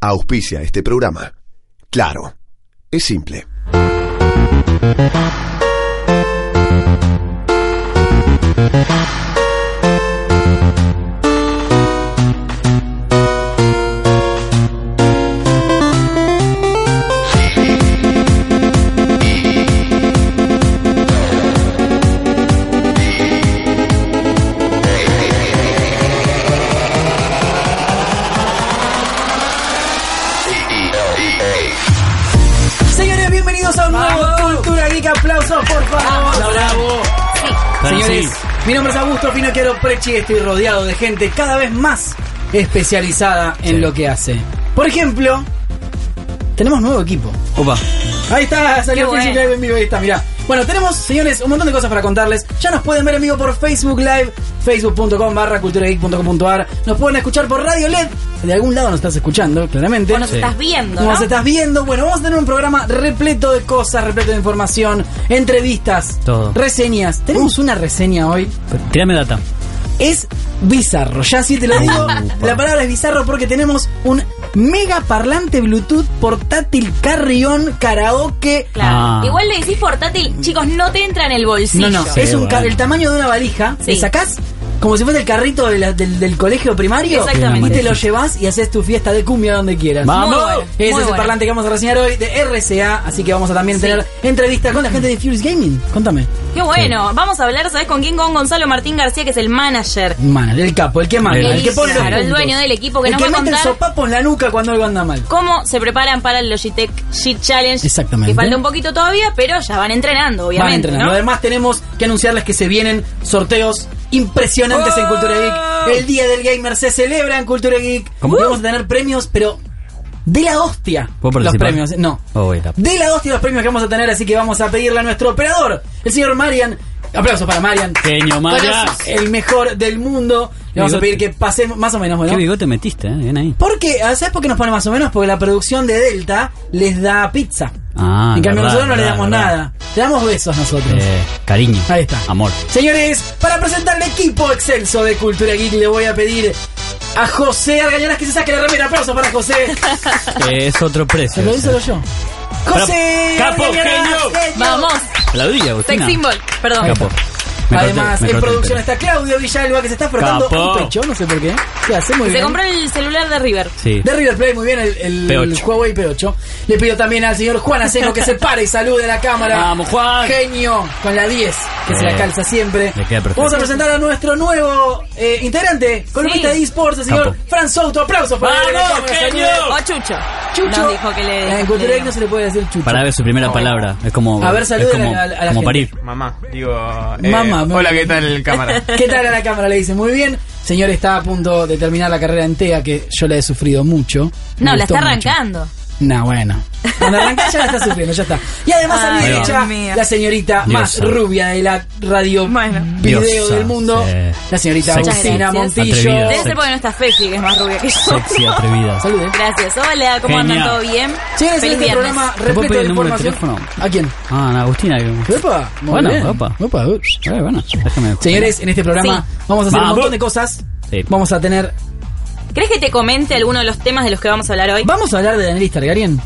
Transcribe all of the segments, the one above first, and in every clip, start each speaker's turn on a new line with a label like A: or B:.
A: Auspicia este programa. Claro, es simple.
B: Señores, bienvenidos a un nuevo
C: Vamos.
B: Cultura Geek. Aplausos, por favor.
C: ¡Bravo!
D: Claro,
B: Señores,
D: sí.
B: mi nombre es Augusto Finocchiaro Prechi y estoy rodeado de gente cada vez más especializada en
D: Sí.
B: lo que hace. Por ejemplo, tenemos nuevo equipo.
D: Opa.
B: Ahí está, salió
C: Qué
B: Facebook
C: bueno.
B: Live en vivo, ahí está, mirá. Bueno, tenemos, señores, un montón de cosas para contarles. Ya nos pueden ver en vivo por Facebook Live, facebook.com barra culturageek.com.ar. Nos pueden escuchar por Radio LED. De algún lado nos estás escuchando, claramente.
C: O nos estás viendo,
B: Como
C: ¿no?
B: nos estás viendo, bueno, vamos a tener un programa repleto de cosas, repleto de información, entrevistas,
D: Todo. Uh.
B: reseñas. Tenemos una reseña hoy.
D: Tírame data.
B: Es bizarro, ya sí te lo
D: Uh,
B: digo. la palabra es bizarro porque tenemos un mega parlante Bluetooth portátil carrión karaoke.
C: Claro.
D: Ah.
C: Igual le decís portátil, chicos, no te entra en el bolsillo.
B: no, no,
D: Sí,
B: es un ca-
D: bueno.
B: el tamaño de una valija.
C: Sí.
B: Le sacás como si fuese el carrito de la- del, del colegio primario.
C: Exactamente.
B: Y te lo llevas y haces tu fiesta de cumbia donde quieras.
D: Vamos.
C: Muy bueno,
B: Ese
C: muy
B: es el
C: bueno.
B: parlante que vamos a reseñar hoy de RCA, así que vamos a también
C: Sí.
B: tener entrevistas con la gente de Furious Gaming. Contame.
C: Qué bueno. Vamos a hablar, ¿sabes con quién? Con Gonzalo Martín García, que es el manager.
B: Man, el capo, el que manda,
D: El
B: el, que pone los
C: claro, el
B: puntos.
C: dueño del equipo que
B: El
C: nos
B: que
C: va a
B: mete el
C: contar-
B: sopapo en la nuca cuando algo anda mal.
C: ¿Cómo se preparan para el Logitech Sheet Challenge?
B: Exactamente.
C: Que falta un poquito todavía, pero ya van entrenando,
B: Van
C: obviamente.
B: entrenando.
C: ¿no?
B: Además tenemos que anunciarles que se vienen sorteos impresionantes en Cultura
C: ¡Oh!
B: Geek. El Día del Gamer se celebra en Cultura Geek.
D: ¿Cómo?
B: Y Vamos a tener premios, pero de la hostia.
D: ¿Puedo
B: los
D: participar?
B: premios, eh, no.
D: Oh, wait up.
B: De la hostia los premios que vamos a tener, así que vamos a pedirle a nuestro operador, el señor Marian. Aplausos para Marian.
D: Genio, Marian.
B: El mejor del mundo. Le vamos a
D: Bigote.
B: pedir que pasemos más o menos, bueno.
D: ¿Qué bigote metiste? eh? Bien ahí.
B: Porque, ¿sabes por qué nos pone más o menos? Porque la producción de Delta les da pizza.
D: Ah,
B: en
D: verdad,
B: cambio, nosotros no le
D: verdad,
B: damos
D: verdad.
B: nada. Le damos besos nosotros.
D: Eh, cariño.
B: Ahí está.
D: Amor.
B: Señores, para presentar el equipo excelso de Cultura Geek, le voy a pedir a José Argañanas que se saque la remera. Aplauso para José.
D: Eh, es otro
B: Se
D: precio.
B: lo hice
D: ese.
B: solo yo. José.
D: Capo,
B: Argañanas,
D: genio.
C: Vamos.
D: Aplaudí,
C: Sex
D: Agustina.
C: symbol. Perdón.
D: Capo. Me
B: Además,
D: corté, me corté
B: en
D: el
B: producción
D: pelo.
B: está Claudio Villalba que se está frotando
D: Capo.
B: un pecho, no sé por qué. ¿Qué hace? Muy
C: Se
B: bien.
C: compró el celular de River.
D: Sí.
B: De River Play, muy bien, el, el
D: P8.
B: Huawei P8. Le pido también al señor Juan Aceno que se pare y salude a la cámara.
D: Vamos, Juan.
B: Genio, con la 10, que se la
D: Eh,
B: calza siempre.
D: le queda perfecto.
B: Vamos a presentar a nuestro nuevo eh, integrante, columnista
C: Sí.
B: de eSports, el señor
D: Capo.
B: Fran Souto. Aplausos para él.
D: Vamos,
B: Vamos,
D: genio.
B: salude.
C: O Oh, Chucho.
B: Chucho.
C: Nos dijo que le.
B: En
C: le
B: Cultura Geek
C: digamos.
B: no se le puede decir Chucho.
D: Para ver su primera palabra. Es como.
B: A ver,
D: es
B: saluden
D: como,
B: a- a la
D: como
B: gente.
D: parir.
E: Mamá, digo. eh,
B: Mamá, mamá.
E: Hola, ¿qué tal cámara?
B: ¿Qué tal a la cámara? Le dice, muy bien. Señor, está a punto de terminar la carrera en TEA, que yo la he sufrido mucho. Me
C: No, la
B: gustó
C: está
B: mucho.
C: arrancando.
B: No, bueno. Cuando arrancás ya la está sufriendo, ya está. Y además a mi
C: Ay,
B: derecha,
C: Dios mío.
B: la señorita más
D: Diosa.
B: rubia de la radio
C: Bueno.
B: video
D: Diosa,
B: del mundo,
D: sí.
B: la señorita
D: Sexy.
B: Agustina
C: Muchas gracias.
B: Montillo.
D: Atrevida.
C: Debe ser
D: Sex.
C: porque no está Fefi, que es más rubia que yo.
D: Sexy, atrevida.
B: Salude.
C: Gracias. Hola, ¿cómo andan?
D: Genial.
C: ¿Todo bien?
B: Señores, en
C: Feliz
B: este
C: viernes.
B: programa
D: ¿Te puedo
B: repleto
D: pedir
B: de
D: el número de
B: información.
D: teléfono?
B: ¿A quién?
D: Ah, Ana Agustina. que-
B: Opa, muy
D: Bueno,
B: bien.
D: opa.
B: Opa, ups.
D: Eh, bueno, déjame.
B: Señores, en este programa
C: Sí.
B: vamos a hacer un
D: Vamos.
B: montón de cosas.
D: Sí.
B: Vamos a tener.
C: ¿Crees que te comente alguno de los temas de los que vamos a hablar hoy?
B: Vamos a hablar de Daenerys Targaryen.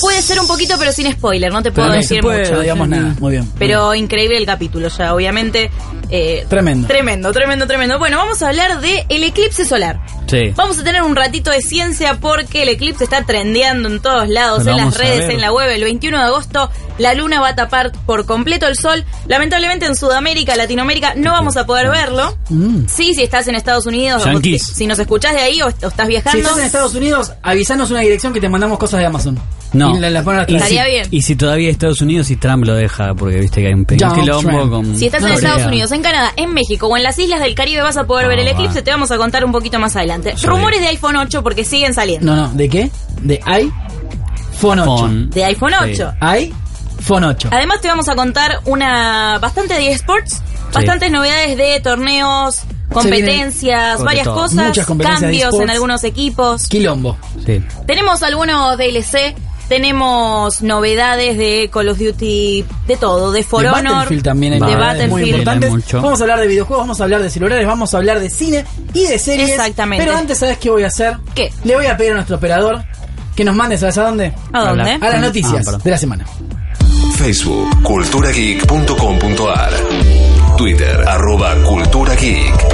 C: Puede ser un poquito, pero sin spoiler, no te puedo
D: Pero no se
C: decir
D: puede.
C: mucho.
B: No digamos
D: sí.
B: nada. Muy bien.
C: Pero increíble el capítulo ya, obviamente. eh,
B: Tremendo.
C: Tremendo, tremendo, tremendo. Bueno, vamos a hablar de el eclipse solar.
D: Sí.
C: Vamos a tener un ratito de ciencia porque el eclipse está trendeando en todos lados,
D: Lo
C: en las
D: vamos a
C: redes,
D: ver.
C: en la web. El 21 de agosto la luna va a tapar por completo el sol. Lamentablemente en Sudamérica, Latinoamérica no vamos a poder verlo.
B: Mm.
C: Sí, si estás en Estados Unidos, o si,
D: Yankees.
C: si nos escuchás de ahí o, o estás
B: Si
C: viajando.
B: estás en Estados Unidos, avisanos una dirección que te mandamos cosas de Amazon.
D: No.
B: Y la- las ponen
D: Y
B: atrás.
D: si-
C: Estaría bien.
D: Y si todavía Estados Unidos y Trump lo deja, porque viste que hay un pequeño
B: Donald Trump.
D: quilombo con.
C: Si estás en
D: Corea.
C: Estados Unidos, en Canadá, en México o en las islas del Caribe vas a poder
D: Ah,
C: ver el
D: va.
C: eclipse, te vamos a contar un poquito más adelante.
D: Sí.
C: Rumores de iPhone 8 porque siguen saliendo.
B: No, no, ¿de qué? De iPhone 8.
D: Con-
C: De iPhone
D: Sí.
C: 8.
B: iPhone 8.
C: Además te vamos a contar una bastante de esports, bastantes novedades de torneos, competencias,
D: Sobre
C: varias
D: todo.
C: cosas,
B: Muchas competencias de
C: cambios en
B: esports.
C: algunos equipos.
B: Quilombo.
D: Sí.
C: Tenemos algunos DLC, tenemos novedades de Call of Duty, de todo, de For
B: de
C: Honor,
B: Battlefield también hay
C: de
D: novedades
B: novedades muy
D: Battlefield.
C: Battlefield.
B: importantes.
D: Hay mucho.
B: Vamos a hablar de videojuegos, vamos a hablar de celulares, vamos a hablar de cine y de series.
C: Exactamente.
B: Pero antes, ¿sabes qué voy a hacer?
C: ¿Qué?
B: Le voy a pedir a nuestro operador que nos mande, ¿sabes a dónde?
C: ¿A dónde?
B: A las noticias
D: Ah, perdón.
B: de la semana.
F: Facebook, culturageek.com.ar. Twitter, arroba culturageek.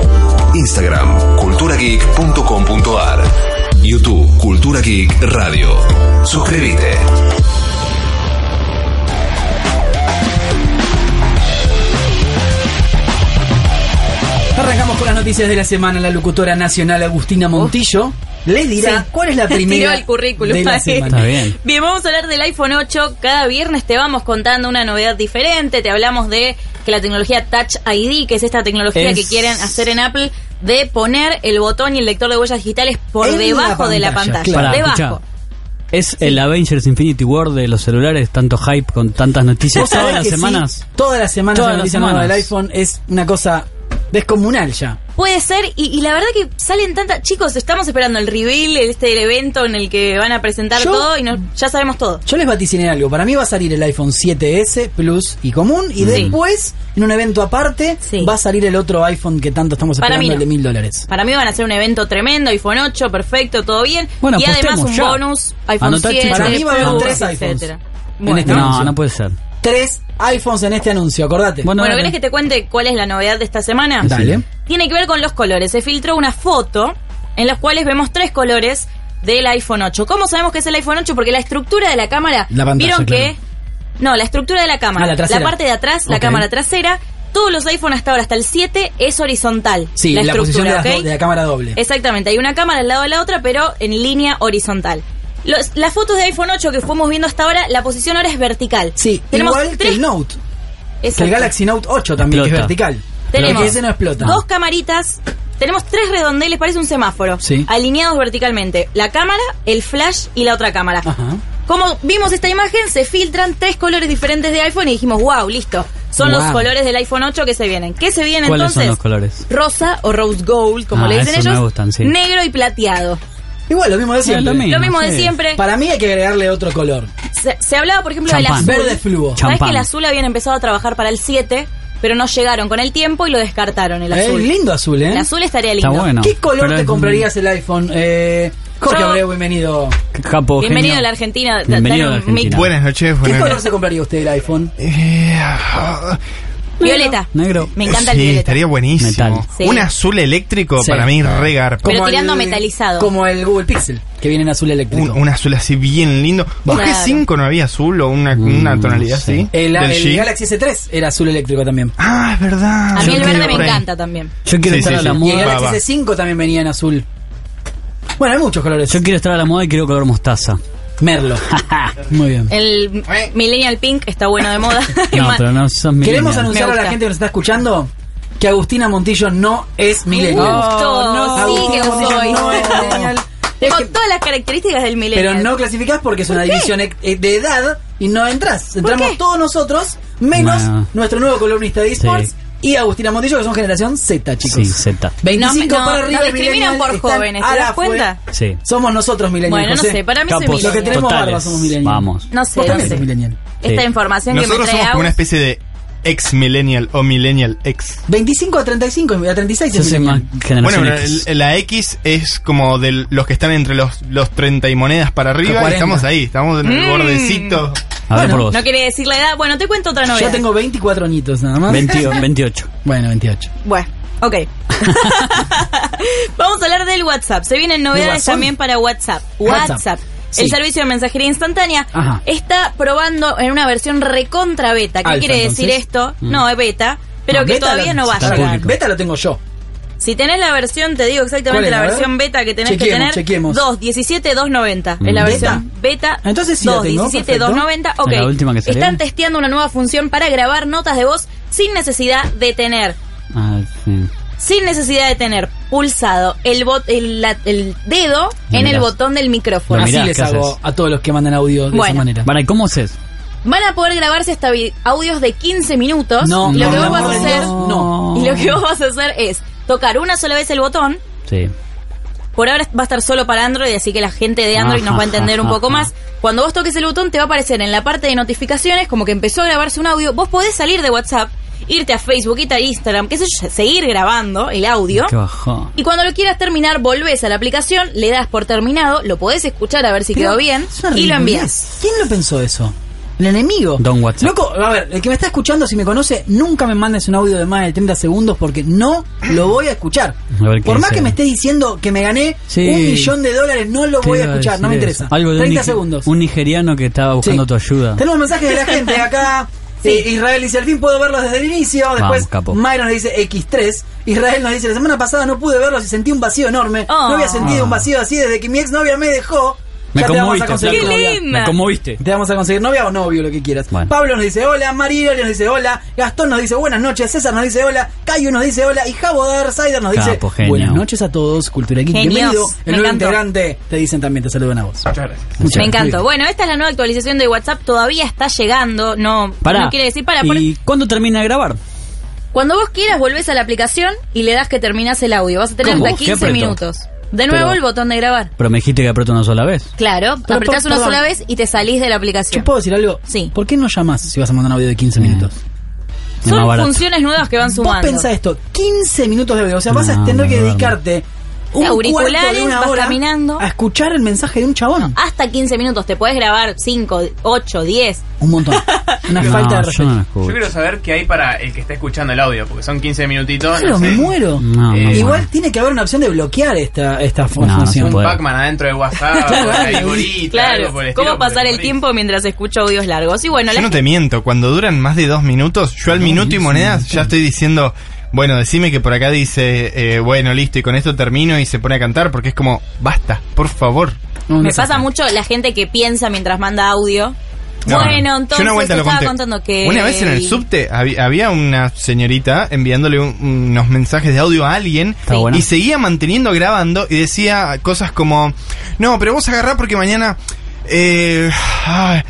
F: Instagram, culturageek.com.ar. YouTube, Cultura Geek Radio. Suscríbete.
B: Arrancamos con las noticias de la semana. La locutora nacional Agustina Montillo les dirá
C: Sí.
B: cuál es la
C: Tiró
B: primera
C: el currículum.
B: de la
C: ahí.
B: semana.
D: Está bien.
C: Bien, vamos a hablar del iPhone 8. Cada viernes te vamos contando una novedad diferente. Te hablamos de que la tecnología Touch ID, que es esta tecnología
B: Es-
C: que quieren hacer en Apple, de poner el botón y el lector de huellas digitales por
B: En la
C: debajo de la
B: pantalla,
C: pantalla.
B: claro.
D: Pará,
C: debajo.
D: escuchá. Es el Avengers Infinity War de los celulares, tanto hype con tantas noticias
B: ¿Vos sabés
D: todas las
B: que sí?
D: semanas.
B: todas las semanas
D: Todas
B: la
D: las
B: noticia nueva
D: semanas.
B: del iPhone es una cosa descomunal ya.
C: Puede ser, y, y la verdad que salen tantas. Chicos, estamos esperando el reveal, este evento en el que van a presentar
B: Yo-
C: todo y no- ya sabemos todo.
B: Yo les vaticiné algo. Para mí va a salir el iPhone 7S Plus y común.
C: Sí.
B: Y después, en un evento aparte,
C: Mm. Sí.
B: va a salir el otro iPhone que tanto estamos
C: Para
B: esperando,
C: mí no.
B: el de mil dólares.
C: Para mí van a ser un evento tremendo, iPhone 8, perfecto, todo bien.
D: Bueno,
C: y además
D: apostemos
C: un
D: ya.
C: bonus, iPhone
D: Anotá,
C: 7,
D: Chicho.
B: Para mí va a haber
C: Plus,
B: tres iPhones.
C: etcétera.
B: En
C: Bueno,
B: este
D: No,
B: anuncio.
D: no puede ser.
B: Tres iPhones en este anuncio, acordate.
D: Bueno,
C: bueno,
D: dale.
C: ¿querés que te cuente cuál es la novedad de esta semana?
B: Dale.
C: Tiene que ver con los colores. Se filtró una foto en las cuales vemos tres colores del iPhone 8. ¿Cómo sabemos que es el iPhone 8? Porque la estructura de la cámara,
B: La pantalla,
C: vieron
B: claro.
C: que no, la estructura de la cámara,
B: Ah, la trasera.
C: parte de atrás, la
B: Ok.
C: cámara trasera, todos los iPhone hasta ahora hasta el 7 es horizontal.
B: Sí, la, posición de,
C: estructura,
B: las do-
C: ¿ok?
B: de la cámara doble.
C: Exactamente, hay una cámara al lado de la otra, pero en línea horizontal. Los- las fotos de iPhone 8 que fuimos viendo hasta ahora, la posición ahora es vertical.
B: sí, igual que el Note, que el
C: Exacto.
B: Galaxy Note 8 también, que es
D: Explota.
B: vertical.
C: Tenemos
B: Porque ese no explota.
C: dos camaritas, tenemos tres redondeles, parece un semáforo,
B: Sí.
C: alineados verticalmente. La cámara, el flash y la otra cámara.
B: Ajá.
C: Como vimos esta imagen, se filtran tres colores diferentes de iPhone y dijimos, wow, listo. Son los
B: Wow.
C: colores del iPhone 8 que se vienen. ¿Qué se vienen
D: ¿Cuáles
C: entonces?
D: son los colores?
C: Rosa o rose gold, como
D: Ah,
C: le dicen
D: esos me
C: ellos.
D: gustan, sí.
C: Negro y plateado.
B: Igual, lo mismo de siempre.
D: lo mismo.
C: Lo mismo
D: sí.
C: de siempre.
B: Para mí hay que agregarle otro color.
C: Se, se hablaba, por ejemplo,
D: Champán.
C: del azul.
B: Verde fluo.
C: Sabes que
D: Champán.
C: el azul habían empezado a trabajar para el 7, pero no llegaron con el tiempo y lo descartaron el
B: Es
C: azul.
B: lindo azul, ¿eh?
C: El azul estaría lindo.
D: Está bueno.
B: ¿Qué color
D: Pero
B: te
D: es-
B: comprarías el iPhone? Eh, Jorge
C: Yo-
B: Abreu, bienvenido.
D: Capo,
C: Bienvenido
D: genio.
C: a la Argentina.
D: Bienvenido a la
C: Dan un mic.
D: Argentina.
E: Buenas noches,
B: ¿Qué
E: buenas
B: color se compraría usted el iPhone?
E: Eh, ah,
C: Violeta.
D: Negro.
C: Me encanta el
E: sí,
C: violeta.
E: estaría buenísimo.
D: Metal.
C: Sí. Ah.
E: Un azul eléctrico
B: Sí.
E: para mí regar.
C: Pero tirando a metalizado.
B: Como el Google Pixel, que viene en azul
E: Un,
B: eléctrico.
E: un azul así bien lindo. ¿Vos
C: Claro.
E: qué 5 no había azul o una, una tonalidad
D: sí.
E: así?
B: Mm, el
E: Del
B: el
E: G.
B: Galaxy S3 era azul eléctrico también.
E: Ah, es verdad.
C: A mí
E: Yo
C: el
E: creo
C: verde
E: que
C: me
E: por ahí.
C: encanta también.
D: Yo quiero
E: Sí,
D: estar
E: sí,
D: a la
E: sí.
B: Y el
D: moda.
E: Va,
B: Galaxy
E: va.
B: S5 también venía en azul. Bueno, hay muchos colores.
D: Yo quiero estar a la moda y quiero color mostaza.
B: Merlo. Muy bien.
C: El Millennial Pink está bueno de moda.
D: No, pero no sos
B: Queremos
D: millennial.
B: anunciar a la
C: gusta.
B: gente que nos está escuchando que Agustina Montillo no es millennial.
C: Justo,
B: no,
C: sí que
B: no,
C: soy.
B: no es millennial.
C: Tengo
B: Es que-
C: todas las características del
B: Pero
C: Millennial.
B: no clasificás porque es una
C: ¿Por qué?
B: división ex- eh, de edad y no entras. Entramos
C: qué?
B: todos nosotros, menos
D: Bueno.
B: nuestro nuevo columnista de esports
D: Sí.
B: y Agustina Montillo, que son generación Z, chicos.
D: Sí, Z.
B: 25
C: No, no,
B: para
C: no
B: arriba.
C: discriminan
B: millennial,
C: por
B: están
C: jóvenes,
B: a
C: ¿te
B: la
C: das cuenta?
B: fue.
D: Sí.
B: Somos nosotros millennials.
C: Bueno, no
B: José.
C: sé, para mí soy
D: Capos
B: Los que
C: millennial.
B: tenemos
D: totales.
B: barba somos millennials.
D: Vamos.
C: No sé,
B: Vos
C: no
B: también sos
C: sé.
B: millennial.
C: Esta
D: Sí.
C: información que me
E: Nosotros
C: trae
E: somos como una
C: Agus-
E: especie de ex millennial o millennial ex.
B: 25 a 35, a 36
D: Yo
B: es
D: soy más
B: millennial.
D: generación
E: Bueno,
D: X.
E: la, la X es como de los que están entre los, los 30 y monedas para arriba. y
B: 40.
E: estamos ahí, estamos en el
C: Mm.
E: bordecito.
D: A ver
B: Bueno,
D: por vos.
C: No quiere decir la edad. Bueno, te cuento otra novedad.
B: Yo tengo 24 añitos nada más.
D: 20 28.
B: Bueno, 28.
C: Bueno, ok. Vamos a hablar del WhatsApp. Se vienen novedades
B: WhatsApp?
C: también para WhatsApp.
B: WhatsApp.
C: WhatsApp.
B: Sí.
C: El servicio de mensajería instantánea
B: Ajá.
C: está probando en una versión recontra beta. ¿Qué
B: Alfa,
C: quiere decir
B: entonces. Mm.
C: esto?
B: Ah,
C: No, es beta, pero que
B: beta
C: todavía
B: la-
C: no va a
B: está
C: llegar.
B: público. Beta lo tengo yo.
C: Si tenés la versión, te digo
B: ¿Cuál
C: exactamente
B: es,
C: la
B: a ver?
C: versión beta que tenés
B: Chequemos,
C: que tener.
B: chequemos.
C: 217 290. Es la
B: Mm.
C: versión beta.
B: Entonces sí la tengo,
C: 217
B: perfecto.
C: 290. Ok.
D: La última que salió.
C: Están testeando una nueva función para grabar notas de voz sin necesidad de tener
D: Ah, sí.
C: sin necesidad de tener pulsado el, bot- el, la- el dedo
D: Lo
C: en el
D: mirás.
C: botón del micrófono.
D: Lo
B: Así
D: mirá,
B: les
D: ¿qué
B: hago
D: haces?
B: a todos los que mandan audio de esa
C: Bueno.
B: manera.
D: Vale, ¿cómo haces?
C: Van a poder grabarse hasta vi- audios de 15 minutos.
B: No,
C: y lo
B: por
C: que
B: el
C: vos vas a
B: amor de
C: hacer,
B: Dios, no.
C: y lo que vos vas a hacer es tocar una sola vez el botón.
D: Sí.
C: Por ahora va a estar solo para Android, así que la gente de Android nos va a entender un poco más. Cuando vos toques el botón te va a aparecer en la parte de notificaciones como que empezó a grabarse un audio. Vos podés salir de WhatsApp irte a Facebook, irte a Instagram, qué sé yo, seguir grabando el audio.
D: Qué bajón.
C: Y cuando lo quieras terminar, volvés a la aplicación, le das por terminado, lo podés escuchar a ver si
B: Pero
C: quedó bien
B: es una
C: y lo
B: ridiculez.
C: envías.
B: ¿Quién lo pensó eso? El enemigo.
D: Don WhatsApp.
B: Loco, a ver, el que me está escuchando, si me conoce, nunca me mandes un audio de más de 30 segundos porque no lo voy a escuchar.
D: A ver qué
B: Por más
D: dice.
B: que me estés diciendo que me gané
D: Sí.
B: un millón de dólares, no lo
D: Te
B: voy a
D: iba
B: escuchar, no me
D: decir
B: interesa.
D: eso. Algo de un
B: 30
D: nige-
B: segundos.
D: Un nigeriano que estaba buscando
B: Sí.
D: tu ayuda.
B: Tenemos mensajes de la gente acá. Eh, Israel dice, al fin puedo verlos desde el inicio. Después
D: Vamos, capo.
B: Myron le dice X3. Israel nos dice, la semana pasada no pude verlos y sentí un vacío enorme.
C: Oh.
B: No había sentido un vacío así desde que mi exnovia me dejó.
D: Me
B: Ya te vamos a
D: conmoviste,
B: conseguir
D: flaco.
C: Qué
B: novia.
C: lindo.
D: Me conmoviste.
B: Te vamos a conseguir novia o novio, lo que quieras.
D: Bueno.
B: Pablo nos dice hola, Marilo nos dice hola, Gastón nos dice buenas noches, César nos dice hola, Cayu nos dice hola y Jabo de Darksider nos dice
D: Capo, genio.
B: buenas noches a todos, Cultura Geek,
C: Genios.
B: bienvenido. El
C: Me
B: nuevo
C: encantó.
B: integrante te dicen también, te saludan a vos.
E: Muchas gracias.
B: Muchas
C: Me encantó.
B: gracias.
C: Bueno, esta es la nueva actualización de WhatsApp. Todavía está llegando. No,
D: Pará.
C: no quiere decir para.
D: ¿Y cuándo termina de grabar?
C: Cuando vos quieras, volvés a la aplicación y le das que terminás el audio. Vas a tener
D: ¿Cómo?
C: hasta
D: ¿Qué
C: 15
D: aprieto?
C: minutos. De nuevo
D: Pero-
C: el botón de grabar.
D: Pero me dijiste que aprieto una sola vez.
C: Claro,
B: Pero,
C: apretás
B: por-
C: una
B: perdón.
C: sola vez y te salís de la
B: ¿Yo
C: aplicación.
B: puedo decir algo?
C: Sí.
B: ¿Por qué no llamás si vas a mandar un audio de 15 minutos?
D: Es más
C: Son
D: barato.
C: funciones nuevas que van
B: Vos
C: sumando.
B: pensá esto, 15 minutos de audio, o sea, vas a
D: No,
B: tener que
D: no, no.
B: dedicarte un
C: Auriculares,
B: cuarto de una
C: vas
B: hora
C: caminando.
D: Ah.
B: a escuchar el mensaje de un chabón.
C: Hasta 15 minutos. Te podés grabar 5, 8, 10.
B: Un montón. Una
D: No,
B: falta de
D: yo no
B: respeto.
D: la
E: Yo
D: escucho.
E: quiero saber qué hay para el que está escuchando el audio, porque son 15 minutitos.
B: Claro,
E: no
B: me
E: sé,
B: muero.
D: No, no,
E: Eh,
D: no.
B: Igual tiene que haber una opción de bloquear esta, esta fu-
D: No, no
B: función.
D: se
E: Un
D: puede.
E: Pac-Man adentro de WhatsApp,
B: Claro,
E: hay
B: claro.
E: Ah, gorita, algo
C: Claro.
E: por el estilo,
C: ¿Cómo
E: porque
C: pasar el
E: morís.
C: tiempo mientras escucho audios largos? Y bueno,
E: Yo
C: la
E: no te miento, cuando duran más de dos minutos, yo al minuto y monedas ya estoy diciendo, bueno, decime que por acá dice, eh, bueno, listo, y con esto termino y se pone a cantar, porque es como, basta, por favor.
B: No, no
C: Me
B: sé.
C: pasa mucho la gente que piensa mientras manda audio.
E: No,
C: bueno,
E: no.
C: entonces
E: Yo una vuelta
C: te
E: lo
C: estaba
E: conté.
C: contando que
E: Una vez en el subte habi- había una señorita enviándole un- unos mensajes de audio a alguien
D: Está bueno.
E: y seguía manteniendo grabando y decía cosas como, no, pero vos agarrá porque mañana... Eh, ay,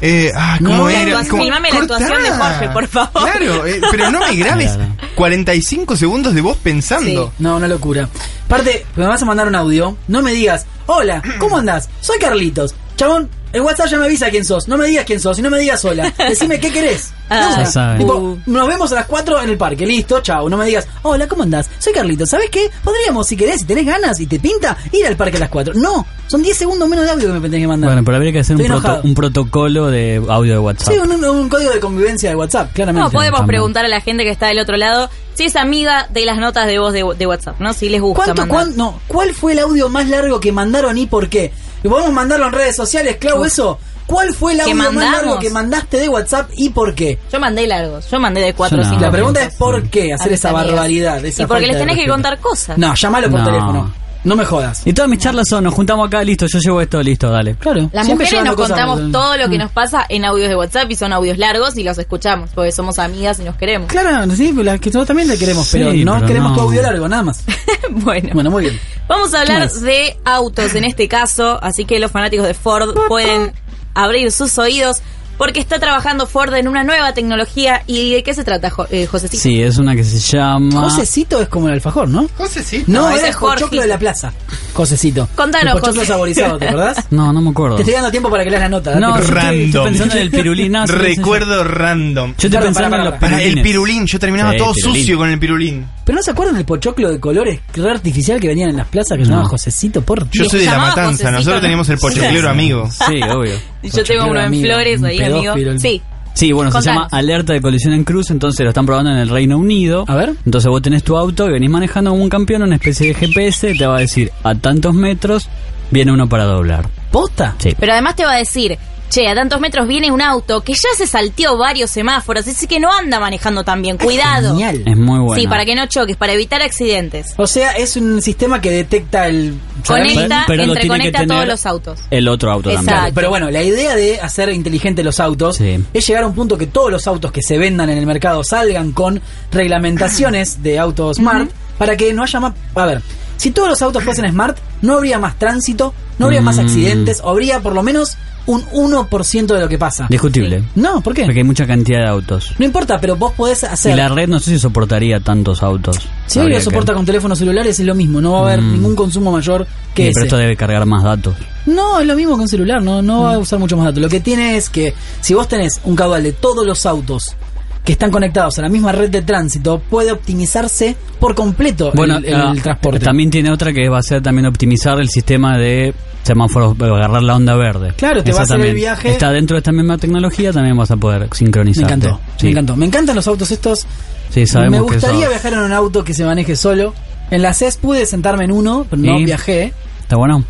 E: eh, ah, ¿cómo
B: No,
E: era?
C: la actuación-
E: Como,
C: filmame la actuación de Jorge, por favor.
E: Claro, eh, pero no me grabes
D: Claro.
E: 45 segundos de vos pensando.
B: No, una locura. Parte, me vas a mandar un audio, no me digas, hola, ¿cómo andás? Soy Carlitos. Chabón, el WhatsApp ya me avisa quién sos. No me digas quién sos y no me digas hola. Decime qué querés.
C: Ah.
B: Nada.
D: Ya saben.
B: Tipo,
C: Uh.
B: nos vemos a las 4 en el parque, listo, chao. No me digas, hola, ¿cómo andás? Soy Carlitos. ¿Sabes qué? Podríamos, si querés, si tenés ganas y te pinta, ir al parque a las 4. No, son 10 segundos menos de audio que me tenés que mandar.
D: Bueno, pero habría que hacer un,
B: Estoy
D: proto-
B: enojado.
D: un protocolo de audio de WhatsApp.
B: Sí, un, un- un código de convivencia de WhatsApp, claramente.
C: No, podemos
D: también.
C: preguntar a la gente que está del otro lado si es amiga de las notas de voz de, de WhatsApp, ¿no? Si les gusta.
B: ¿Cuánto,
C: mandar.
B: cuán- no, ¿Cuál fue el audio más largo que mandaron y por qué? Y podemos mandarlo en redes sociales, Clau, eso. ¿Cuál fue el
C: ¿Que
B: audio más
C: mandamos?
B: largo que mandaste de WhatsApp y por qué?
C: Yo mandé largos, yo mandé de 4 o
D: Yo no.
C: 5.
B: La pregunta es por qué hacer esa barbaridad. esa
C: y porque
B: falta
C: les
B: de
C: tenés que
B: respeto.
C: contar cosas.
B: No, llámalo por
D: No.
B: teléfono. No me jodas.
D: Y todas mis charlas son, nos juntamos acá, listo, yo llevo esto, listo, dale.
B: Claro.
C: Las
B: siempre
C: mujeres nos
B: llevando cosas Mm.
C: contamos
B: al-
C: todo lo que nos pasa en audios de WhatsApp y son audios largos y los escuchamos porque somos amigas y nos queremos.
B: Claro, sí, pues las que nosotros también le queremos,
D: Sí,
B: pero no
D: pero
B: queremos
D: no.
B: tu audio largo, nada más.
C: bueno.
B: Bueno, muy bien.
C: Vamos a hablar
B: Nice.
C: de autos en este caso, así que los fanáticos de Ford pueden abrir sus oídos porque está trabajando Ford en una nueva tecnología. ¿Y de qué se trata, Jo- eh, Josecito?
D: Sí, es una que se llama...
B: Josecito es como el alfajor, ¿no?
E: José, sí.
B: No,
C: No, ese
B: era
C: es
B: el
C: Jorgito.
B: pochoclo de la plaza. Josecito.
C: Contanos,
B: El pochoclo
C: José.
B: saborizado, ¿te acordás?
D: No, no me acuerdo.
B: Te estoy dando tiempo para que leas la nota. date
D: No,
B: prisa.
D: yo estoy, estoy
E: Random.
D: pensando en el pirulín. no, sí, sí, sí.
E: Recuerdo random.
D: Yo estoy
B: Pará,
D: pensando
B: pará,
D: en los
B: pará,
E: Para
D: pirulines.
E: el pirulín, yo terminaba
D: Sí,
E: todo
D: pirulín.
E: sucio con el pirulín.
B: ¿Pero no se acuerdan del pochoclo de colores que era artificial que venían en las plazas que se
D: No.
B: llamaba Josecito? Por
E: Yo
C: Les
E: soy de la
C: llamaba
E: matanza,
C: Josecito,
E: nosotros
C: ¿no?
E: teníamos el pochoclero amigo.
D: Sí, obvio.
C: Yo tengo uno en
B: amigo,
C: flores
B: un
C: ahí, amigo.
B: pedófilo, el-
C: Sí.
D: Sí, bueno, se
C: Contanos.
D: llama alerta de colisión en cruz, entonces lo están probando en el Reino Unido.
B: A ver.
D: Entonces vos tenés tu auto y venís manejando como un campeón, una especie de GPS, te va a decir a tantos metros viene uno para doblar.
B: ¿Posta?
D: Sí.
C: Pero además te va a decir, che, a tantos metros viene un auto que ya se salteó varios semáforos, así que no anda manejando tan bien. Cuidado.
B: Genial.
D: Es muy bueno.
C: Sí, para que no choques, para evitar accidentes.
B: O sea, es un sistema que detecta el...
C: Conecta,
B: ¿sabes?
D: Pero- pero lo tiene
C: entreconecta
D: que tener
C: todos los autos.
D: El otro auto
C: Exacto.
D: también.
B: Pero bueno, la idea de hacer inteligentes los autos
D: Sí.
B: es llegar a un punto que todos los autos que se vendan en el mercado salgan con reglamentaciones de autos smart para que no haya más... A ver, si todos los autos fuesen smart, no habría más tránsito, no habría más
D: Mm.
B: accidentes, o habría por lo menos un 1% de lo que pasa.
D: Discutible.
B: No, ¿por qué?
D: Porque hay mucha cantidad de autos.
B: No importa, pero vos podés hacer...
D: Y la red no sé si soportaría tantos autos.
B: Si hoy
D: Habría
B: lo soporta
D: que-
B: con teléfonos celulares es lo mismo, no va a haber
D: Mm.
B: ningún consumo mayor que
D: Sí,
B: ese.
D: pero esto debe cargar más datos.
B: No, es lo mismo que un
D: Mm.
B: celular, no, no va a usar mucho más datos. Lo que tiene es que si vos tenés un caudal de todos los autos que están conectados a la misma red de tránsito puede optimizarse por completo el- el,
D: ah,
B: el transporte.
D: También tiene otra que va a ser también optimizar el sistema de semáforos, eh, agarrar la onda verde.
B: Claro, te
D: Esa
B: va a hacer el
D: también.
B: viaje-
D: Está dentro de esta misma tecnología, también vas a poder
B: me
D: sincronizar.
B: encantó, me encantó. Me encantan los autos estos.
D: Sí, sabemos
B: me
D: que
B: gustaría
D: eso-
B: viajar en un auto que se maneje solo. En la CES pude sentarme en uno, pero no
D: Sí.
B: viajé.
D: Está bueno.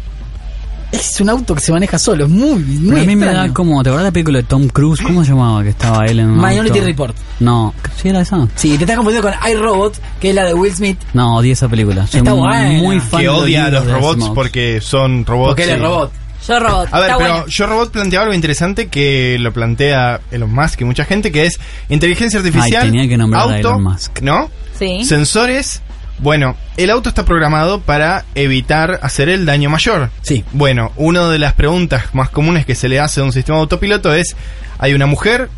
B: Es un auto que se maneja solo, es muy, muy
D: Pero a mí me
B: extraño.
D: da como. ¿Te acuerdas la película de Tom Cruise? ¿Cómo se llamaba? Que estaba él en. un
B: Minority
D: auto?
B: Report.
D: No, ¿sí era esa?
B: Sí, te estás confundiendo con iRobot, que es la de Will Smith.
D: No, odié esa película. Soy
B: Está
D: muy,
B: buena.
D: muy fan
E: que
D: de
E: odia a los
D: libros de
E: robots
D: Asimov.
E: porque son robots.
B: Porque él es
E: y-
B: robot.
C: Yo robot.
E: A ver,
C: está
E: pero
C: bueno.
E: Yo Robot planteaba algo interesante que lo plantea Elon Musk y mucha gente, que es inteligencia artificial,
D: Ay, tenía que nombrar
E: auto,
D: a Elon Musk.
E: ¿no?
C: Sí.
E: Sensores. Bueno, el auto está programado para evitar hacer el daño mayor.
B: Sí.
E: Bueno, una de las preguntas más comunes que se le hace a un sistema de autopiloto es, hay una mujer,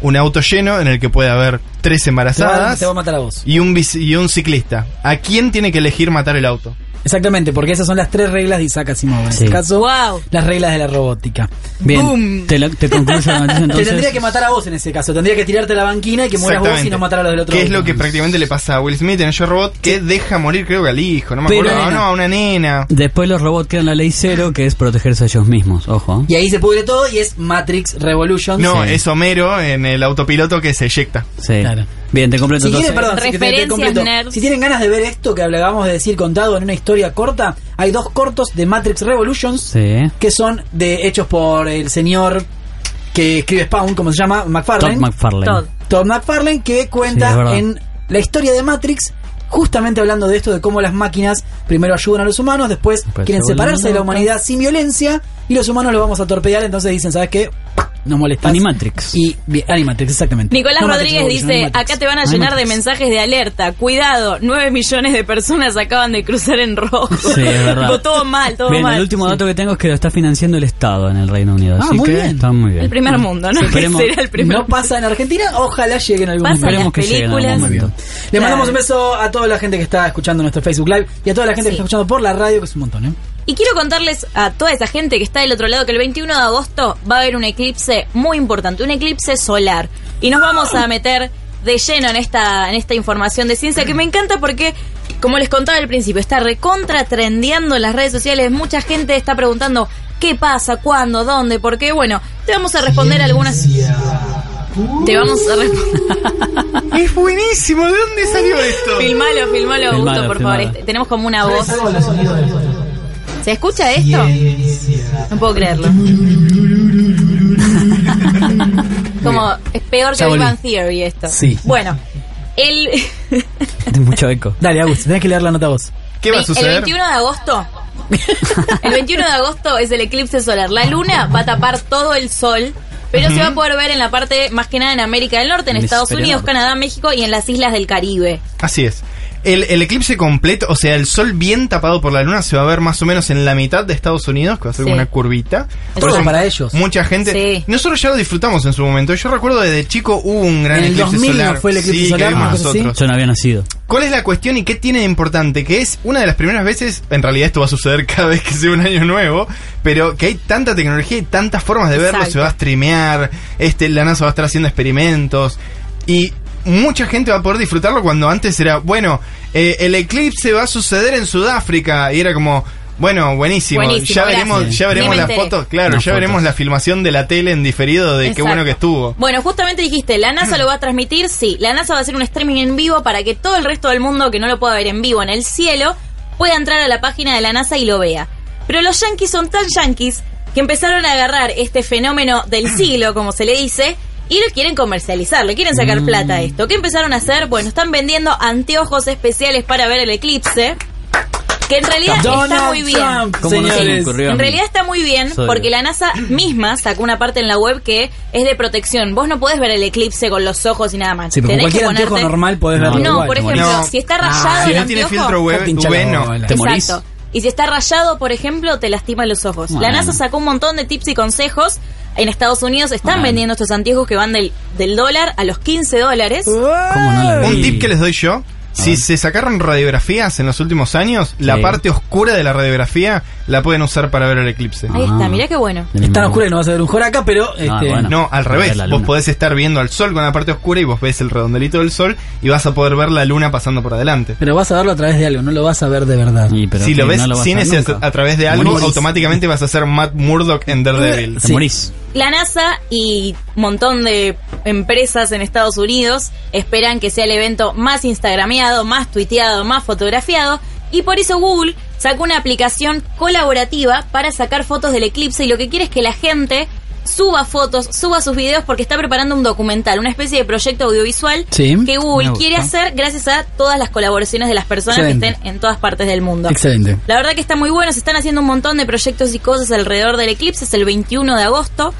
E: un auto lleno en el que puede haber tres
B: Te va,
E: embarazadas
B: te va a matar a vos.
E: y un, bici- y un ciclista. ¿A quién tiene que elegir matar el auto?
B: Exactamente, porque esas son las tres reglas de Isaac Asimov. En
D: Sí.
B: este caso,
C: Wow.
B: las reglas de la robótica.
D: Bien, te, lo- te concluyo la noticia entonces.
B: Te tendría que matar a vos en ese caso. Tendría que tirarte a la banquina y que mueras vos y no matar a los del otro.
E: Que es
B: auto.
E: lo que prácticamente le pasa a Will Smith en Yo Robot, que deja morir, creo que al hijo, no me
B: Pero
E: acuerdo. Ah,
B: nena.
E: No, a una nena.
D: Después los robots crean la ley cero, que es protegerse a ellos mismos. Ojo. ¿eh?
B: Y ahí se pudre todo y es Matrix Revolution.
E: No,
D: Sí.
E: es Homero en el autopiloto que se eyecta.
D: Sí.
B: Claro.
D: Bien, te completo
B: Si
D: entonces.
B: quieren, perdón, si,
C: Referencias
B: completo.
C: nerds.
B: si tienen ganas de ver esto que hablábamos de decir contado en una historia corta, hay dos cortos de Matrix Revolutions
D: Sí. ¿eh?
B: que son de hechos por el señor que escribe Spawn, como se llama,
D: Todd
B: McFarlane.
D: McFarlane.
C: Todd.
B: Todd McFarlane que
D: Sí, es
B: cuenta
D: verdad.
B: en la historia de Matrix justamente hablando de esto de cómo las máquinas primero ayudan a los humanos después
D: Después
B: quieren
D: se vuelven
B: separarse de la
D: locas.
B: humanidad sin violencia y los humanos los vamos a torpedear entonces dicen sabes qué nos molestas
D: Animatrix.
B: y bien, Animatrix exactamente
C: Nicolás
B: No Matrix
C: Rodríguez
B: Revolution,
C: dice,
B: Animatrix.
C: acá te van a
D: Hay
C: llenar de
D: Matrix.
C: mensajes de alerta. Cuidado, 9 millones de personas acaban de cruzar en rojo.
D: Sí, es verdad.
C: Tipo, todo mal, todo
D: Bien,
C: mal.
D: el último dato que tengo es que lo está financiando el Estado en el Reino Unido.
B: Ah,
D: así
B: muy
D: que
B: bien.
D: está muy bien.
C: El primer mundo, ¿no?
D: Sí,
C: Que
D: esperemos-
C: será el primer
B: no pasa en Argentina ojalá llegue en algún
C: Pasa
B: momento
C: en
D: Esperemos
C: las
D: que llegue en algún
C: películas.
D: momento.
B: le
C: Claro.
B: mandamos un beso a toda la gente que está escuchando nuestro Facebook Live y a toda la gente que
C: Sí.
B: está escuchando por la radio que es un montón ¿eh?
C: Y quiero contarles a toda esa gente que está del otro lado que el 21 de agosto va a haber un eclipse muy importante, un eclipse solar. Y nos vamos a meter de lleno en esta, en esta información de ciencia que me encanta porque, como les contaba al principio, está recontra trendeando en las redes sociales. Mucha gente está preguntando qué pasa, cuándo, dónde, por qué. Bueno, te vamos a responder algunas. Te vamos a responder.
E: Es buenísimo, ¿de dónde salió esto?
C: filmalo, filmalo, Augusto,
D: Filmalo,
C: por
D: filmalo.
C: favor. Este- Tenemos como una voz. ¿Se escucha esto? No puedo creerlo. Como es peor que
B: Ya
C: Big
B: volví.
C: Bang Theory esto.
B: Sí.
C: Bueno, el,
D: Tiene mucho eco.
B: dale Agus tenés que leer la nota vos
E: ¿Qué va a
C: el
E: suceder?
C: 21 de agosto. El 21 de agosto es el eclipse solar. La luna va a tapar todo el sol, pero se va a poder ver en la parte más que nada en América del Norte, en
D: El
C: Estados
D: hemisferio
C: Unidos,
D: norte.
C: Canadá, México y en las islas del Caribe.
E: Así es. El, el eclipse completo, o sea, el sol bien tapado por la luna, se va a ver más o menos en la mitad de Estados Unidos, que va a ser
C: Sí.
E: una curvita.
B: Todo para ellos.
E: Mucha gente.
C: Sí.
E: Nosotros ya lo disfrutamos en su momento. Yo recuerdo desde chico hubo un gran
B: En el
E: eclipse
B: 2000
E: solar.
B: fue el eclipse
E: Sí, que
B: solar,
E: vimos
B: una cosa así.
E: nosotros.
D: Yo no había nacido.
E: ¿Cuál es la cuestión y qué tiene de importante? Que es una de las primeras veces, en realidad esto va a suceder cada vez que sea un año nuevo, pero que hay tanta tecnología y tantas formas de verlo,
C: Exacto.
E: se va a streamear, este, la NASA va a estar haciendo experimentos y mucha gente va a poder disfrutarlo cuando antes era, bueno, eh, el eclipse va a suceder en Sudáfrica y era como... Bueno, buenísimo.
C: Buenísimo,
E: ya veremos,
C: gracias.
E: ya
C: Ni
E: veremos
C: me
E: las
C: enteré.
E: fotos, claro,
D: Las
E: ya veremos
D: fotos.
E: la filmación de la tele en diferido de qué
C: Exacto.
E: bueno que estuvo.
C: Bueno, justamente dijiste, la NASA lo va a transmitir, sí, la NASA va a hacer un streaming en vivo para que todo el resto del mundo que no lo pueda ver en vivo en el cielo pueda entrar a la página de la NASA y lo vea. Pero los yankees son tan yankees que empezaron a agarrar este fenómeno del siglo, como se le dice, y lo quieren comercializar, le quieren
E: Mm.
C: sacar plata a esto. ¿Qué empezaron a hacer? Bueno, están vendiendo anteojos especiales para ver el eclipse, que en realidad está muy bien.
B: Trump,
D: ¿Cómo no se me
B: señores.
D: ocurrió?
C: En realidad está muy bien
D: Soy-
C: porque la NASA misma sacó una parte en la web que es de protección. Vos no podés ver el eclipse con los ojos y nada más.
B: Sí, pero con
C: Tenés que
B: cualquier anteojo
C: ponerte-
B: normal podés
D: No,
B: verlo
C: No,
B: igual. Ah,
C: por
D: como
C: ejemplo,
E: no.
C: si está rayado
E: si
C: el
E: no tiene
C: anteojo,
E: filtro web,
B: te hincha la
E: bueno.
B: bola.
D: Te morís.
C: Exacto. Y si está rayado, por ejemplo, te lastima los ojos. La
D: Bueno.
C: NASA sacó un montón de tips y consejos. En Estados Unidos están
D: Bueno.
C: vendiendo estos anteojos que van del, del dólar a los 15 dólares.
E: Ah.
D: ¿Cómo no la vi?
E: Un tip que les doy yo. Si se sacaron radiografías en los últimos años, la
D: Sí.
E: parte oscura de la radiografía la pueden usar para ver el eclipse.
C: Ahí
D: Ah.
C: está, mirá qué bueno.
B: Es tan oscura que no vas a ver un joraca, pero este,
D: bueno.
E: No, al
D: Para ver
E: revés.
D: la
E: Vos
D: luna.
E: podés estar viendo al sol con la parte oscura y vos ves el redondelito del sol y vas a poder ver la luna pasando por adelante.
B: pero vas a verlo a través de algo, no lo vas a ver de verdad.
D: Y, pero
E: si
D: que
E: lo ves
D: no vas a
E: sin
D: ver
E: ese
D: nunca.
E: a través de algo,
D: Morís.
E: automáticamente vas a ser Matt Murdock en Daredevil.
D: Te
B: Sí.
D: morís.
C: La NASA y un montón de empresas en Estados Unidos esperan que sea el evento más instagrameado, más tuiteado, más fotografiado y por eso Google sacó una aplicación colaborativa para sacar fotos del eclipse y lo que quiere es que la gente suba fotos, suba sus videos porque está preparando un documental, una especie de proyecto audiovisual
B: Sí.
C: que
D: Me
C: Google
D: gusta.
C: quiere hacer gracias a todas las colaboraciones de las personas que
B: Excelente.
C: estén en todas partes del mundo.
B: Excelente.
C: La verdad que está muy bueno, se están haciendo un montón de proyectos y cosas alrededor del eclipse, es el 21 de agosto.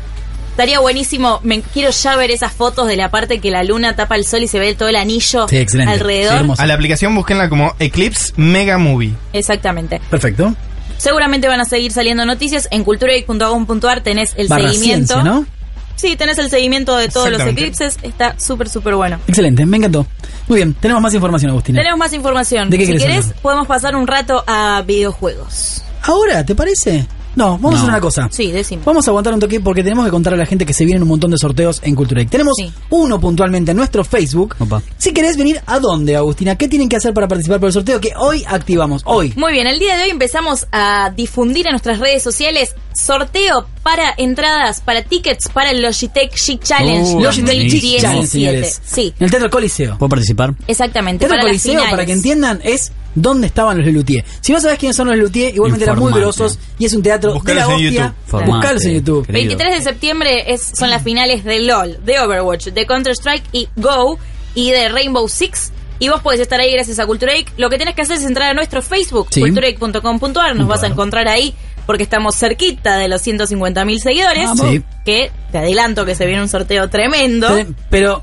C: Estaría buenísimo, me quiero ya ver esas fotos de la parte que la luna tapa el sol y se ve todo el anillo
B: Sí, excelente. Sí,
C: alrededor.
B: hermoso.
E: A la aplicación búsquenla como Eclipse Mega Movie.
C: Exactamente.
B: Perfecto.
C: Seguramente van a seguir saliendo noticias en culturageek.com.ar tenés el
B: Barra
C: seguimiento.
B: ciencia, ¿no?
C: Sí, tenés el seguimiento de todos los
E: Exactamente.
C: eclipses, está súper súper bueno.
B: Excelente, me encantó. Muy bien, tenemos más información, Agustina.
C: Tenemos más información.
B: ¿De qué
C: si
B: querés
C: querés,
B: hablar?
C: podemos pasar un rato a videojuegos.
B: Ahora, ¿te parece? No, vamos a hacer una cosa.
C: Sí, decime.
B: Vamos a aguantar un toque porque tenemos que contar a la gente que se vienen un montón de sorteos en Cultura Geek. Tenemos
C: Sí.
B: uno puntualmente en nuestro Facebook.
D: Opa.
B: Si querés venir, ¿a dónde, Agustina? ¿Qué tienen que hacer para participar por el sorteo que hoy activamos? Hoy.
C: Muy bien, el día de hoy empezamos a difundir en nuestras redes sociales sorteo para entradas, para tickets para el Logitech Chic Challenge
D: Uh,
B: Logitech Geek
C: 2017.
B: Challenge, señores.
C: Sí,
B: En el Teatro Coliseo.
D: ¿Puedo participar?
C: exactamente.
B: Teatro
C: Para las
B: Coliseo,
C: finales.
B: para que entiendan, es dónde estaban los Lelutier. Si no sabés quiénes son los Lelutier, igualmente eran muy
D: Informate.
B: grosos y es un teatro
E: Buscalos
B: de la
E: en
B: hostia.
E: YouTube.
D: Formate,
B: Buscalos en YouTube.
D: querido.
C: 23 de septiembre es, son las finales de LOL, de Overwatch, de Counter-Strike y Go y de Rainbow Six. Y vos podés estar ahí gracias a Culturaic. Lo que tenés que hacer es entrar a nuestro Facebook,
B: Sí.
C: culturaic.com.ar. Nos vas a encontrar ahí porque estamos cerquita de los 150.000 seguidores.
D: Vamos. Sí.
C: Que te adelanto que se viene un sorteo tremendo.
B: Tre-
D: Yo
B: Pero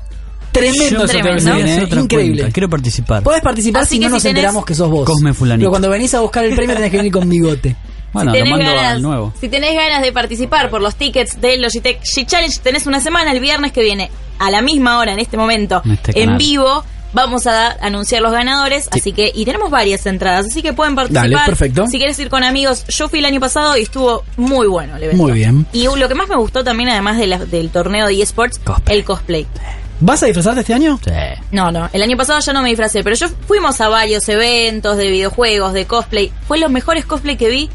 B: tremendo
D: voy
B: sorteo
C: tremendo.
D: a
B: que se
D: hacer
B: viene, ¿eh?
D: otra
B: Increíble.
D: cuenta, Quiero participar.
B: Podés participar
C: Así
B: si
C: que
B: no
C: si
B: nos
C: tenés-
B: enteramos que sos vos.
D: Cosme fulanito.
B: Pero cuando venís a buscar el premio tenés que venir con bigote.
D: Bueno,
C: si
D: lo
C: tenés,
D: mando
C: ganas,
D: al nuevo.
C: si tenés ganas de participar por los tickets del Logitech She Challenge, tenés una semana el viernes que viene, a la misma hora, en este momento,
D: En este
C: en
D: canal.
C: vivo. Vamos a da- anunciar los ganadores, así que, y tenemos varias entradas, así que pueden participar.
B: Dale, perfecto.
C: Si quieres ir con amigos, yo fui el año pasado y estuvo muy bueno el evento.
B: Muy bien.
C: Y lo que más me gustó también, además de la- del torneo de eSports,
D: Cosplay.
C: el cosplay.
B: ¿Vas a disfrazarte este año?
D: Sí.
C: No, no, el año pasado yo no me disfracé, pero yo fuimos a varios eventos de videojuegos, de cosplay. Fue los mejores cosplay que vi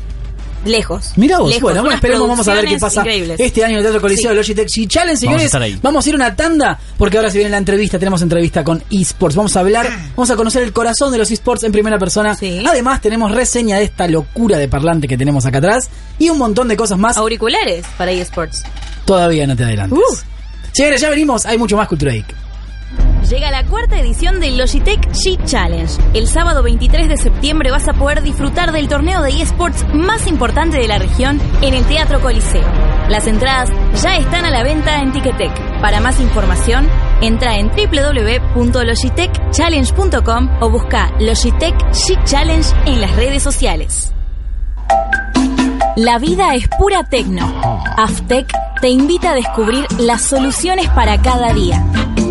C: lejos.
B: Mira vos,
C: Lejos,
B: bueno,
C: unas
B: esperemos, vamos a ver qué pasa
C: producciones increíbles.
B: este año en el Teatro Coliseo
C: Sí.
B: de Logitech y Challenge,
D: Vamos a
B: señores.
D: estar ahí.
B: a ir a una tanda porque ahora se viene la entrevista, tenemos entrevista con eSports, vamos a hablar, vamos a conocer el corazón de los eSports en primera persona.
C: Sí.
B: Además tenemos reseña de esta locura de parlante que tenemos acá atrás y un montón de cosas más.
C: Auriculares para eSports.
B: Todavía no te adelantes.
C: Uh.
B: Señores, ya venimos, hay mucho más Cultura Geek.
C: Llega la cuarta edición del Logitech G Challenge. El sábado 23 de septiembre vas a poder disfrutar del torneo de eSports más importante de la región en el Teatro Coliseo. Las entradas ya están a la venta en Ticketek. Para más información, entra en www.logitechchallenge.com o busca Logitech G Challenge en las redes sociales. La vida es pura tecno. Aftec te invita a descubrir las soluciones para cada día.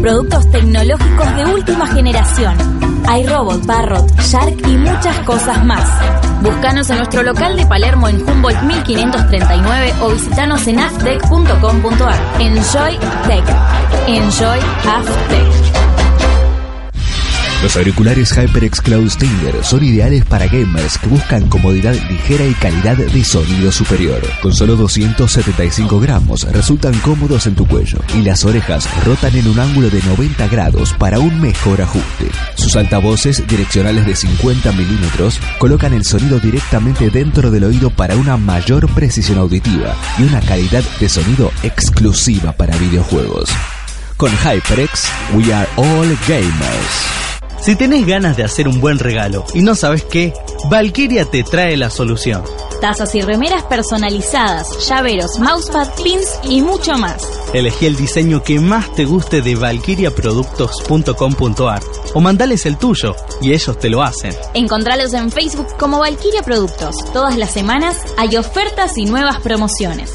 C: Productos tecnológicos de última generación. Hay robot, parrot, shark y muchas cosas más. Búscanos en nuestro local de Palermo en Humboldt 1539 o visitanos en aftec.com.ar. Enjoy Tech. Enjoy Aftec.
G: Los auriculares HyperX Cloud Stinger son ideales para gamers que buscan comodidad ligera y calidad de sonido superior. Con solo 275 gramos resultan cómodos en tu cuello y las orejas rotan en un ángulo de 90 grados para un mejor ajuste. Sus altavoces direccionales de 50 milímetros colocan el sonido directamente dentro del oído para una mayor precisión auditiva y una calidad de sonido exclusiva para videojuegos. Con HyperX, we are all gamers.
H: Si tenés ganas de hacer un buen regalo y no sabes qué, Valkyria te trae la solución.
C: Tazas y remeras personalizadas, llaveros, mousepad, pins y mucho más.
H: Elegí el diseño que más te guste de valkyriaproductos.com.ar o mandales el tuyo y ellos te lo hacen.
C: Encontralos en Facebook como Valkyria Productos. Todas las semanas hay ofertas y nuevas promociones.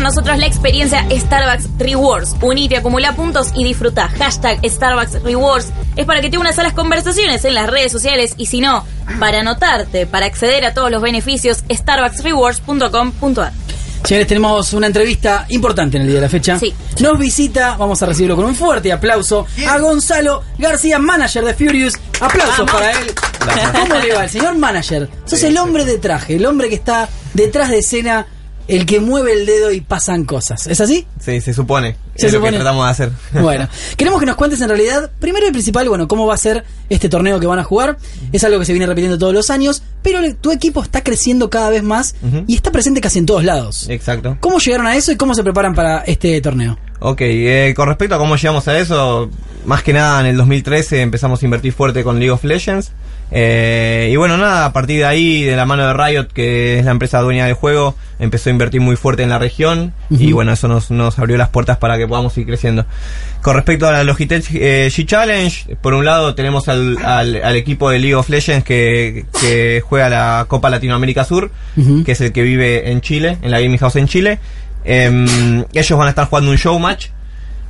C: nosotros la experiencia Starbucks Rewards. Unite, acumula puntos y disfruta. Hashtag Starbucks Rewards es para que te unas a las conversaciones en las redes sociales y si no, para anotarte, para acceder a todos los beneficios, starbucksrewards.com.ar.
B: Señores, tenemos una entrevista importante en el día de la fecha.
C: Sí.
B: Nos visita, vamos a recibirlo con un fuerte aplauso, a Gonzalo García, manager de Furious. Aplausos para él. ¿Cómo le va el señor manager? Sos el hombre de traje, el hombre que está detrás de escena, el que mueve el dedo y pasan cosas. ¿Es así?
I: Sí, se supone.
B: Se
I: es lo
B: supone.
I: que tratamos de hacer.
B: Bueno, queremos que nos cuentes en realidad, primero y principal, bueno, cómo va a ser este torneo que van a jugar. Es algo que se viene repitiendo todos los años, pero le- tu equipo está creciendo cada vez más
I: Ujú.
B: y está presente casi en todos lados.
I: Exacto.
B: ¿Cómo llegaron a eso y cómo se preparan para este torneo?
I: Ok, eh, con respecto a cómo llegamos a eso, más que nada en el 2013 empezamos a invertir fuerte con League of Legends. Eh, y bueno, nada, a partir de ahí, de la mano de Riot, que es la empresa dueña del juego, empezó a invertir muy fuerte en la región. Y bueno, eso nos, nos abrió las puertas para que podamos ir creciendo. Con respecto a la Logitech eh, G Challenge, por un lado tenemos al, al- al equipo de League of Legends que, que juega la Copa Latinoamérica Sur, que es el que vive en Chile, en la Gaming House en Chile. Em, ellos van a estar jugando un showmatch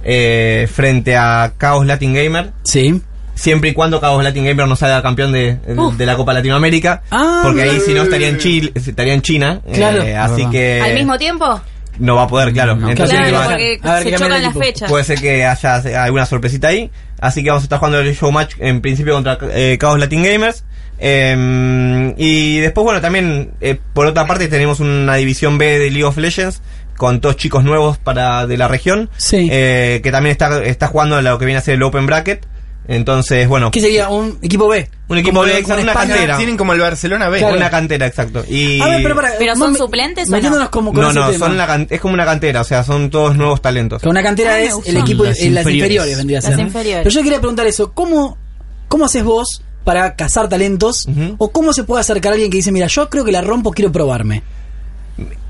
I: eh, frente a Chaos Latin Gamer.
B: Sí.
I: Siempre y cuando Chaos Latin Gamer no salga campeón de,
C: Uf.
I: de la Copa Latinoamérica.
B: Ah,
I: porque ahí
B: mira.
I: si no estaría en Chile, estaría en China. eh,
B: Claro.
I: así
D: Verdad.
I: que
C: ¿Al mismo tiempo?
I: no va a poder, claro. Entonces
B: Claro,
I: va a-
C: porque
B: A ver,
C: se
B: que cambie el
C: chocan las
B: equipo.
C: fechas.
I: Puede ser que haya alguna sorpresita ahí. Así que vamos a estar jugando el showmatch en principio contra eh, Chaos Latin Gamers. Eh, y después, bueno, también eh, por otra parte tenemos una división B de League of Legends con dos chicos nuevos para de la región.
B: Sí.
I: Eh, que también está, está jugando lo que viene a ser el Open Bracket. Entonces, bueno,
B: ¿Qué sería? ¿Un equipo B?
I: Un equipo
B: Como
I: B,
B: lo-
I: exacto,
B: como en
I: una
B: España.
I: cantera.
E: Tienen como el Barcelona B.
B: Claro.
I: una cantera, exacto. Y
B: A ver, pero para,
C: ¿Pero son
B: más-
C: suplentes o no?
B: metiéndonos como con
I: no,
B: ese
I: no,
B: tema.
I: son la can- es como una cantera, o sea, son todos nuevos talentos.
B: Que una cantera
C: Ah, me
B: es
C: gusta.
B: el equipo
D: Las
B: eh, las
D: inferiores.
B: inferiores vendría a
C: Las
B: ser. ¿no?
C: inferiores.
B: Pero yo quería preguntar eso, ¿cómo, cómo haces vos para cazar talentos?
I: Ujú.
B: ¿O cómo se puede acercar a alguien que dice, mira, yo creo que la rompo, quiero probarme?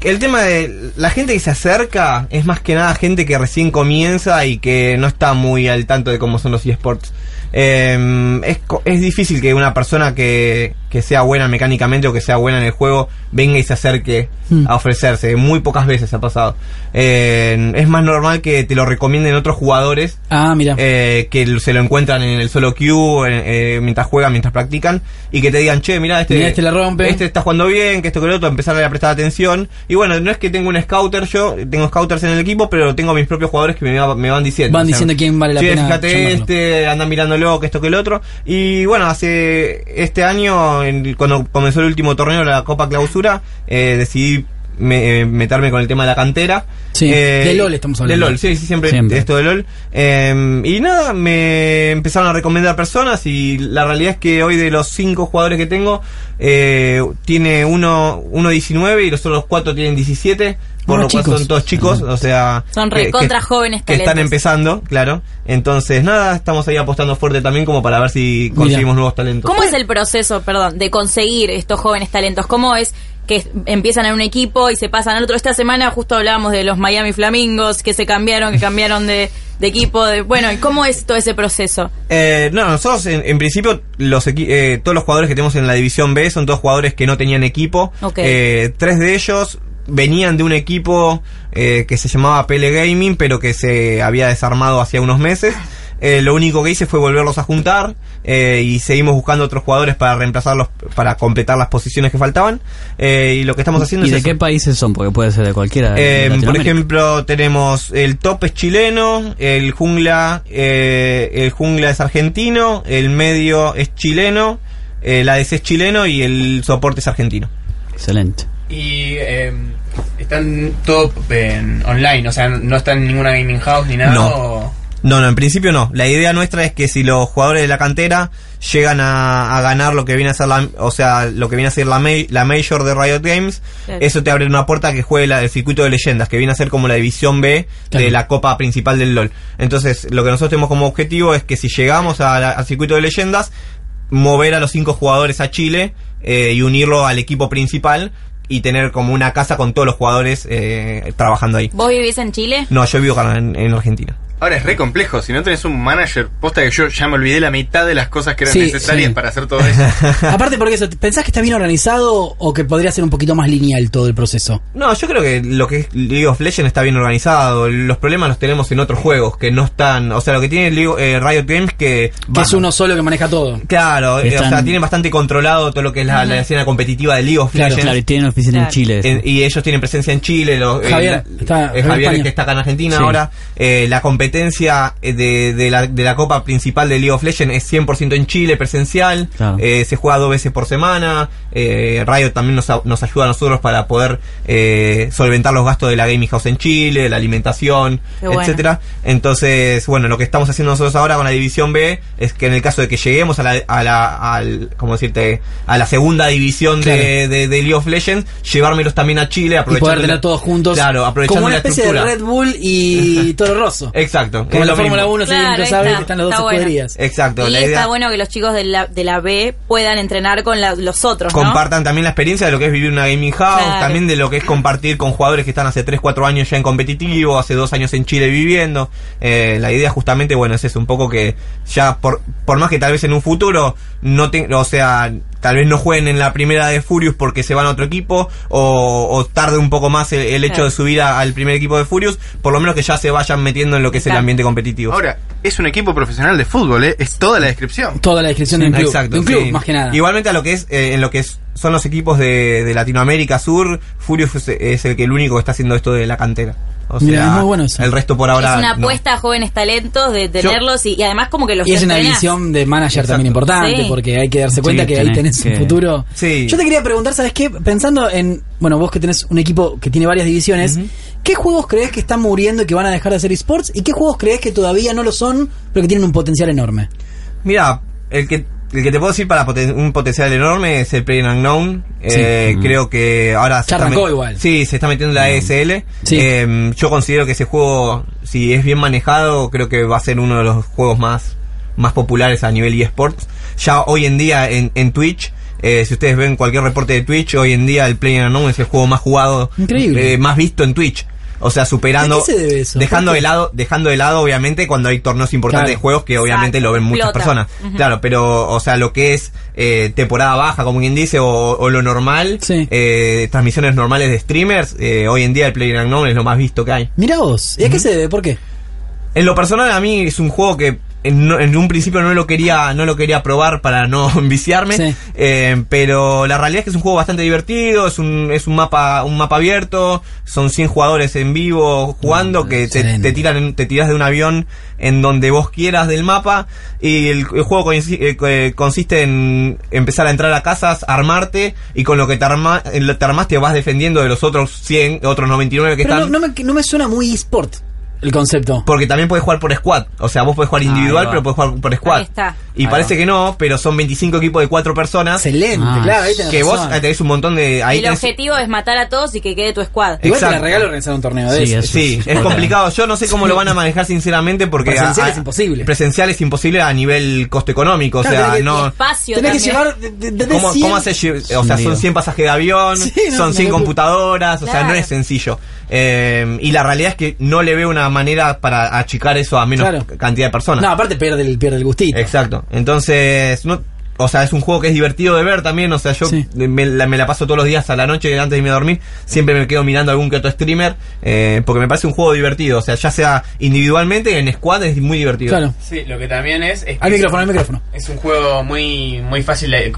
I: El tema de la gente que se acerca es más que nada gente que recién comienza y que no está muy al tanto de cómo son los eSports. Eh, es, co- es difícil que una persona que, que sea buena mecánicamente o que sea buena en el juego venga y se acerque
B: Mm.
I: a ofrecerse. Muy pocas veces ha pasado. Eh, es más normal que te lo recomienden otros jugadores
B: Ah, mira.
I: eh, que l- se lo encuentran en el solo queue en- eh, mientras juegan, mientras practican y que te digan, che, mira este,
B: Mirá, este la rompe.
I: este está jugando bien, que esto que lo otro, empezar a prestar atención. Y bueno, no es que tengo un scouter yo, tengo scouters en el equipo, pero tengo mis propios jugadores que me, va- me van diciendo.
B: Van diciendo quién vale la
I: "Che,
B: pena
I: Fíjate
B: llamarlo".
I: este, anda mirándolo, que esto que el otro. Y bueno, hace este año, en- cuando comenzó el último torneo, la Copa Clausura, eh, decidí... me- eh, meterme con el tema de la cantera Eh,
B: Sí, de LOL estamos
I: de
B: hablando.
I: LOL sí sí siempre,
D: Siempre.
I: esto de LOL. Eh, y nada, me empezaron a recomendar personas y la realidad es que hoy de los cinco jugadores que tengo, eh, tiene uno, uno 19 y los otros cuatro tienen 17. Por
B: Ah,
I: lo cual
B: chicos.
I: son todos chicos, o sea...
C: Son recontra jóvenes
I: Que están
C: talentos.
I: empezando, claro. Entonces, nada, estamos ahí apostando fuerte también como para ver si conseguimos nuevos talentos.
C: ¿Cómo es el proceso, perdón, de conseguir estos jóvenes talentos? ¿Cómo es que empiezan en un equipo y se pasan al otro? Esta semana justo hablábamos de los Miami Flamingos que se cambiaron, que cambiaron de, de equipo. De, bueno, ¿y cómo es todo ese proceso?
I: Eh, no, nosotros en, en principio los equi- eh, todos los jugadores que tenemos en la división B son todos jugadores que no tenían equipo.
C: Ok.
I: Eh, tres de ellos venían de un equipo eh, que se llamaba Pele Gaming, pero que se había desarmado hacía unos meses. Eh, lo único que hice fue volverlos a juntar eh, y seguimos buscando otros jugadores para reemplazarlos, para completar las posiciones que faltaban. Eh, y lo que estamos haciendo
D: ¿Y
I: es
D: de
I: eso.
D: qué países son? Porque puede ser de cualquiera. de
I: Eh, por
D: Latinoamérica.
I: ejemplo, tenemos el top es chileno, el jungla, eh, el jungla es argentino, el medio es chileno, eh, el ADC es chileno y el soporte es argentino.
D: Excelente.
J: Y eh,
E: em,
J: están todo eh, online, o sea, no están en ninguna gaming house ni nada.
I: No.
J: o-
I: No, no, en principio no. La idea nuestra es que si los jugadores de la cantera llegan a, a ganar lo que viene a ser la, o sea, lo que viene a ser la, ma- la major de Riot Games,
C: Claro.
I: eso te abre una puerta que juegue la, el circuito de leyendas, que viene a ser como la división B
B: Claro.
I: de la copa principal del LOL. Entonces, lo que nosotros tenemos como objetivo es que si llegamos a la- al circuito de leyendas, mover a los cinco jugadores a Chile eh, y unirlo al equipo principal y tener como una casa con todos los jugadores eh, trabajando ahí.
C: ¿Vos vivís en Chile?
I: No, yo vivo acá en- en Argentina.
E: Ahora es re complejo, si no tenés un manager, posta que yo ya me olvidé la mitad de las cosas que eran
B: Sí,
E: necesarias
B: sí.
E: para hacer todo eso.
B: Aparte, porque eso, ¿pensás que está bien organizado o que podría ser un poquito más lineal todo el proceso?
I: No, yo creo que lo que es League of Legends está bien organizado. Los problemas los tenemos en otros juegos que no están. O sea, lo que tiene League- eh, Riot Games que.
B: Que es uno solo que maneja todo.
I: Claro, eh,
D: Están-
I: o sea, tienen bastante controlado todo lo que es la, la escena competitiva de League of
D: Claro,
I: Legends.
D: claro, y tienen oficina en
C: Claro.
D: Chile.
I: En- Eh, y ellos tienen presencia en Chile. los- eh,
B: Javier,
I: la-
B: está-
I: eh,
B: Javier
I: Javier,
B: España.
I: que está acá en Argentina
D: Sí.
I: ahora. Eh, la competencia eh, de, de la, de la copa principal de League of Legends es 100% en Chile, presencial.
D: Claro.
I: Eh, se juega dos veces por semana. Eh, Riot también nos, a- nos ayuda a nosotros para poder eh, solventar los gastos de la Gaming House en Chile, la alimentación,
C: Qué bueno.
I: etcétera Entonces, bueno, lo que estamos haciendo nosotros ahora con la división B es que en el caso de que lleguemos a la, a la, al, ¿cómo decirte? a la segunda división de, de, de League of Legends, llevármelos también a Chile,
B: Y
I: aprovechando
B: poder tener
I: la-
B: todos juntos.
I: Claro, aprovechando
B: Como una
I: la
B: especie
I: estructura.
B: de Red Bull y Toro Rosso.
I: Exacto.
B: Como
I: es
B: la
I: lo
B: Fórmula
I: mismo.
B: 1 se
C: Claro, ahí
B: sabe
C: está,
B: que están las dos
C: está bueno.
B: escuderías.
I: Exacto.
C: y
I: la
C: está
I: idea-
C: bueno que los chicos de la, de la B puedan entrenar con la- los otros, ¿no?
I: compartan también la experiencia de lo que es vivir una gaming house,
C: Claro.
I: también de lo que es compartir con jugadores que están hace 3, 4 años ya en competitivo, hace 2 años en Chile viviendo. Eh, la idea justamente, bueno, es eso, un poco que ya por, por más que tal vez en un futuro, no te- o sea, tal vez no jueguen en la primera de Furious porque se van a otro equipo, o, o tarde un poco más el, el hecho
C: Claro.
I: de subir a- al primer equipo de Furious, por lo menos que ya se vayan metiendo en lo que es el
C: Claro.
I: ambiente competitivo.
E: Ahora, es un equipo profesional de fútbol, ¿eh? es toda la descripción.
B: Toda la descripción de un club.
I: Exacto,
B: de un club,
I: sí.
B: más que nada.
I: Igualmente a lo que es, eh, en lo que es- son los equipos de, de Latinoamérica Sur, Furious es, es el que el único que está haciendo esto de la cantera. O sea,
B: Mira, es muy bueno eso.
I: el resto por ahora.
C: es una
I: no.
C: apuesta a jóvenes talentos de tenerlos y, y además como que los
B: Y es una
C: entrenás.
B: visión de manager también importante,
C: Sí.
B: porque hay que darse cuenta
D: Sí,
B: que ahí
D: tenés
B: tenés un
D: que-
B: futuro.
I: Sí.
B: Yo te quería preguntar, ¿sabes qué? Pensando en, bueno, vos que tenés un equipo que tiene varias divisiones, ¿qué juegos crees que están muriendo y que van a dejar de ser esports? ¿Y qué juegos crees que todavía no lo son, pero que tienen un potencial enorme?
I: Mira, el que el que te puedo decir para poten- un potencial enorme es el Plain Unknown.
B: Sí.
I: Eh, Creo que ahora
B: Ya
I: está
B: arrancó
I: met-
B: igual.
I: Sí, se está metiendo la E ESL.
B: Sí.
I: Eh, yo considero que ese juego, si es bien manejado, creo que va a ser uno de los juegos más, más populares a nivel eSports. Ya hoy en día en, en Twitch. eh, si ustedes ven cualquier reporte de Twitch, hoy en día el PlayerUnknown es el juego más jugado,
B: Increíble.
I: eh, más visto en Twitch. O sea, superando,
B: ¿A qué se debe eso?
I: dejando
B: ¿Por
I: de
B: qué?
I: lado, dejando de lado, obviamente, cuando hay torneos importantes
B: Claro.
I: de juegos que obviamente
C: Exacto,
I: lo ven muchas
C: explota.
I: personas.
C: Ujú.
I: Claro, pero, o sea, lo que es eh, temporada baja, como quien dice, o, o lo normal,
B: Sí.
I: eh, transmisiones normales de streamers, eh, hoy en día el PlayerUnknown es lo más visto que hay.
B: Mira vos, ¿y a qué se debe? ¿Por qué?
I: En lo personal, a mí es un juego que en, no- en un principio no lo quería no lo quería probar para no enviciarme
B: Sí.
I: Eh, pero la realidad es que es un juego bastante divertido es un es un mapa un mapa abierto son 100 jugadores en vivo jugando que te,
B: Mm, excelente.
I: te tiran en- te tiras de un avión en donde vos quieras del mapa y el, el juego coinci- eh, co- eh, consiste en empezar a entrar a casas armarte y con lo que te, arma, eh, lo- te armaste vas defendiendo de los otros 100 otros 99 que
B: Pero no,
I: están
B: no me, no me suena muy esport el concepto.
I: porque también puedes jugar por squad. O sea, vos podés jugar individual,
D: va.
I: pero podés jugar por squad.
C: Ahí está.
I: Y parece que no, pero son 25 equipos de 4 personas.
B: Excelente,
D: Ah,
B: claro, ahí tenés
I: Que vos
B: razón.
I: eh, tenés un montón de. Ahí
C: el
I: tenés-
C: objetivo es matar a todos y que quede tu squad.
B: Igual te la
I: Exacto.
B: regalo organizar un torneo ¿eh? de
D: Sí,
B: esos.
D: es-
I: Sí, es
D: Bueno.
I: complicado. Yo no sé cómo lo van a manejar sinceramente porque
B: Presencial
I: a- a-
B: es imposible.
I: Presencial es imposible a nivel costo económico,
B: Claro,
I: o sea,
B: tenés que-
I: no
C: Espacio
B: Tenés que
C: también.
B: llevar... de- de- de- de
I: ¿Cómo,
B: 100.
I: cómo haces lle- O sea, son
D: Sonido.
I: 100 pasajes de avión,
B: Sí, no,
I: son
B: es
I: 100
B: una
I: computadoras, o sea,
C: Claro.
I: no es sencillo. Eh, y la realidad es que no le veo una manera para achicar eso a menos
B: Claro.
I: cantidad de personas.
B: No, aparte pierde el, pierde el gustito.
I: Exacto. Entonces, no, o sea, es un juego que es divertido de ver también. O sea, yo
B: Sí.
I: me, la, me la paso todos los días a la noche antes de irme a dormir. Siempre me quedo mirando algún que otro streamer. eh, porque me parece un juego divertido. O sea, ya sea individualmente, en squad es muy divertido.
B: Claro.
J: Sí, lo que también es. es
B: Al
J: que-
B: micrófono, al micrófono.
J: es un juego muy muy fácil de,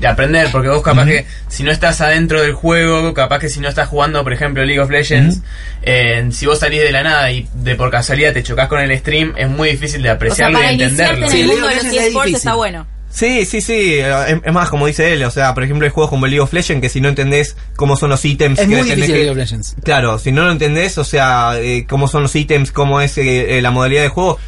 J: de aprender porque vos capaz que si no estás adentro del juego capaz que si no estás jugando por ejemplo League of Legends eh, si vos salís de la nada y de por casualidad te chocas con el stream es muy difícil de
C: O sea,
J: apreciarlo
C: para
J: y de
C: iniciarte
J: entenderlo
C: en el
B: Sí,
C: mundo de
B: League of
C: los
B: Legends es
C: esports
B: difícil.
C: está bueno.
I: Sí, sí, sí. eh, Es, es más, como dice él. O sea, por ejemplo, hay juegos como League of Legends que si no entendés cómo son los ítems.
B: Es
I: que
B: muy
I: tenés
B: difícil
I: que-
B: League of Legends.
I: Claro, si no lo entendés, o sea, eh, cómo son los ítems, cómo es eh, eh, la modalidad de juego,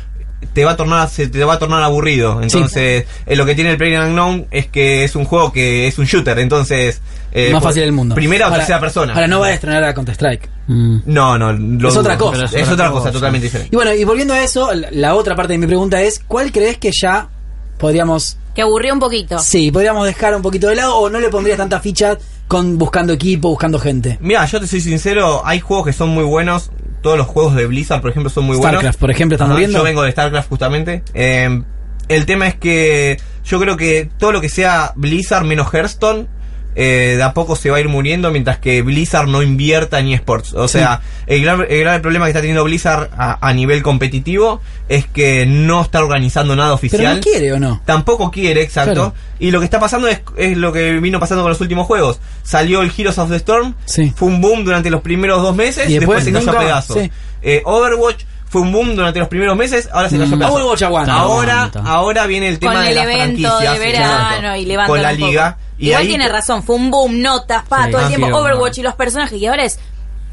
I: te va a tornar, se te va a tornar aburrido. Entonces, eh, lo que tiene el PlayerUnknown es que es un juego que es un shooter, entonces... eh,
B: Más
I: por-
B: fácil del mundo.
I: Primera o
B: Ahora-
I: tercera persona.
B: Ahora no va a estrenar a Counter-Strike.
D: Mm.
I: No, no. lo
B: Es
I: dudo.
B: otra cosa.
I: Es otra cosa, totalmente
B: Y
I: diferente.
B: bueno, y volviendo a eso, la- la otra parte de mi pregunta es, ¿cuál crees que ya podríamos...
C: Que aburrió un poquito.
B: Sí, podríamos dejar un poquito de lado o no le pondrías tantas fichas con buscando equipo, buscando gente?
I: Mira, yo te soy sincero, hay juegos que son muy buenos, todos los juegos de Blizzard, por ejemplo, son muy buenos.
B: Starcraft, por ejemplo, estamos
I: Ajá,
B: viendo.
I: Yo vengo de StarCraft justamente. Eh, el tema es que yo creo que todo lo que sea Blizzard menos Hearthstone, eh, de a poco se va a ir muriendo mientras que Blizzard no invierta en eSports. O sea, el, gran, el gran problema que está teniendo Blizzard a, a nivel competitivo es que no está organizando nada oficial.
B: Pero no quiere o no.
I: Tampoco quiere, exacto.
B: Claro.
I: Y lo que está pasando es, es lo que vino pasando con los últimos juegos. Salió el Heroes of the Storm,
B: Sí.
I: fue un boom durante los primeros dos meses,
B: Y
I: después,
B: después
I: se cayó
B: nunca
I: a
B: más,
I: pedazos.
B: sí.
I: Eh, Overwatch fue un boom durante los primeros meses, ahora se cayó a
B: Mm.
I: pedazos.
B: Overwatch aguanta.
I: Ahora,
D: Aguanta.
I: ahora viene el tema
C: con
I: de
C: el
I: las
C: evento
I: franquicias,
C: de verano
I: exacto,
C: y levanta
I: con la liga. Y
C: Igual
I: ahí-
C: tiene razón, fue un boom, notas, pa,
D: Sí.
C: todo el
D: Ah,
C: tiempo,
D: sí,
C: Overwatch
D: bueno.
C: y los personajes, y ahora es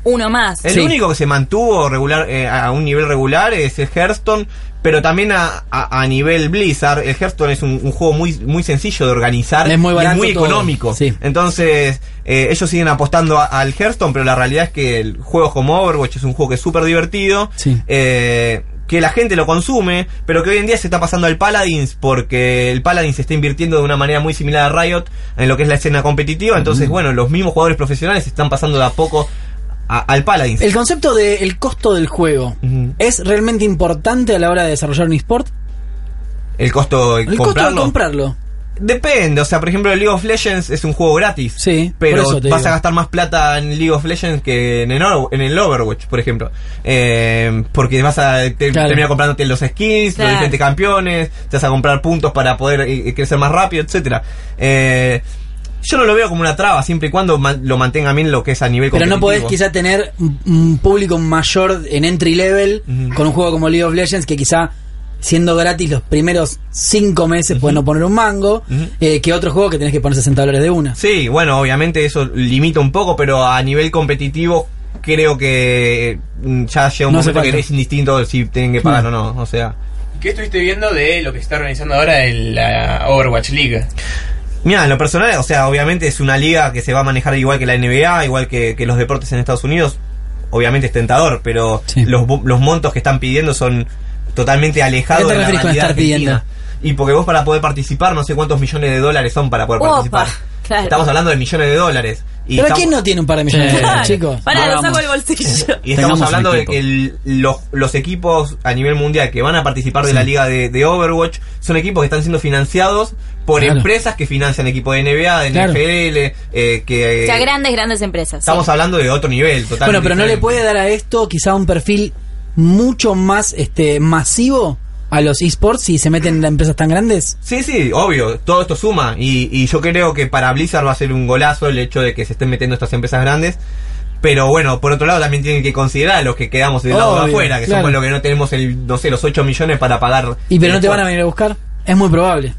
C: uno más.
I: El
B: Sí.
I: único que se mantuvo regular eh, a un nivel regular es el Hearthstone, pero también a, a- a nivel Blizzard. El Hearthstone es un, un juego muy, muy sencillo de organizar
B: Es muy
I: y
B: barato todo.
I: económico.
B: Sí.
I: Entonces, eh, ellos siguen apostando a- al Hearthstone, pero la realidad es que el juego como Overwatch es un juego que es súper divertido.
B: Sí.
I: eh, que la gente lo consume, pero que hoy en día se está pasando al Paladins porque el Paladins está invirtiendo de una manera muy similar a Riot en lo que es la escena competitiva. Entonces, bueno, los mismos jugadores profesionales están pasando de a poco a- al Paladins.
B: El concepto del costo del juego
I: Ujú.
B: es realmente importante a la hora de desarrollar un esport.
I: El costo de
B: El costo de
I: Eh, comprarlo.
B: comprarlo.
I: Depende, o sea, por ejemplo, el League of Legends es un juego gratis.
B: Sí,
I: Pero
B: por eso
I: vas
B: te digo.
I: a gastar más plata en League of Legends que en el, Or- en el Overwatch, por ejemplo. Eh, porque vas a te-
B: Claro.
I: terminar comprándote los skins, los
C: Claro.
I: diferentes campeones, te vas a comprar puntos para poder eh, crecer más rápido, etcétera. Eh, yo no lo veo como una traba, siempre y cuando man- lo mantengan bien lo que es a nivel
B: Pero no podés
I: competitivo.
B: quizá tener un- un público mayor en entry level
I: Ujú.
B: con un juego como League of Legends que quizá siendo gratis los primeros cinco meses pueden no poner un mango
I: Ujú.
B: eh, que otro juego que tenés que poner 60 dólares de una.
I: Sí, bueno, obviamente eso limita un poco, pero a nivel competitivo creo que mm, ya llega un
B: No hace
I: momento que
B: falta.
I: es indistinto si tienen que pagar
B: No.
I: o no, o sea.
J: ¿Qué estuviste viendo de lo que está organizando ahora el, la Overwatch League?
I: Mira, en lo personal, o sea, obviamente es una liga que se va a manejar igual que la NBA, igual que, que los deportes en Estados Unidos. Obviamente es tentador, pero
B: Sí.
I: los, bu- los montos que están pidiendo son totalmente alejados
B: ¿A
I: de
B: qué te
I: la
B: referís con
I: realidad
B: estar pidiendo?
I: argentina. Y porque vos para poder participar, no sé cuántos millones de dólares son para poder
C: Opa,
I: participar.
C: claro.
I: Estamos hablando de millones de dólares. Y
B: Pero
I: estamos-
B: ¿quién no tiene un par de millones de
D: Sí.
B: dólares, chicos?
C: Para, lo saco
D: Vamos.
C: del bolsillo.
I: Y estamos
D: Tengamos un
I: hablando de
D: equipo.
I: que el- los, los equipos a nivel mundial que van a participar de la liga de, de Overwatch son equipos que están siendo financiados por
B: Claro.
I: empresas que financian equipos de NBA, de
B: Claro.
I: NFL, eh, que...
C: O sea, grandes, grandes empresas.
I: Estamos
C: sí.
I: hablando de otro nivel, totalmente.
B: Bueno, pero no le
I: diferente.
B: puede dar a esto quizá un perfil mucho más este masivo a los esports si se meten en empresas tan grandes.
I: Sí, sí, obvio, todo esto suma y, y yo creo que para Blizzard va a ser un golazo el hecho de que se estén metiendo estas empresas grandes. Pero bueno, por otro lado también tienen que considerar a los que quedamos del lado de
B: Obvio,
I: afuera, que
B: claro.
I: somos los que no tenemos el, no sé, los 8 millones para pagar.
B: Y pero no
I: el
B: te van a
I: juego.
B: venir a buscar. Es muy probable.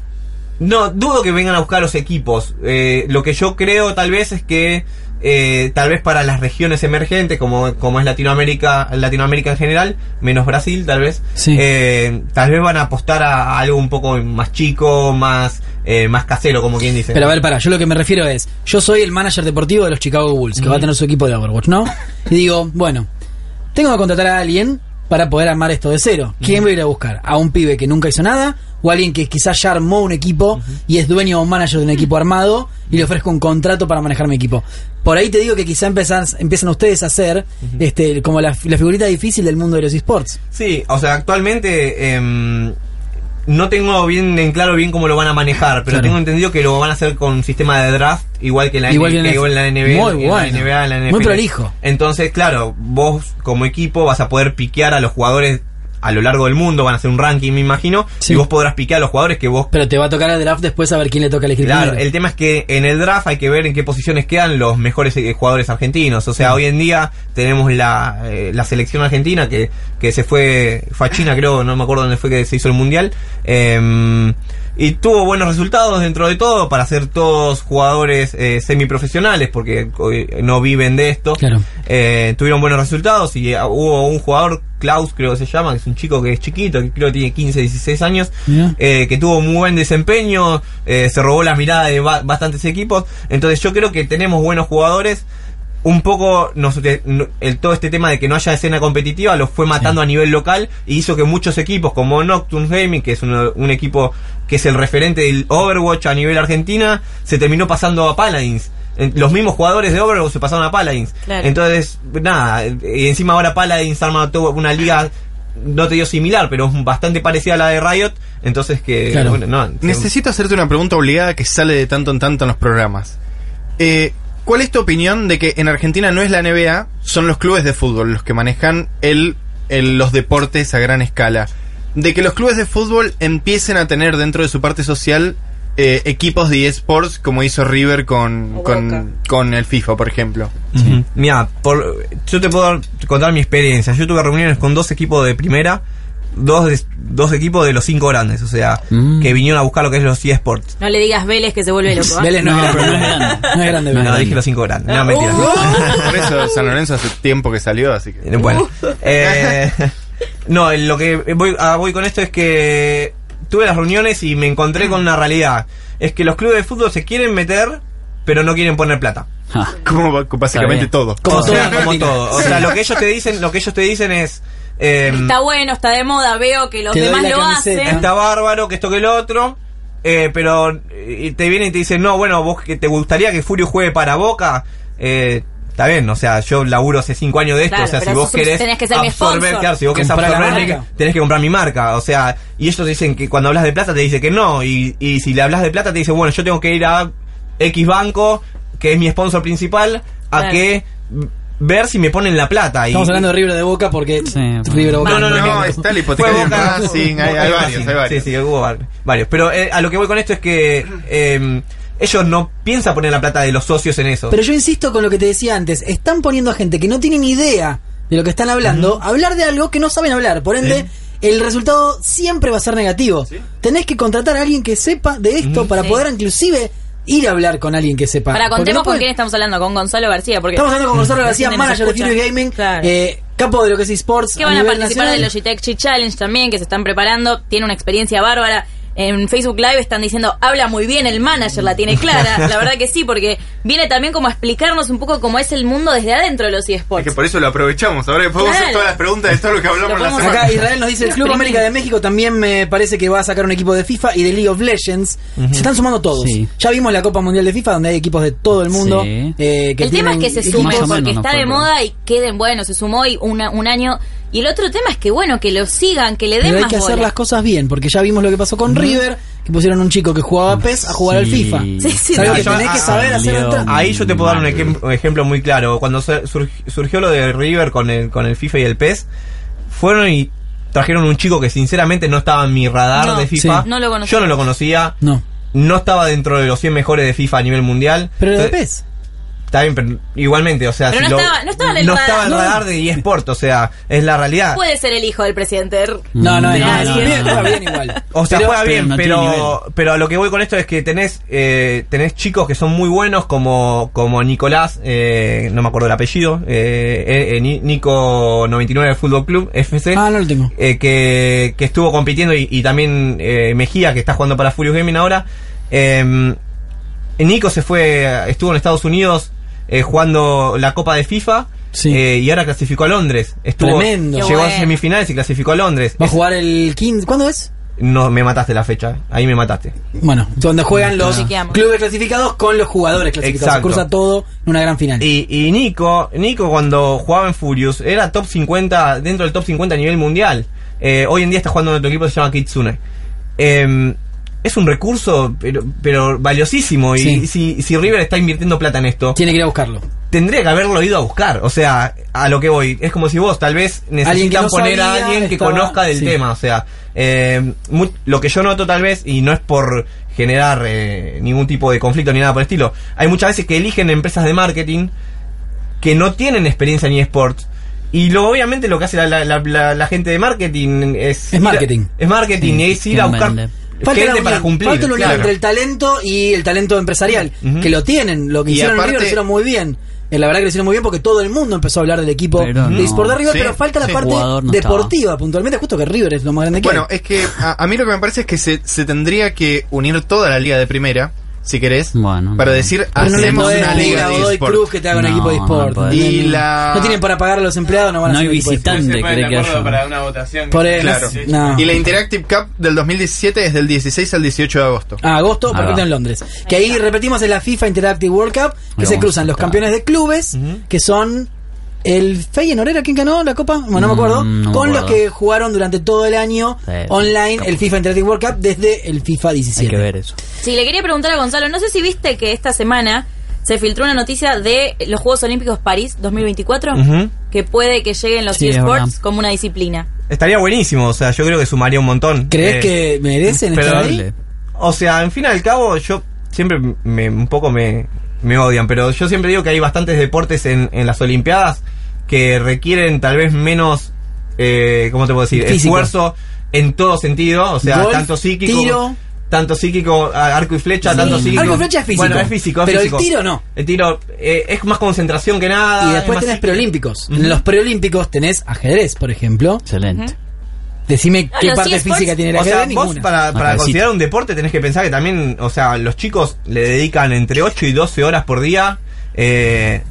I: No, dudo que vengan a buscar los equipos. Eh, lo que yo creo tal vez es que eh, tal vez para las regiones emergentes, como, como es Latinoamérica, Latinoamérica en general, menos Brasil tal vez,
B: Sí.
I: eh, tal vez van a apostar a, a algo un poco más chico, más, eh, más casero, como quien dice.
B: Pero a ver, para, yo lo que me refiero es, yo soy el manager deportivo de los Chicago Bulls, que va a tener su equipo de Overwatch, ¿no? Y digo, bueno, tengo que contratar a alguien para poder armar esto de cero. ¿Quién voy a ir a buscar? ¿A un pibe que nunca hizo nada? ¿O alguien que quizás ya armó un equipo y es dueño o manager de un equipo armado y le ofrezco un contrato para manejar mi equipo? Por ahí te digo que quizá empiezan, empiezan ustedes a hacer este, como la, la figurita difícil del mundo de los esports.
I: Sí, o sea, actualmente em, no tengo bien en claro bien cómo lo van a manejar, pero
B: Claro.
I: tengo entendido que lo van a hacer con un sistema de draft igual que en la,
B: Igual
I: N-
B: que en la-
I: igual en la NBA,
B: Muy
I: en la
B: bueno.
I: NBA, en la
B: Muy
I: NFL.
B: prolijo.
I: Entonces, claro, vos como equipo vas a poder piquear a los jugadores a lo largo del mundo, van a hacer un ranking, me imagino,
B: Sí.
I: y vos podrás piquear a los jugadores que vos
B: Pero te va a tocar el draft después a ver quién le toca elegir
I: Claro,
B: primero.
I: el tema es que en el draft hay que ver en qué posiciones quedan los mejores eh, jugadores argentinos. O sea, hoy en día tenemos la, eh, la selección argentina que, que se fue, fue a China creo, no me acuerdo dónde fue que se hizo el mundial. eh, y tuvo buenos resultados dentro de todo para ser todos jugadores eh, semiprofesionales porque eh, no viven de esto.
B: Claro.
I: Eh, tuvieron buenos resultados y eh, hubo un jugador, Klaus creo que se llama, que es un chico que es chiquito, que creo que tiene 15, 16 años,
B: Mirá.
I: eh, que tuvo muy buen desempeño, eh, se robó la mirada de ba- bastantes equipos, entonces yo creo que tenemos buenos jugadores. Un poco nos, de- no- el, todo este tema de que no haya escena competitiva los fue matando a nivel local y hizo que muchos equipos como Nocturne Gaming, que es uno- un equipo que es el referente del Overwatch a nivel argentina, se terminó pasando a Paladins. eh, los mismos jugadores de Overwatch se pasaron a Paladins.
C: Claro.
I: Entonces, nada, eh, y encima ahora Paladins arma toda una liga, no te digo similar, pero bastante parecida a la de Riot. Entonces que...
B: Claro.
I: Eh, bueno, no,
E: Necesito hacerte una pregunta obligada que sale de tanto en tanto en los programas. Eh, ¿Cuál es tu opinión de que en Argentina no es la NBA, son los clubes de fútbol los que manejan el, el- los deportes a gran escala? De que los clubes de fútbol empiecen a tener dentro de su parte social eh, equipos de eSports como hizo River con,
C: O Boca.
E: con, con el FIFA, por ejemplo.
I: Ujú. Mira, por, yo te puedo dar- contar mi experiencia. Yo tuve reuniones con dos equipos de primera, dos, de- dos equipos de los cinco grandes, o sea,
D: Mm.
I: que vinieron a buscar lo que es los eSports.
C: No le digas Vélez que se vuelve loco. ¿ah?
B: Vélez no, es
D: pero no es
B: grande.
D: grande.
B: No es grande, Ah, oh.
I: No,
B: Vélez.
I: dije los cinco grandes, no, mentira.
E: Por eso San Lorenzo hace tiempo que salió, así que...
I: Eh, Bueno, eh, no, lo que voy, a- voy con esto es que tuve las reuniones y me encontré con una realidad. Es que los clubes de fútbol se quieren meter, pero no quieren poner plata.
D: Ja.
E: Como va- básicamente
D: Está bien.
E: todo.
B: Ah. Como
I: o
B: todo
I: sea,
B: en
I: como
B: Argentina.
I: todo. O sea, lo que ellos te dicen, lo que ellos te dicen es em,
C: Está bueno, está de moda, veo que los
B: Te doy
C: demás
B: la
C: lo
B: camiseta.
C: hacen.
I: está bárbaro, que esto que el otro. eh, pero eh, te viene y te dice, no, bueno, vos que te gustaría que Furio juegue para Boca. Eh, está bien, o sea, yo laburo hace cinco años de esto.
C: Claro,
I: o sea,
C: pero
I: si vos
C: sos un-
I: querés
C: tenés que ser mi
I: absorber,
C: sponsor.
I: claro, si vos querés
B: Comprar la
I: absorber,
B: marca.
I: tenés que, tenés que comprar mi marca. O sea, y ellos dicen que cuando hablas de plata te dice que no. Y, y si le hablas de plata te dice, bueno, yo tengo que ir a X banco, que es mi sponsor principal, a
C: Claro.
I: que ver si me ponen la plata. Y-
B: Estamos hablando de River de Boca porque
D: Sí,
B: River de Boca
I: no, no, no,
E: No,
I: no.
E: está el
I: Fue
E: hipotecario
I: Boca-
E: Racing,
I: Boca
E: hay, hay
I: y
E: varios,
I: Racing.
E: hay varios.
I: Sí, sí, hubo var- varios. Pero eh, a lo que voy con esto es que eh, ellos no piensan poner la plata de los socios en eso.
B: Pero yo insisto con lo que te decía antes, están poniendo a gente que no tiene ni idea de lo que están hablando, a hablar de algo que no saben hablar, por ende el resultado siempre va a ser negativo. Tenés que contratar a alguien que sepa de esto para
C: Sí.
B: poder inclusive ir a hablar con alguien que sepa.
C: Para
B: Porque
C: contemos
B: no
C: con
B: puede-
C: quién estamos hablando, con Gonzalo García, porque
B: Estamos hablando con Gonzalo
C: Mm.
B: García,
C: Nos
B: manager de
C: escucha.
B: Furious Gaming,
C: Claro.
B: eh, capo de lo que es esports.
C: que
B: a
C: van a
B: nivel
C: participar
B: nacional.
C: del Logitech Chi Challenge también, que se están preparando, tiene una experiencia bárbara. En Facebook Live están diciendo, habla muy bien el manager, la tiene clara. La verdad que sí, porque viene también como a explicarnos un poco cómo es el mundo desde adentro de los
E: Es
C: eSports.
E: que por eso lo aprovechamos. Ahora que podemos
C: Claro.
E: hacer todas las preguntas de todo lo que hablamos
C: Lo
E: la
C: podemos
E: semana.
B: Acá Israel nos dice, el Club América de México también me parece que va a sacar un equipo de FIFA y de League of Legends. Se están sumando todos.
D: Sí.
B: Ya vimos la Copa Mundial de FIFA donde hay equipos de todo el mundo.
D: Sí.
B: eh, que
C: el tema es
B: tienen
C: que se
B: equipos.
C: sume
D: Más o
C: porque
D: menos,
C: está de
D: pero-
C: moda y queden, bueno, se sumó hoy una- un año. Y el otro tema es que, bueno, que lo sigan, que le den
B: Pero hay
C: más
B: que hacer
C: bola.
B: las cosas bien, porque ya vimos lo que pasó con River, que pusieron un chico que jugaba PES a jugar
D: Sí.
B: al FIFA.
D: Sí,
C: sí,
B: Es algo
I: no,
B: que
I: yo-
B: tenés que
I: ah,
B: saber hacer
D: León.
B: otra-
I: Ahí yo te puedo dar un,
D: Mal.
I: ejem- un ejemplo muy claro. Cuando se- surg- surgió lo de River con el, con el FIFA y el PES, fueron y trajeron un chico que sinceramente no estaba en mi radar
C: No,
I: de FIFA.
C: sí. No lo conocía.
I: Yo no lo conocía.
B: No.
I: No estaba dentro de los 100 mejores de FIFA a nivel mundial.
B: Pero era de
I: Entonces-
B: PES.
I: Está bien, pero igualmente, o sea,
C: Pero
I: si
C: no
I: lo-
C: estaba- no estaba en el
I: no
C: radar.
I: estaba en
C: No.
I: radar de eSport, o sea, es la realidad.
C: Puede ser el hijo del presidente.
B: No, no,
D: Mm.
B: no,
C: Ah,
B: no,
C: sí,
B: no,
C: es
B: juega
C: verdad.
B: bien igual.
I: O sea,
D: Pero-
I: juega bien,
D: pero no tiene
I: pero,
D: nivel.
I: pero a lo que voy con esto es que tenés, eh, tenés chicos que son muy buenos, como, como Nicolás, eh, no me acuerdo el apellido, eh, eh, eh, Ni- Nico 99 Fútbol Club, FC.
B: Ah, no lo tengo.
I: eh, que, que estuvo compitiendo y, y también eh, Mejía, que está jugando para Furious Gaming ahora. Eh, Nico se fue, estuvo en Estados Unidos eh, jugando la Copa de FIFA.
B: Sí.
I: eh, y ahora clasificó a Londres. Estuvo,
B: Tremendo.
I: Llegó
C: Qué
I: a
C: bueno.
I: semifinales y clasificó a Londres.
B: Va a
I: Es-
B: jugar el 15. ¿Cuándo es?
I: no, me mataste la fecha. eh. Ahí me mataste.
B: Bueno, donde juegan los
C: Chequeamos.
B: clubes clasificados con los jugadores clasificados. Se
I: Exacto.
B: cruza todo en una gran final.
I: Y, y Nico, Nico cuando jugaba en Furious era top 50, dentro del top 50 a nivel mundial. Eh, hoy en día está jugando en otro equipo que se llama Kitsune. Eh, es un recurso, pero, pero valiosísimo. Y
B: Sí.
I: si, si River está invirtiendo plata en esto,
B: Tiene que ir a buscarlo.
I: tendría que haberlo ido a buscar. O sea, a lo que voy. Es como si vos tal vez
B: Alguien que
I: necesitan
B: no
I: poner a
B: sabía,
I: alguien que
B: estaba-
I: conozca del
B: sí.
I: tema. O sea, eh, mu- lo que yo noto tal vez, y no es por generar eh, ningún tipo de conflicto ni nada por el estilo, hay muchas veces que eligen empresas de marketing que no tienen experiencia en eSports. Y lo, obviamente lo que hace la, la- la- la- la gente de marketing es...
B: Es
I: ir a-
B: marketing.
I: es marketing,
D: Sí,
I: y es ir a
D: quieren
I: buscar
D: vender.
B: la
I: gente
B: unión,
I: para cumplir.
B: falta la unión
I: claro.
B: entre el talento y el talento empresarial,
I: Ujú.
B: que lo tienen, lo que
E: Y
B: hicieron en River
E: aparte-
B: lo hicieron muy bien. Eh, La verdad que lo hicieron muy bien porque todo el mundo empezó a hablar del equipo
D: Pero
B: de
D: no.
B: eSport de River,
E: Sí,
B: pero falta la
E: sí.
B: parte
D: Jugador no
B: deportiva, puntualmente, justo que River es lo más grande que
E: Bueno,
B: hay.
E: es que a, a mí lo que me parece es que se, se tendría que unir toda la liga de primera si querés,
D: Bueno,
E: para decir, hacemos una liga de
B: Godoy
E: eSport.
B: Cruz que te haga un
D: No,
B: equipo de
D: no
B: eSport.
D: podés.
B: No,
E: Y
B: no, no.
E: la-
B: no tienen para pagar a los empleados, no van a
D: No hay
B: hacer equipo de eSport.
J: No se
D: visitante,
J: ponen
D: cree
J: de
D: que
J: acuerdo
D: haya.
J: para una votación.
B: Por eso,
E: Claro.
B: no.
E: Y la Interactive Cup del 2017 es del 16 al 18 de agosto.
B: Ah, agosto,
D: Ahí
B: partido
D: va.
B: en Londres. Que ahí repetimos en la FIFA Interactive World Cup, que
D: Ahí
B: se
D: vamos
B: cruzan
D: a
B: los
D: estar.
B: campeones de clubes, que son el Feyenoord, ¿era quien ganó la copa? Bueno, no me acuerdo.
D: Mm, no me
B: con los
D: acuerdo.
B: que jugaron durante todo el año
D: Sí,
B: online
D: capaz.
B: el FIFA Interactive World Cup desde el FIFA 17.
D: Hay que ver eso.
C: Sí, le quería preguntar a Gonzalo, no sé si viste que esta semana se filtró una noticia de los Juegos Olímpicos París 2024,
I: Ujú.
C: que puede que lleguen los
D: Sí, es
C: eSports
D: verdad.
C: como una disciplina.
B: Eh,
I: Estaría buenísimo, o sea, yo creo que sumaría un montón.
B: ¿Crees
I: Eh,
B: que merecen
I: pero-
B: estar ahí?
I: O sea, en fin al cabo, yo siempre me, un poco me, me odian, pero yo siempre digo que hay bastantes deportes en, en las Olimpiadas que requieren tal vez menos, eh, ¿cómo te puedo decir?
B: Físico.
I: Esfuerzo en todo sentido, o sea,
B: Golf,
I: tanto psíquico.
B: tiro.
I: tanto psíquico, a- arco y flecha,
B: Sí.
I: tanto psíquico.
B: Arco y flecha es físico.
I: Bueno, es físico, es
B: Pero el
I: físico.
B: tiro no.
I: El tiro eh, es más concentración que
D: Ah,
I: nada.
B: Y
I: es
B: después
I: más
B: tenés
I: psíquico.
B: preolímpicos. En los preolímpicos tenés ajedrez, por ejemplo.
D: Excelente.
B: Decime
C: No,
B: qué
C: los
B: parte
C: eSports- Ah,
B: física tiene el
I: O
B: ajedrez.
I: sea, vos
B: ninguna.
I: para, para
D: Acá,
I: considerar un deporte tenés que pensar que también, o sea, los chicos le dedican entre 8 y 12 horas por día. eh,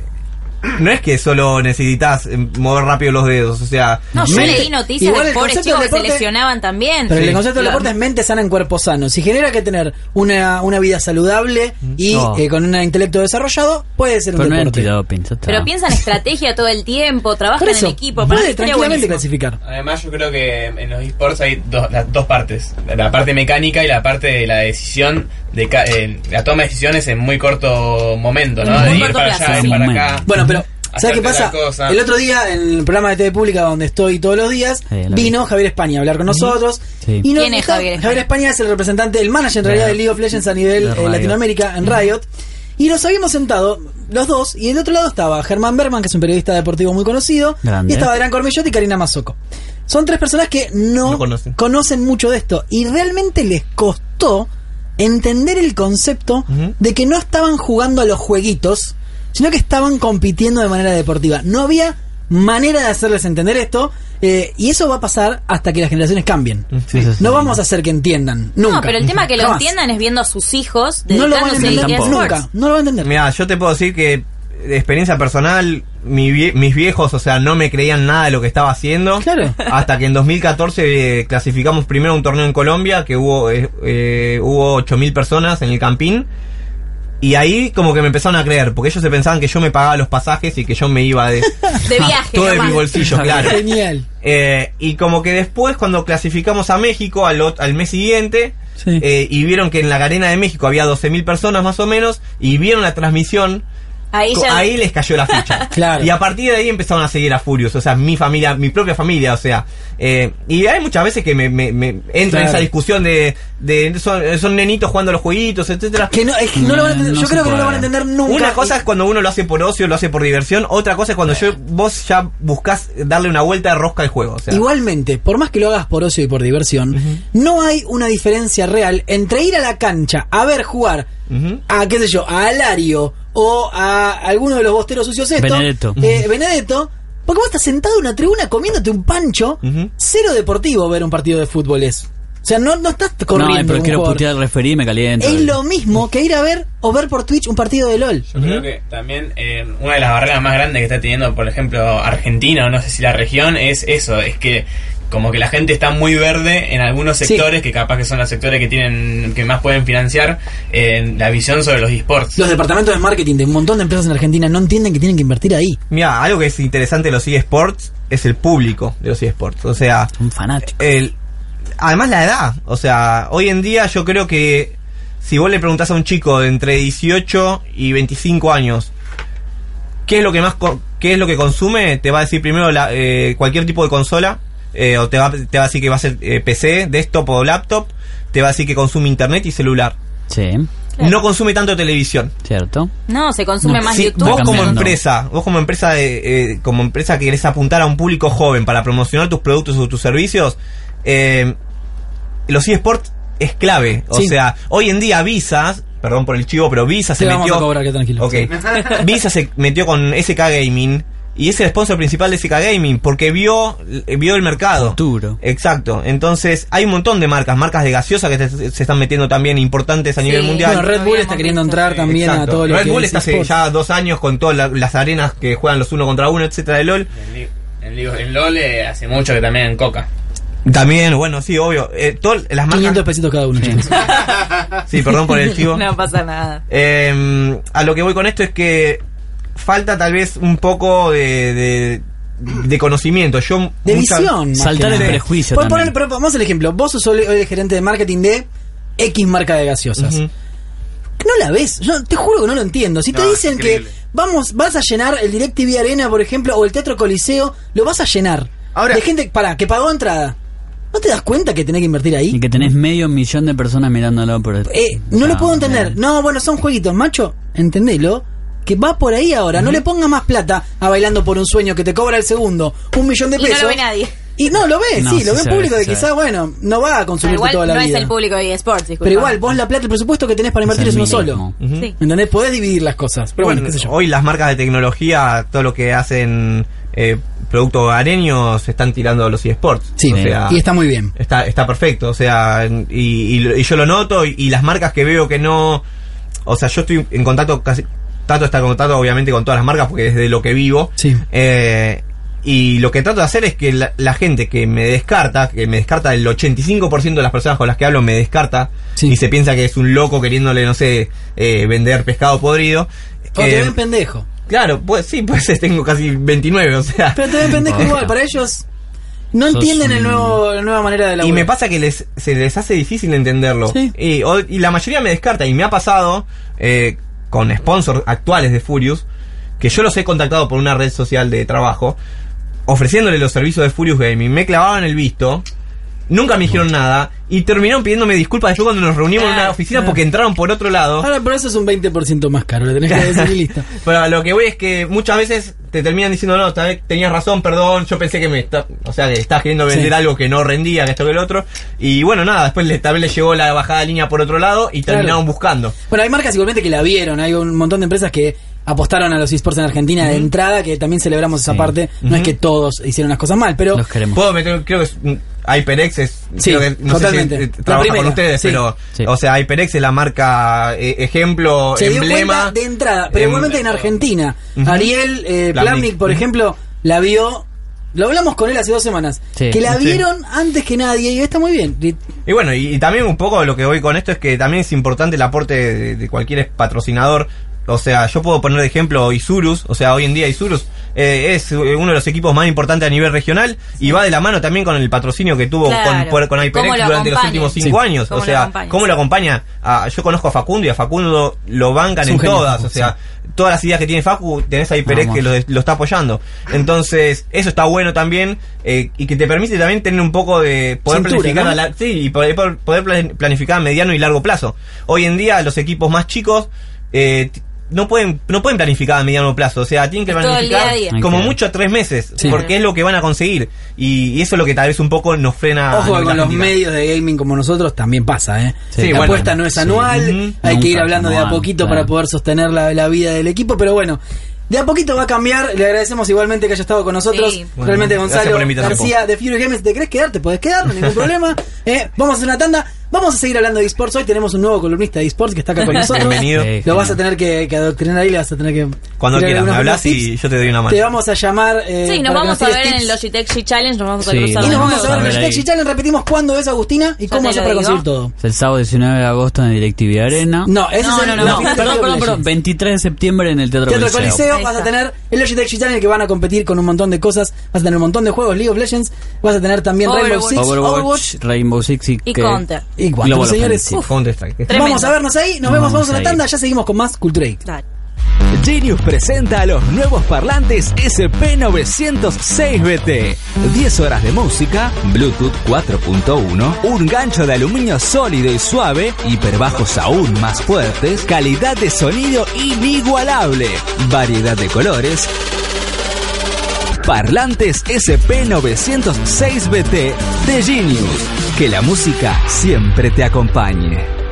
I: no es que solo necesitas eh, mover rápido los dedos, o sea...
C: No, yo
B: Mente-
C: leí noticias
B: Igual
C: de
B: el
C: pobres
B: concepto
C: chicos
B: del
C: que se
B: deporte-
C: lesionaban también.
B: Pero el
I: Sí.
B: concepto del
C: Claro.
B: deporte es mente sana en cuerpo sano. Si genera que tener una, una vida saludable y
D: No.
B: eh, con un intelecto desarrollado, puede ser un
D: Pero no es
B: deporte.
D: antidoping, ya está.
C: Pero piensan estrategia todo el tiempo, trabajan
B: Por eso,
C: en equipo. Para
B: puede
C: mí sería
B: tranquilamente
C: buenísimo.
B: clasificar.
J: Además, yo creo que en los esports hay dos, las dos partes: la parte mecánica y la parte de la decisión, de ca- eh, la toma de decisiones en muy corto momento, ¿no?
C: Muy
J: De ir
C: corto
J: para allá,
C: plazo,
J: ir
D: sí.
J: para acá.
B: Bueno, pero ¿sabes
J: hacerte
B: qué
J: la
B: pasa?
J: cosa.
B: El otro día, eh, en el programa de TV Pública donde estoy todos los días,
D: Sí, lo
B: vino Javier España a hablar con nosotros.
D: Sí.
B: Y nos
C: ¿Quién es
B: dijo-
C: Javier España?
B: Javier España es el representante, el manager en realidad de League of Legends a nivel
D: De
B: eh,
D: Riot.
B: Latinoamérica, en Riot. Y nos habíamos sentado los dos, y del otro lado estaba Germán Berman, que es un periodista deportivo muy conocido,
D: Grande. eh.
B: y estaba Adrián Cormillot y Karina Mazoco. Son tres personas que no,
I: No conocen.
B: conocen mucho de esto y realmente les costó entender el concepto
I: Ujú.
B: de que no estaban jugando a los jueguitos, sino que estaban compitiendo de manera deportiva. No había manera de hacerles entender esto eh, y eso va a pasar hasta que las generaciones cambien.
D: Eso sí.
B: No vamos a hacer que entiendan. Nunca.
C: No, pero el tema que lo
B: Jamás.
C: entiendan es viendo a sus hijos
B: No lo van a
C: dedicándose
B: entender
C: a eSports.
B: nunca. No lo van a entender.
I: Mira, yo te puedo decir que de experiencia personal, mi vie- mis viejos, o sea, no me creían nada de lo que estaba haciendo.
B: Claro.
I: Hasta que en 2014 eh, clasificamos primero a un torneo en Colombia, que hubo, eh, eh, hubo 8.000 personas en el campín. Y ahí como que me empezaron a creer, porque ellos se pensaban que yo me pagaba los pasajes y que yo me iba de...
C: De viaje.
I: todo de
C: nomás.
I: mi bolsillo, claro.
B: Genial.
I: Eh, y como que después cuando clasificamos a México al, ot- al mes siguiente
D: Sí.
I: eh, y vieron que en la arena de México había 12.000 personas más o menos y vieron la transmisión,
C: Ahí
I: co-
C: ya.
I: ahí les cayó la ficha.
B: Claro.
I: Y a partir de ahí empezaron a seguir a Furious, o sea, mi familia, mi propia familia, o sea. eh, y hay muchas veces que me, me- me entra en
B: Claro.
I: esa discusión de, de son, son nenitos jugando a los jueguitos, etcétera Mm,
B: Que no, es que no lo van a entender.
D: No
B: Yo
D: se
B: creo que no lo
D: puede.
B: van a entender nunca.
I: una cosa es cuando uno lo hace por ocio, lo hace por diversión, otra cosa es cuando yo, vos ya buscás darle una vuelta de rosca al juego. O sea,
B: Igualmente, por más que lo hagas por ocio y por diversión, no hay una diferencia real entre ir a la cancha a ver jugar
I: Ujú.
B: a, qué sé yo, a Alario o a alguno de los bosteros sucios estos.
D: Benedetto.
B: eh, Benedetto. Porque vos estás sentado en una tribuna comiéndote un pancho.
I: Ujú.
B: Cero deportivo ver un partido de fútbol es. O sea, no, no estás
D: no,
B: corriendo.
D: eh,
B: como
D: pero
B: un
D: quiero
B: jugador.
D: putear al referí y me caliento.
B: es lo mismo que ir a ver o ver por Twitch un partido de LOL.
J: Yo creo que también eh, una de las barreras más grandes que está teniendo, por ejemplo, Argentina o no sé si la región, es eso, es que como que la gente está muy verde en algunos
B: Sí.
J: sectores, que capaz que son los sectores que tienen que más pueden financiar eh, la visión sobre los esports.
B: Los departamentos de marketing de un montón de empresas en Argentina no entienden que tienen que invertir ahí.
I: Mira, algo que es interesante de los eSports es el público de los eSports. O sea,
D: Un fanático.
I: el, además la edad. O sea, hoy en día yo creo que si vos le preguntás a un chico de entre 18 y 25 años, ¿qué es lo que más co- qué es lo que consume? Te va a decir primero la- eh, cualquier tipo de consola. eh, o te va, te va a decir que va a ser eh, PC, desktop o laptop. Te va a decir que consume internet y celular.
D: Sí,
C: Claro.
I: No consume tanto televisión.
D: cierto.
C: No, se consume más
I: Sí,
C: YouTube.
I: Vos como
D: Cambiando.
I: empresa, vos como empresa, eh, eh, como empresa que querés apuntar a un público joven para promocionar tus productos o tus servicios, eh, los eSports es clave. O
B: Sí.
I: sea, hoy en día Visas, perdón por el chivo, pero Visa
B: Te
I: se
B: vamos
I: metió.
B: a cobrar, que tranquilo.
I: Ok. Visa se metió con SK Gaming. Y es el sponsor principal de SK Gaming, porque vio, vio el mercado. Exacto. Entonces, hay un montón de marcas, marcas de gaseosa que se, se están metiendo también importantes a nivel mundial.
B: Bueno, Red Bull está queriendo entrar también a
I: Exacto.
B: todo lo
I: Red
B: que
I: Bull
B: es
I: está hace
B: eSports.
I: ya dos años con todas la- las arenas que juegan los uno contra uno, etcétera, de LOL.
J: En, League- en LOL eh, hace mucho que también en Coca.
I: También, bueno, sí, obvio. Eh, todas las marcas... 500
B: pesitos cada uno,
I: Sí, perdón por el chivo.
C: No pasa nada.
I: Eh, a lo que voy con esto es que falta tal vez un poco de, de- de conocimiento. Yo
B: De
I: mucha-
B: visión. más que nada. Por poner- pero vamos al ejemplo. Vos sos hoy hoy el gerente de marketing de X marca de gaseosas. No la ves. Yo te juro que no lo entiendo. Si te
K: No,
B: dicen que
K: increíble.
B: vamos, vas a llenar el DirecTV Arena, por ejemplo, o el Teatro Coliseo, lo vas a llenar. Ahora, de gente, para, que pagó entrada. ¿No te das cuenta que tenés que invertir ahí?
D: Y que tenés medio millón de personas mirándolo por el...
B: Eh, no lo puedo entender. No, bueno, son jueguitos, macho. Entendelo. Que va por ahí ahora. No le ponga más plata a bailando por un sueño que te cobra el segundo. Un millón de
C: Y no lo
B: pesos.
C: ve nadie.
B: Y no, lo ve,
C: No,
B: sí,
C: sí
B: lo ve
C: se
B: el público
C: ve,
B: de
C: se ve.
B: quizá, bueno, no va a
C: Pero
B: consumir
C: Ah, igual
B: toda la
C: no
B: vida.
C: es el público de eSports, disculpa.
B: Pero igual, vos la plata, el presupuesto que tenés para invertir es,
I: el
B: uno solo.
I: mínimo.
C: Sí.
B: ¿Entendés? Podés dividir las cosas. Pero bueno,
I: Bueno,
B: qué sé yo.
I: hoy las marcas de tecnología, todo lo que hacen eh, productos hogareños, están tirando a los eSports.
B: Sí, y está muy bien.
I: Está, está perfecto, o sea, y, y lo- y yo lo noto y, y las marcas que veo que no... O sea, yo estoy en contacto casi... Tato está en contacto obviamente con todas las marcas porque es de lo que vivo. Eh, y lo que trato de hacer es que la, la gente que me descarta, que me descarta el 85% de las personas con las que hablo me descarta y se piensa que es un loco queriéndole, no sé, eh, vender pescado podrido.
B: O te
I: eh,
B: ven pendejo.
I: Claro, pues sí, pues tengo casi 29, o sea.
B: Pero te ven pendejo igual. Para ellos, no
I: Sos
B: entienden el
I: un-
B: nuevo, la nueva manera de la
I: Y me pasa que les, se les hace difícil entenderlo. Y, o- y la mayoría me descarta. Y me ha pasado eh, con sponsors actuales de Furious, que yo los he contactado por una red social de trabajo, ofreciéndole los servicios de Furious Gaming. Me clavaban el visto. Nunca me dijeron nada y terminaron pidiéndome disculpas yo cuando nos reunimos en una oficina porque entraron por otro lado.
B: Ah, Ahora, pero eso es un 20% más caro. Lo tenés que decir y listo.
I: Pero a lo que voy es que muchas veces te terminan diciendo, no, tal vez tenías razón, perdón, yo pensé que me está, o sea, que estás queriendo vender
B: Sí.
I: algo que no rendía, que esto que el otro. Y bueno, nada, después le, tal vez le llegó la bajada de línea por otro lado y
B: Claro.
I: terminaron buscando.
B: Bueno, hay marcas igualmente que la vieron. Hay un montón de empresas que apostaron a los esports en Argentina de entrada, que también celebramos esa parte. No es que todos hicieron las cosas mal, pero...
I: Puedo meter, creo que es, mm, HyperX es,
B: Sí,
I: creo que- no sé
B: totalmente.
I: si, eh,
B: La
I: trabaja con
B: primera,
I: ustedes,
B: sí.
I: pero,
B: Sí.
I: o sea, HyperX es la marca eh, ejemplo,
B: se dio
I: emblema.
B: cuenta de entrada, pero
I: Em-
B: igualmente en Argentina.
I: Ujú.
B: Ariel eh,
I: Plamnik.
B: Plamnik, por
I: Ujú.
B: ejemplo, la vio... Lo hablamos con él hace dos semanas.
I: Sí.
B: Que la
I: Sí.
B: vieron antes que nadie y está muy bien. Y-
I: Y bueno, y, y también un poco lo que voy con esto es que también es importante el aporte de, de cualquier patrocinador. O sea, yo puedo poner de ejemplo Isurus, o sea, hoy en día Isurus eh, es eh, uno de los equipos más importantes a nivel regional y va de la mano también con el patrocinio que tuvo
H: Claro.
I: con, por- con
H: ¿Cómo
I: HyperX
H: lo
I: durante los
H: acompaña?
I: últimos cinco
H: Sí.
I: años.
H: ¿Cómo
I: O
H: lo
I: sea,
H: acompaña?
I: ¿cómo lo acompaña? Ah, yo conozco a Facundo y a Facundo lo bancan
H: Es un
I: en
H: genio,
I: todas.
H: Facu,
I: O sea, todas las ideas que tiene Facu, tenés a HyperX
H: Vamos.
I: que lo, lo está apoyando. Entonces, eso está bueno también eh, y que te permite también tener un poco de poder
H: Cintura,
I: planificar
H: ¿no?
I: a la- sí, y poder, poder plan- planificar a mediano y largo plazo. Hoy en día los equipos más chicos eh, t- no pueden no pueden planificar a mediano plazo, o sea, tienen que
H: Todo el
I: planificar
H: día a día.
I: como
H: Ok.
I: mucho tres meses,
B: Sí.
I: porque es lo que van a conseguir y, y eso es lo que tal vez un poco nos frena. a
B: Ojo que
I: nivel
B: con los
I: Argentina.
B: medios de gaming como nosotros también pasa, ¿eh?
I: Sí,
B: la
I: bueno,
B: apuesta no es
I: sí.
B: anual,
I: Ujú.
B: hay
I: Nunca
B: que ir
I: es
B: hablando de a
I: anual,
B: poquito
I: claro.
B: para poder sostener la, la vida del equipo, pero bueno, de a poquito va a cambiar. Le agradecemos igualmente que haya estado con nosotros.
I: Sí.
B: Realmente,
I: Bueno, gracias
B: Gonzalo
I: por la invitación,
B: García de Fury Games, ¿te querés quedar? Te podés quedar, no hay ningún problema. Eh, vamos a hacer una tanda. Vamos a seguir hablando de esports. Hoy tenemos un nuevo columnista de esports que está acá con nosotros.
I: Bienvenido. Sí,
B: Lo vas a
I: genial.
B: tener que, que adoctrinar ahí, le vas a tener que.
I: Cuando
B: tirar
I: quieras, me
B: algunos
I: hablas
B: tips.
I: y yo te doy una mano.
B: Te vamos a llamar. eh,
C: Sí, nos
B: para que
C: vamos a
B: tires
C: ver en
B: tips.
C: el Logitech G Challenge, nos vamos a
D: Sí.
C: cruzar
D: Y
C: de
D: nos
C: nuevo.
D: vamos
B: Vamos a ver el
D: Ahí.
B: Logitech Challenge, repetimos cuándo es Agustina y cómo
C: te
B: hacer
C: lo
B: para
C: digo.
B: conseguir todo.
D: Es el sábado 19 de agosto en el DirecTV Arena.
B: No, ese
C: No, no,
B: es el
C: no, no.
B: Logitech
D: Perdón, perdón,
B: Challenge.
D: perdón. 23 de septiembre en el Teatro,
B: Teatro
D: Coliseo.
B: Coliseo,
C: Ahí
B: vas a
C: está.
B: tener el Logitech G Channel que van a competir con un montón de cosas, vas a tener un montón de juegos, League of Legends, vas a tener también Rainbow Six,
D: Overwatch,
B: Overwatch.
D: Rainbow Six y,
B: Y
D: que-
B: Counter. Y Counter,
D: Global
B: señores.
D: Offensive.
B: Vamos a vernos ahí, nos
D: Nos
B: vemos,
D: vamos
B: vamos a la
D: ahí.
B: tanda, ya seguimos con más Cultura Geek.
L: Genius presenta a los nuevos parlantes SP906BT. 10 horas de música, Bluetooth 4.1, un gancho de aluminio sólido y suave, hiperbajos aún más fuertes, calidad de sonido inigualable, variedad de colores. Parlantes SP906BT de Genius. Que la música siempre te acompañe.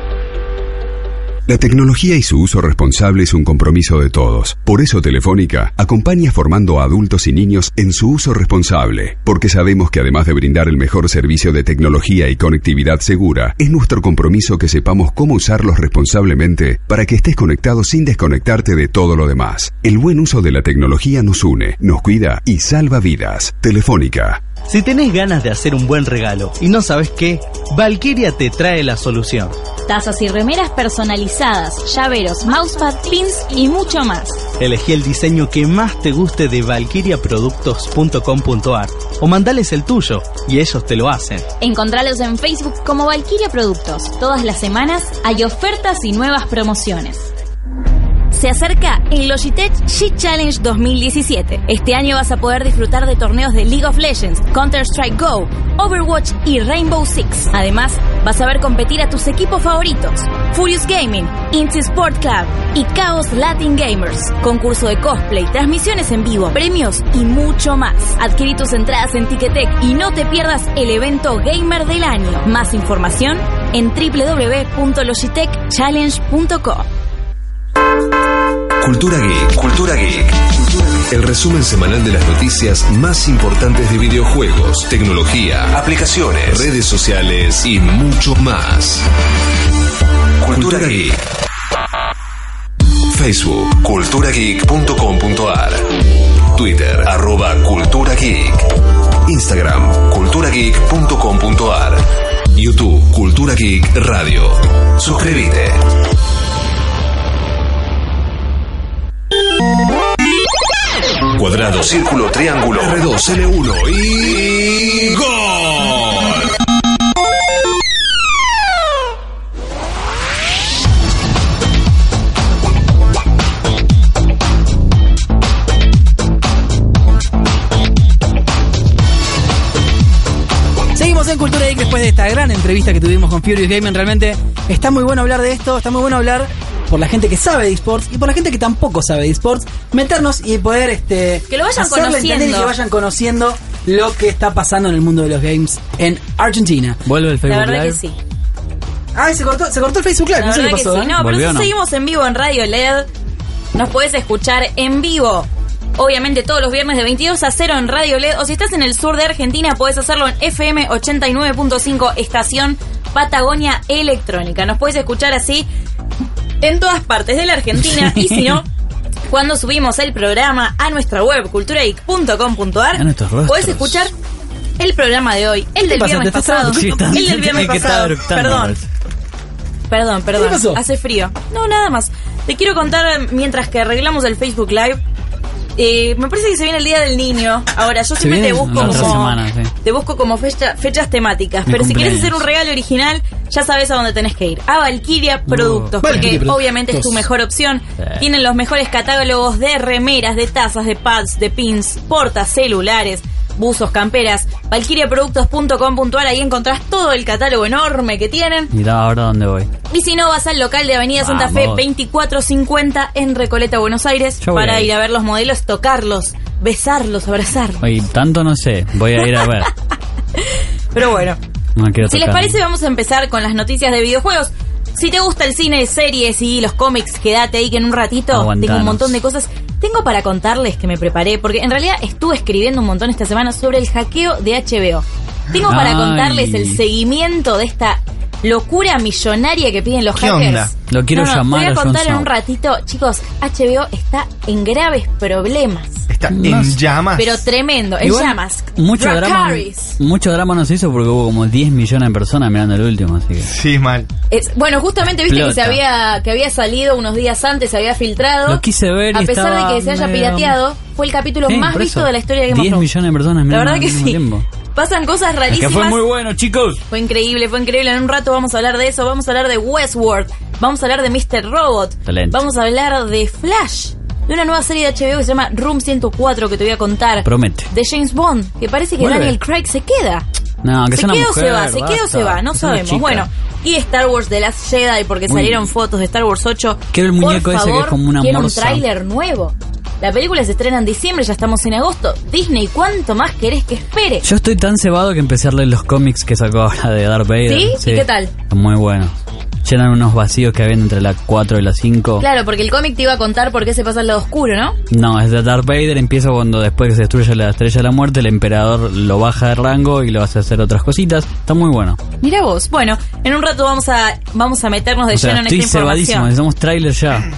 K: La tecnología y su uso responsable es un compromiso de todos. Por eso Telefónica acompaña formando a adultos y niños en su uso responsable, porque sabemos que además de brindar el mejor servicio de tecnología y conectividad segura, es nuestro compromiso que sepamos cómo usarlos responsablemente para que estés conectado sin desconectarte de todo lo demás. El buen uso de la tecnología nos une, nos cuida y salva vidas. Telefónica,
H: Si tenés ganas de hacer un buen regalo y no sabes qué, Valkyria te trae la solución.
C: Tazas y remeras personalizadas, llaveros, mousepad, pins y mucho más.
H: Elegí el diseño que más te guste de valkyriaproductos.com.ar o mandales el tuyo y ellos te lo hacen.
C: Encontralos en Facebook como Valkyria Productos. Todas las semanas hay ofertas y nuevas promociones. Se acerca el Logitech Sheet Challenge 2017. Este año vas a poder disfrutar de torneos de League of Legends, Counter-Strike Go, Overwatch y Rainbow Six. Además, vas a ver competir a tus equipos favoritos: Furious Gaming, Inti Sport Club y Chaos Latin Gamers. Concurso de cosplay, transmisiones en vivo, premios y mucho más. Adquirí tus entradas en Ticketek y no te pierdas el evento Gamer del Año. Más información en www.logitechchallenge.com.
F: Cultura Geek. Cultura Geek. El resumen semanal de las noticias más importantes de videojuegos, tecnología, aplicaciones, redes sociales y mucho más. Cultura Geek. Facebook, culturageek.com.ar. Twitter, arroba Cultura Geek. Instagram, culturageek.com.ar. YouTube, Cultura Geek Radio. Suscríbete. Cuadrado, círculo, triángulo, R2, L1 y gol.
B: Seguimos en Cultura Geek después de esta gran entrevista que tuvimos con Furious Gaming. Realmente está muy bueno hablar de esto, está muy bueno hablar por la gente que sabe de esports y por la gente que tampoco sabe de esports, meternos y poder este
C: Que lo vayan
B: hacerle
C: conociendo.
B: entender y que vayan conociendo lo que está pasando en el mundo de los games en Argentina.
D: Vuelve el
C: La verdad que sí.
B: Ah, se cortó, se cortó el Facebook Live,
C: La
B: no sé qué
C: verdad que
B: pasó.
C: sí.
B: ¿eh?
C: No, pero sí seguimos en vivo en Radio LED. Nos puedes escuchar en vivo. Obviamente todos los viernes de 22 a 0 en Radio LED. O si estás en el sur de Argentina, puedes hacerlo en FM 89.5 Estación Patagonia Electrónica. Nos puedes escuchar así en todas partes de la Argentina. Y si no, cuando subimos el programa a nuestra web,
D: A
C: culturaic.com.ar,
D: nuestros rostros.
C: puedes escuchar el programa de hoy, el del
D: pasa?
C: viernes
D: ¿Te estás
C: pasado,
D: eructando?
C: el del viernes
D: Que estaba
C: pasado.
D: eructando,
C: Perdón.
D: Marce.
C: Perdón, perdón.
D: ¿Qué pasó?
C: Hace frío. No, nada más. Te quiero contar, eh, mientras que arreglamos el Facebook Live, eh, me parece que se viene el Día del Niño. Ahora, yo
D: Se
C: siempre te
D: viene
C: busco
D: la otra
C: como...
D: semana, sí.
C: Te busco como fecha- fechas temáticas.
D: Mi
C: pero si quieres
D: cumpleaños.
C: hacer un regalo original, ya sabes a dónde tenés que ir. A Valkyria
D: Oh.
C: Productos, porque
D: Valkyria Productos.
C: obviamente es tu mejor opción.
D: Sí.
C: Tienen los mejores catálogos de remeras, de tazas, de pads, de pins, portas, celulares, buzos, camperas. ValkyriaProductos.com.ar, ahí encontrás todo el catálogo enorme que tienen.
D: Mirá ahora dónde voy.
C: Y si no, vas al local de Avenida Santa Fe
D: Vamos.
C: 2450 en Recoleta, Buenos Aires,
D: Yo voy
C: para
D: ahí.
C: ir a ver los modelos, tocarlos, besarlos, abrazarlos.
D: Oye, tanto no sé. Voy a ir a ver.
C: Pero bueno.
D: No quiero
C: Si les
D: tocar.
C: parece, vamos a empezar con las noticias de videojuegos. Si te gusta el cine, series y los cómics, quédate ahí que en un ratito
D: Aguantanos.
C: tengo un montón de cosas. Tengo para contarles que me preparé, porque en realidad estuve escribiendo un montón esta semana sobre el hackeo de HBO. Tengo para
D: Ay.
C: contarles el seguimiento de esta locura millonaria que piden los
D: ¿Qué
C: hackers.
D: onda? Lo quiero
C: No, no,
D: llamar
C: Voy a
D: a Jon
C: contar en
D: Snow.
C: un ratito, chicos, HBO está en graves problemas.
E: Está en llamas.
C: Pero tremendo, en
D: Igual,
C: llamas.
D: Mucho drama,
C: Dracarys.
D: mucho drama nos hizo porque hubo como 10 millones de personas mirando el último, así que.
E: Sí, mal.
C: Es- bueno, justamente viste que se
D: Explota.
C: había que había salido unos días antes, se había filtrado.
D: Lo quise ver y
C: a pesar
D: estaba
C: de que se haya
D: medio-
C: pirateado, fue el capítulo
D: Sí,
C: más
D: por
C: visto
D: eso.
C: de la historia de Game of
D: 10
C: Thrones.
D: millones de personas mirando
C: verdad
D: al
C: que
D: mismo
C: sí.
D: tiempo.
C: Pasan cosas
D: Es
C: rarísimas.
D: que fue muy bueno, chicos.
C: Fue increíble, fue increíble. En un rato vamos a hablar de eso, vamos a hablar de Westworld, vamos a hablar de Mr. Robot,
D: Excelente.
C: vamos a hablar de Flash, de una nueva serie de HBO que se llama Room 104 que te voy a contar.
D: Promete.
C: De James Bond, que parece que
D: Vuelve.
C: Daniel Craig se queda.
D: No, que
C: se
D: sea una
C: queda o se
D: mujer,
C: va, se queda o
D: basta,
C: se va, no
D: que sea una
C: sabemos.
D: chica.
C: Bueno, y Star Wars The Last Jedi, porque
D: Uy.
C: salieron fotos de Star Wars 8.
D: Quiero el muñeco
C: Por
D: ese que es
C: favor,
D: como una
C: quiero
D: morsa.
C: un tráiler nuevo. La película se estrena en diciembre, ya estamos en agosto. Disney, ¿cuánto más querés que espere?
D: Yo estoy tan cebado que empecé a leer los cómics que sacó ahora de Darth Vader.
C: ¿Sí? ¿Y qué tal?
D: Muy bueno. llenan unos vacíos que habían entre la 4 y la 5.
C: Claro, porque el cómic te iba a contar por qué se pasa al lado oscuro, ¿no?
D: No, es de Darth Vader. Empieza cuando después que se destruye la estrella de la muerte, el emperador lo baja de rango y lo hace hacer otras cositas. Está muy bueno.
C: Mira vos. Bueno, en un rato vamos a vamos a meternos de
D: O sea,
C: lleno en esta
D: estoy
C: información.
D: cebadísimo. Necesitamos tráiler ya.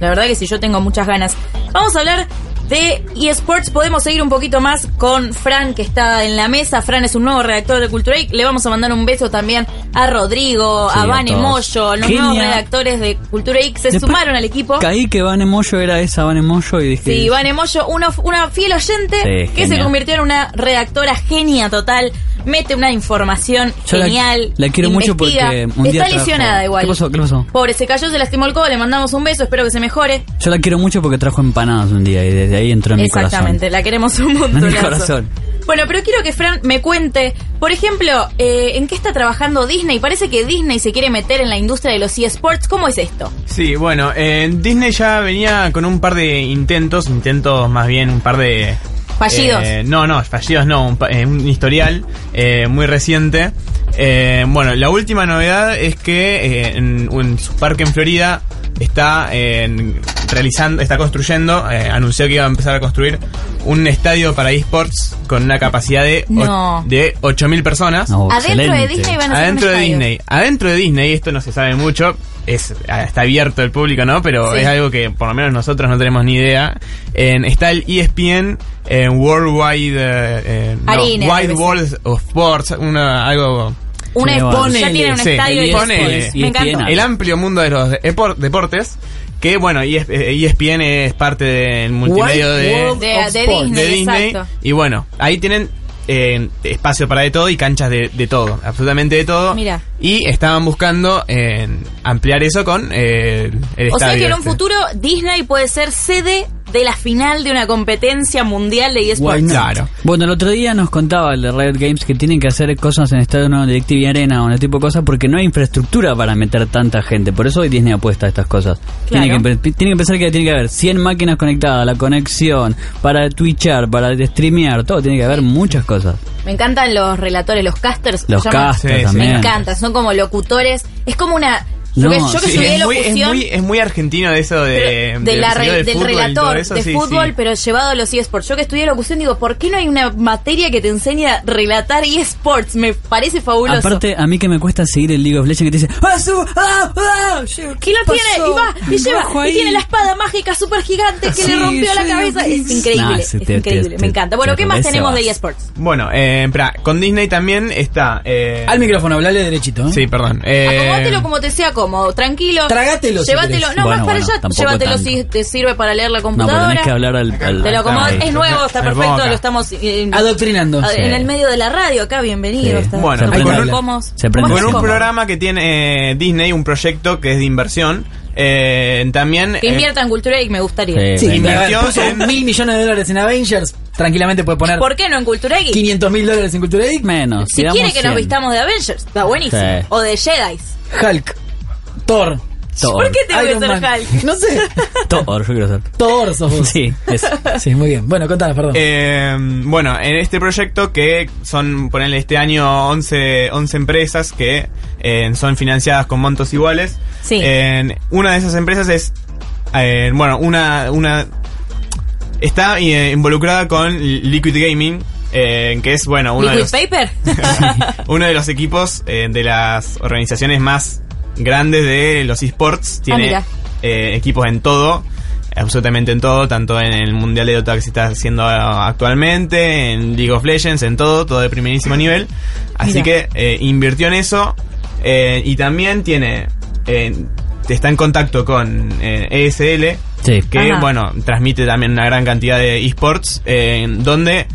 C: La verdad que si yo tengo muchas ganas. Vamos a hablar de eSports. Podemos seguir un poquito más con Fran, que está en la mesa. Fran es un nuevo redactor de Cultura Geek. Le vamos a mandar un beso también a Rodrigo,
D: Sí,
C: a
D: a
C: Vane
D: todos.
C: Moyo, los nuevos
D: Genia.
C: redactores de Cultura Geek. Se
D: Después
C: sumaron al equipo.
D: Caí que Van Emoyo era esa Van Emoyo y dije.
C: Sí, Vane Moyo, una, una fiel oyente
D: Sí,
C: que se
D: genial.
C: convirtió en una redactora genia total. Mete una información
D: Yo la-
C: genial.
D: La, quiero mucho
C: investiga.
D: porque un día
C: Está
D: trajo-
C: lesionada igual.
D: ¿Qué pasó? ¿Qué pasó?
C: Pobre, se cayó, se lastimó el codo. Le mandamos un beso, espero que se mejore.
D: Yo la quiero mucho porque trajo empanadas un día y desde ahí entró en mi corazón.
C: Exactamente, la queremos un
D: En
C: montón.
D: mi corazón.
C: Bueno, pero quiero que Fran me cuente, por ejemplo, eh, ¿en qué está trabajando Disney? Parece que Disney se quiere meter en la industria de los eSports. ¿Cómo es esto?
J: Sí, bueno, eh, Disney ya venía con un par de intentos, intentos más bien un par de...
C: Fallidos.
J: eh, no, no, fallidos no, un, pa- eh, un historial eh, muy reciente. Eh, bueno, la última novedad es que eh, en, un- su parque en Florida está eh, en- realizando, está construyendo, eh, anunció que iba a empezar a construir un estadio para esports con una capacidad de, o-
C: No.
J: de 8.000 personas.
C: Adentro de Disney van a hacer
J: Adentro
C: un
J: de
C: estadio.
J: Disney. Adentro de Disney, esto no se sabe mucho, es, ah, está abierto el público, ¿no? Pero
C: Sí.
J: es algo que por lo menos nosotros no tenemos ni idea. En- está el E ESPN en Worldwide eh, eh, no,
C: Arena,
J: Wide
C: algo así.
J: World of Sports, una, algo...
C: Un
J: Sí,
C: eSports,
J: ponele,
C: ya tiene un
J: sí,
C: estadio de E
J: ponele.
C: eSports. Me encanta.
J: El amplio mundo de los depor- deportes, que bueno, ES- eh, ESPN es parte del multimedio
C: Wide
J: de,
C: World De- of de Sports. Disney,
J: de Disney.
C: exacto.
J: Y bueno, ahí tienen eh, espacio para de todo y canchas de, de todo, absolutamente de todo.
C: Mira.
J: Y estaban buscando eh, ampliar eso con eh, el
C: O sea
J: estadio
C: que en un
J: este.
C: futuro Disney puede ser sede de la final de una competencia mundial de
D: Why
C: eSports.
D: not? Bueno, el otro día nos contaba el de Riot Games que tienen que hacer cosas en Estadio Nuevo Directive y Arena o en ese tipo de cosas porque no hay infraestructura para meter tanta gente. Por eso hoy Disney apuesta a estas cosas. Tiene, que,
C: Claro.
D: empe- tiene que pensar que tiene que haber 100 máquinas conectadas, la conexión, para twitchar, para streamear, todo. Tiene que haber muchas cosas.
C: Me encantan los relatores, los casters. ¿se
D: Los
C: llaman?
D: casters Sí, sí.
C: Me
D: también.
C: encanta, son como locutores. Es como una... Yo
J: No,
C: que, yo que
J: sí,
C: estudié
J: es, muy, es,
C: locución...
J: muy, es muy argentino eso de,
C: de
J: del
C: la
J: sonido
C: re-
J: del
C: del
J: fútbol y todo
C: relator
J: eso,
C: de
J: sí, sí.
C: fútbol, pero llevado a los eSports. Yo que estudié locución digo, ¿por qué no hay una materia que te enseñe a relatar eSports? Me parece fabuloso.
D: Aparte, a mí que me cuesta seguir el League of Legends que te dice... ¡Ah, subo! ¡Ah, ah! Llego-
C: que lo tiene, y va, y
D: pasó? Bajo
C: lleva, y
D: ahí.
C: tiene la espada mágica super gigante que
D: Sí,
C: le rompió la
D: sí,
C: cabeza.
D: sí.
C: Es increíble,
J: Nah,
C: es
J: se te-
C: increíble,
J: te-
C: me
J: te-
C: enamorante. Bueno,
J: te
C: ¿qué más
J: revés,
C: tenemos de
J: Sebas.
C: eSports?
J: Bueno, eh, espera, con Disney también está. eh,
B: Al micrófono, hablale derechito.
J: Sí, perdón. eh,
C: Acomódatelo como te sea cómodo, tranquilo.
B: Trágatelo si
C: Llévatelo,
B: querés.
C: no,
J: Bueno,
C: más para
J: bueno,
C: allá,
J: tampoco
C: llévatelo
J: tanto.
C: si te sirve para leer la
D: No, pero
C: computadora.
D: tenés que hablar al... al-
C: Te lo acomodas,
D: al-
C: es nuevo, está
D: al
C: perfecto,
D: boca.
C: lo estamos eh,
B: Adoctrinando.
C: a- En
J: Sí.
C: el medio de la radio, acá, bienvenido.
J: Sí.
C: está-
J: Bueno,
C: está
J: se
C: perfecto.
J: aprende.
C: ¿Cómo-
J: Se
C: cómo
J: aprende.
C: es
J: Con un
C: cómodo?
J: programa que tiene eh, Disney, un proyecto que es de inversión. eh, también.
C: Que
J: eh,
C: invierta en cultura y me gustaría.
B: Sí,
J: Inversión
B: puso mil millones de dólares en Avengers, tranquilamente puede poner
C: ¿Por qué no en cultura Geek?
B: 500 mil dólares en Cultura Geek.
D: Menos.
C: Si quiere que nos vistamos de Avengers, está buenísimo.
B: Sí.
C: O de Jedi.
B: Hulk, Thor.
C: ¿Por qué tengo
B: Iron
C: que ser
B: Man.
C: Hulk?
B: No sé.
D: Thor, yo quiero ser.
B: Thor sos vos.
D: Sí,
B: Sí, muy bien. Bueno, contanos, perdón.
J: Eh, bueno, en este proyecto que son, ponerle este año 11, 11 empresas que eh, son financiadas con montos iguales.
C: Sí.
J: En una de esas empresas es, eh, bueno, una, una está eh, involucrada con Liquid Gaming, eh, que es, bueno, uno de
C: ¿Liquid
J: los
C: Paper?
J: uno de los equipos eh, de las organizaciones más grandes de los esports. Tiene
C: mira.
J: eh, equipos en todo, absolutamente en todo, tanto en el Mundial de Dota que se está haciendo ah, actualmente, en League of Legends, en todo, todo de primerísimo nivel. Así
M: Mira.
J: que eh, invirtió en eso eh, y también tiene... eh, Está en contacto con eh, ESL, que
M: Ajá.
J: bueno, transmite también una gran cantidad de esports, eh, en donde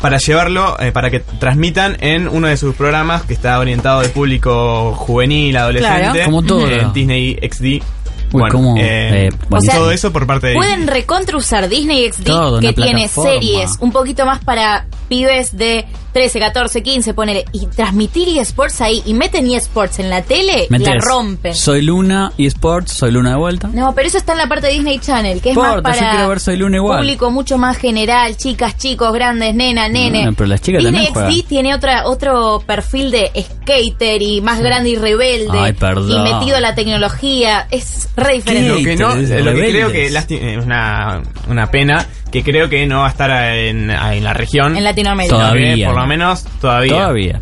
J: para llevarlo, eh, para que transmitan en uno de sus programas que está orientado al público juvenil, adolescente,
C: Claro. Como todo.
J: eh, Disney XD. bueno,
D: ¿cómo?
J: eh,
D: Eh, bueno.
C: O sea,
J: todo eso por parte de
C: Pueden recontra usar Disney XD,
J: Todo, una
C: que tiene
J: plataforma.
C: series un poquito más para pibes de 13, 14, 15, ponele, y transmitir eSports ahí y meten eSports en la tele, Eh, la
D: Metés,
C: rompen.
D: Soy Luna, eSports, soy Luna de vuelta.
C: No, pero eso está en la parte de Disney Channel, que es más
D: Porta,
C: para
D: yo quiero ver Soy Luna igual.
C: público mucho más general, chicas, chicos, grandes, nena, nene.
D: No, pero las chicas
C: Disney
D: también
C: XD
D: juegan.
C: tiene otra, otro perfil de skater y más grande y rebelde.
J: Ay, perdón.
C: Y metido a la tecnología. Es re diferente.
J: Lo que, no,
I: Rebeldes.
J: lo que creo que lasti- eh, es una, una pena, que creo que no va a estar en, en la región.
C: En Latinoamérica.
J: Sino que,
C: Todavía.
J: por lo menos todavía.
D: Todavía.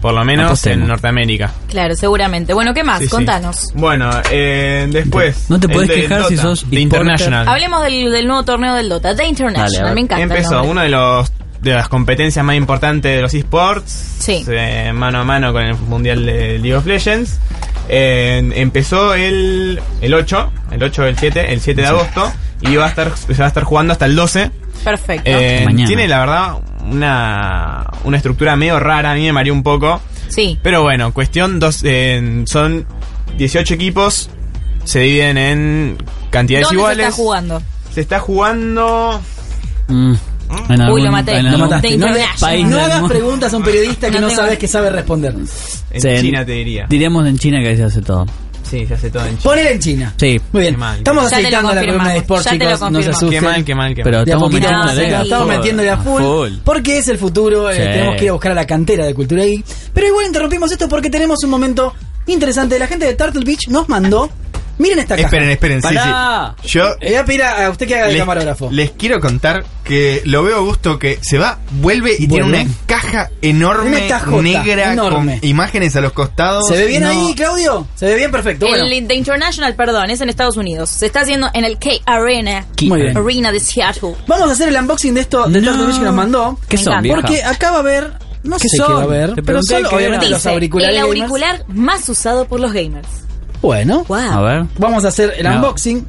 J: Por lo menos
D: Apostemos.
J: en Norteamérica.
C: Claro, seguramente. Bueno, ¿qué más?
J: Sí, sí.
C: Contanos.
J: Bueno, eh, después.
D: No te
J: el
D: podés
J: del
D: quejar si
J: Dota,
D: sos
J: de International.
C: Hablemos del, del nuevo torneo del Dota, The International. me encanta. el
J: Empezó
C: nombre.
J: uno de los de las competencias más importantes de los esports,
C: Sí.
J: eh, mano a mano con el mundial de League of Legends. Eh, empezó el, el 8, el 8 del 7, el 7 de
I: Sí.
J: agosto y va a estar se va a estar jugando hasta el 12.
C: Perfecto.
J: Eh, tiene la verdad una, una estructura medio rara, a mí me mareó un poco.
C: Sí.
J: Pero bueno, cuestión dos, eh, son 18 equipos, se dividen en cantidades
C: ¿Dónde
J: iguales.
C: se está jugando?
J: Se está jugando.
B: Uy,
J: lo maté.
B: Lo mataste. No, le-
J: País
B: no
J: del
B: hagas
J: mundo.
B: preguntas a un periodista que
J: No
B: no,
J: tengo-
B: sabes que sabe responder.
J: En
D: Sí,
J: China te diría.
D: Diríamos en China que ahí se hace todo.
J: Sí, se hace todo en China.
B: Poner en China.
D: Sí.
B: Muy bien. Estamos
J: Ya te lo
B: aceitando la columna de
J: confirmamos,
B: Sport,
J: ya te lo
B: chicos. No se
J: confirmamos.
B: asusten.
J: Qué mal, qué mal, qué mal.
D: Pero
B: De a
D: estamos
B: poquito
D: metiendo
B: vamos
D: la
B: aceitando,
D: ley.
B: estamos
D: Full,
B: metiendo de a
D: a
B: full,
D: full.
B: Porque es el futuro. eh,
D: Sí.
B: tenemos que ir a buscar a la cantera de Cultura Geek. Pero igual interrumpimos esto porque tenemos un momento interesante. La gente de Turtle Beach nos mandó. Miren esta caja.
E: Esperen, esperen, sí,
B: Pará.
E: sí. Yo-
B: Le voy a pedir a a usted que haga de
E: Les,
B: camarógrafo.
E: les quiero contar que lo veo a gusto que se va, vuelve y
B: Vuelve.
E: tiene una caja enorme,
B: Una cajota
E: negra,
B: enorme.
E: con imágenes a los costados.
B: ¿Se ve bien
E: No.
B: ahí, Claudio? ¿Se ve bien? Perfecto. Bueno.
C: El The International, perdón, es en Estados Unidos. Se está haciendo en el K Arena.
B: Key Muy bien.
C: Arena de Seattle.
B: Vamos a hacer el unboxing de esto de Turtle Beach que nos mandó.
C: ¿Qué Me son, encanta. vieja?
B: Porque acaba a ver. No
C: ¿Qué
B: sé
C: son?
B: qué va a ver.
C: Te
B: Pero
C: pregunté
B: solo,
C: qué
B: obviamente,
C: era.
B: los
C: Dice,
B: auriculares.
C: El
B: gamers.
C: auricular más usado por los gamers.
B: Bueno.
C: A
D: ver.
B: Vamos a hacer el
D: No.
B: unboxing.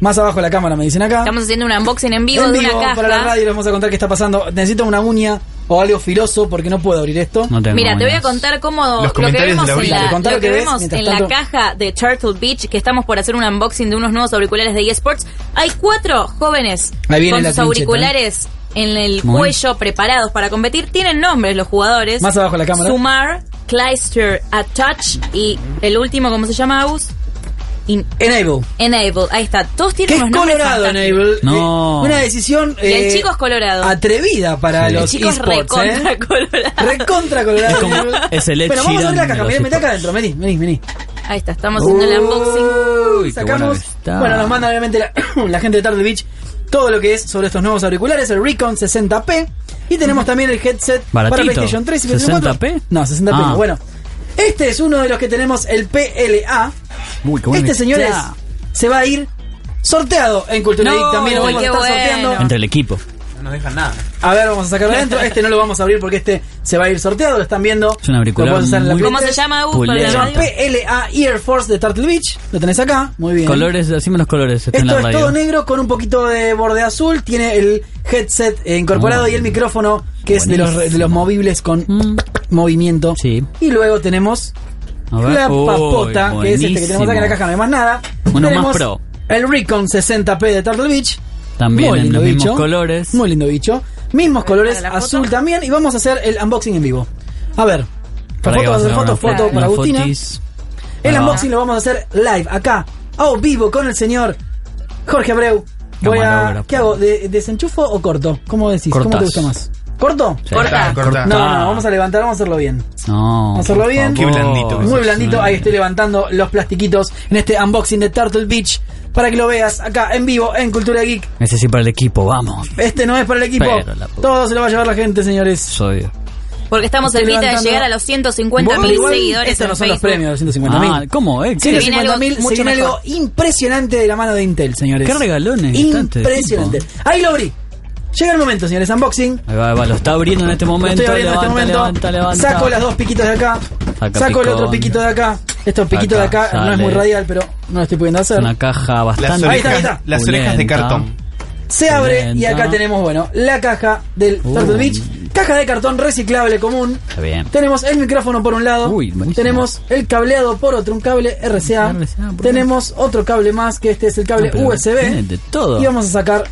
B: Más abajo la cámara me dicen acá.
C: Estamos haciendo un unboxing en vivo
B: Ah. en
C: de
B: vivo,
C: una caja.
B: para la radio les vamos a contar qué está pasando. Necesito una uña o algo filoso porque no puedo abrir esto.
C: Mira, te voy a contar cómo
B: Los
C: lo que
B: comentarios
C: vemos
B: de la
C: en,
B: orilla.
C: la,
B: Contá
C: lo
B: lo que
C: que
B: ves
C: vemos
B: mientras
C: en la
B: tanto.
C: caja de Turtle Beach, que estamos por hacer un unboxing de unos nuevos auriculares de eSports. Hay cuatro jóvenes
B: Ahí viene
C: con
B: la
C: sus
B: trincheta,
C: auriculares en el
B: Muy
C: cuello preparados para competir. Tienen nombres los jugadores.
B: Más abajo la cámara.
C: Sumar, Clyster, Attach y el último, ¿cómo se llama, Agus?
B: Enable.
C: Enable. Ahí está. Todos tienen
B: Que
C: unos
B: es
C: nombres
B: colorado,
C: fantásticos.
B: Enable. Eh, Una decisión
C: Y el
B: eh,
C: chico es colorado.
B: atrevida para
C: Sí. El
B: los
C: chico es
B: esports.
C: recontra
B: ¿eh? Recontra colorado.
D: Es como- es el Ed
B: Bueno, vamos a
D: Sheeran
B: abrir la
D: de
B: caja.
D: los
B: Mirá, Metá
D: esports.
B: acá adentro. Vení, vení, vení.
C: Ahí está, estamos haciendo el unboxing.
D: Uy, qué bueno
B: Sacamos.
D: que está.
B: Bueno, nos manda obviamente la, la gente de Tarde Beach todo lo que es sobre estos nuevos auriculares, el Recon 60P. Y tenemos también el headset para
D: Baratito.
B: PlayStation 3 y PlayStation 4.
D: ¿60p?
B: No, 60P.
D: Ah.
B: no. Bueno, este es uno de los que tenemos, el PLA.
D: Uy, qué bueno
B: Este,
D: que
B: señores,
D: está.
B: se va a ir sorteado en Cultura
D: No,
B: Geek también. Lo vamos a
D: qué
B: estar sorteando.
D: Entre el equipo.
J: No nos dejan nada.
B: A ver, vamos a sacarlo adentro. Este no lo vamos a abrir porque este se va a ir sorteado. Lo están viendo.
D: Es un auricular
B: Lo pueden usar en la
D: muy
B: Play
D: ¿Cómo se
B: 3.
D: llama, Agus, para la
B: Se llama
D: radio?
B: PLA Air Force de Turtle Beach. Lo tenés acá. Muy bien.
D: Colores, decime los colores. Está en
B: Esto
D: la
B: es
D: radio.
B: todo negro con un poquito de borde azul. Tiene el headset eh, incorporado
D: Oh.
B: y el micrófono que es de los, re- de los movibles con
D: Mm.
B: movimiento. Y luego tenemos
D: A ver.
B: la
D: Uy,
B: papota, que es este que tenemos acá en la
D: buenísimo.
B: caja, no hay más nada.
D: Uno
B: Tenemos
D: más pro.
B: El Recon 60P de Turtle Beach.
D: También
B: Muy
D: en
B: lindo
D: los mismos
B: bicho.
D: colores.
B: Muy lindo bicho. Mismos colores, azul también. Y vamos a hacer el unboxing en vivo. A ver. La
D: Para que
B: foto,
D: vamos a
B: foto,
D: sacar
B: foto
D: una
B: para
D: foto,
B: Agustina.
D: unas fotis.
B: El
D: Ah.
B: unboxing lo vamos a hacer live, acá, a vivo, con el señor Jorge Abreu. Voy a,
D: Camarógrafo.
B: ¿Qué hago? ¿De- ¿Desenchufo o corto? ¿Cómo decís? ¿Cómo
D: Cortás.
B: te gusta más? ¿Corto?
D: Sí. Cortá, cortá.
B: No, no, no, vamos a levantar, vamos a hacerlo bien.
D: No.
B: Vamos a hacerlo
D: por
B: bien.
D: favor.
B: Muy blandito. Ahí estoy levantando los plastiquitos en este unboxing de Turtle Beach para que lo veas acá en vivo en Cultura Geek.
D: Ese sí para el equipo, vamos.
B: Este no es para el equipo.
D: Pero la puta.
B: Todo se lo va a llevar la gente, señores.
D: Soy.
C: Porque estamos
B: Estoy
C: cerquita de
B: levantando-
C: llegar a los 150 mil
B: Igual,
C: seguidores
B: estos
C: en
B: no son los
C: Facebook.
B: premios, los 150 mil.
D: Ah, ¿cómo? Eh,
B: Sí,
D: ¿qué?
B: los 50 mil,
C: Mucho
B: se viene
C: mejor.
B: algo impresionante de la mano de Intel, señores.
D: Qué regalones que está este
B: Impresionante. Ahí lo abrí. Llega el momento, señores. Unboxing.
D: Ahí va, ahí va, lo está abriendo en este
B: Lo
D: momento.
B: estoy abriendo
D: levanta,
B: en este momento.
D: levanta, levanta.
B: Saco las dos piquitos de acá.
D: Saca
B: Saco el
D: picón.
B: otro piquito de acá. Estos piquitos de
D: Acá
B: acá no es
D: sale.
B: muy radial, pero no lo estoy pudiendo hacer.
D: Una caja bastante.
B: orejas- Ahí está, ahí está.
E: las orejas de cartón.
B: Se abre y
D: Lenta.
B: acá tenemos, bueno, la caja del Turtle Beach. Caja de cartón reciclable común.
D: Está bien.
B: Tenemos el micrófono por un lado.
D: Uy, buenísimo.
B: Tenemos el cableado por otro, un cable RCA. tenemos otro cable más, que este es el cable
D: No, pero
B: USB.
D: tiene de todo.
B: Y vamos a sacar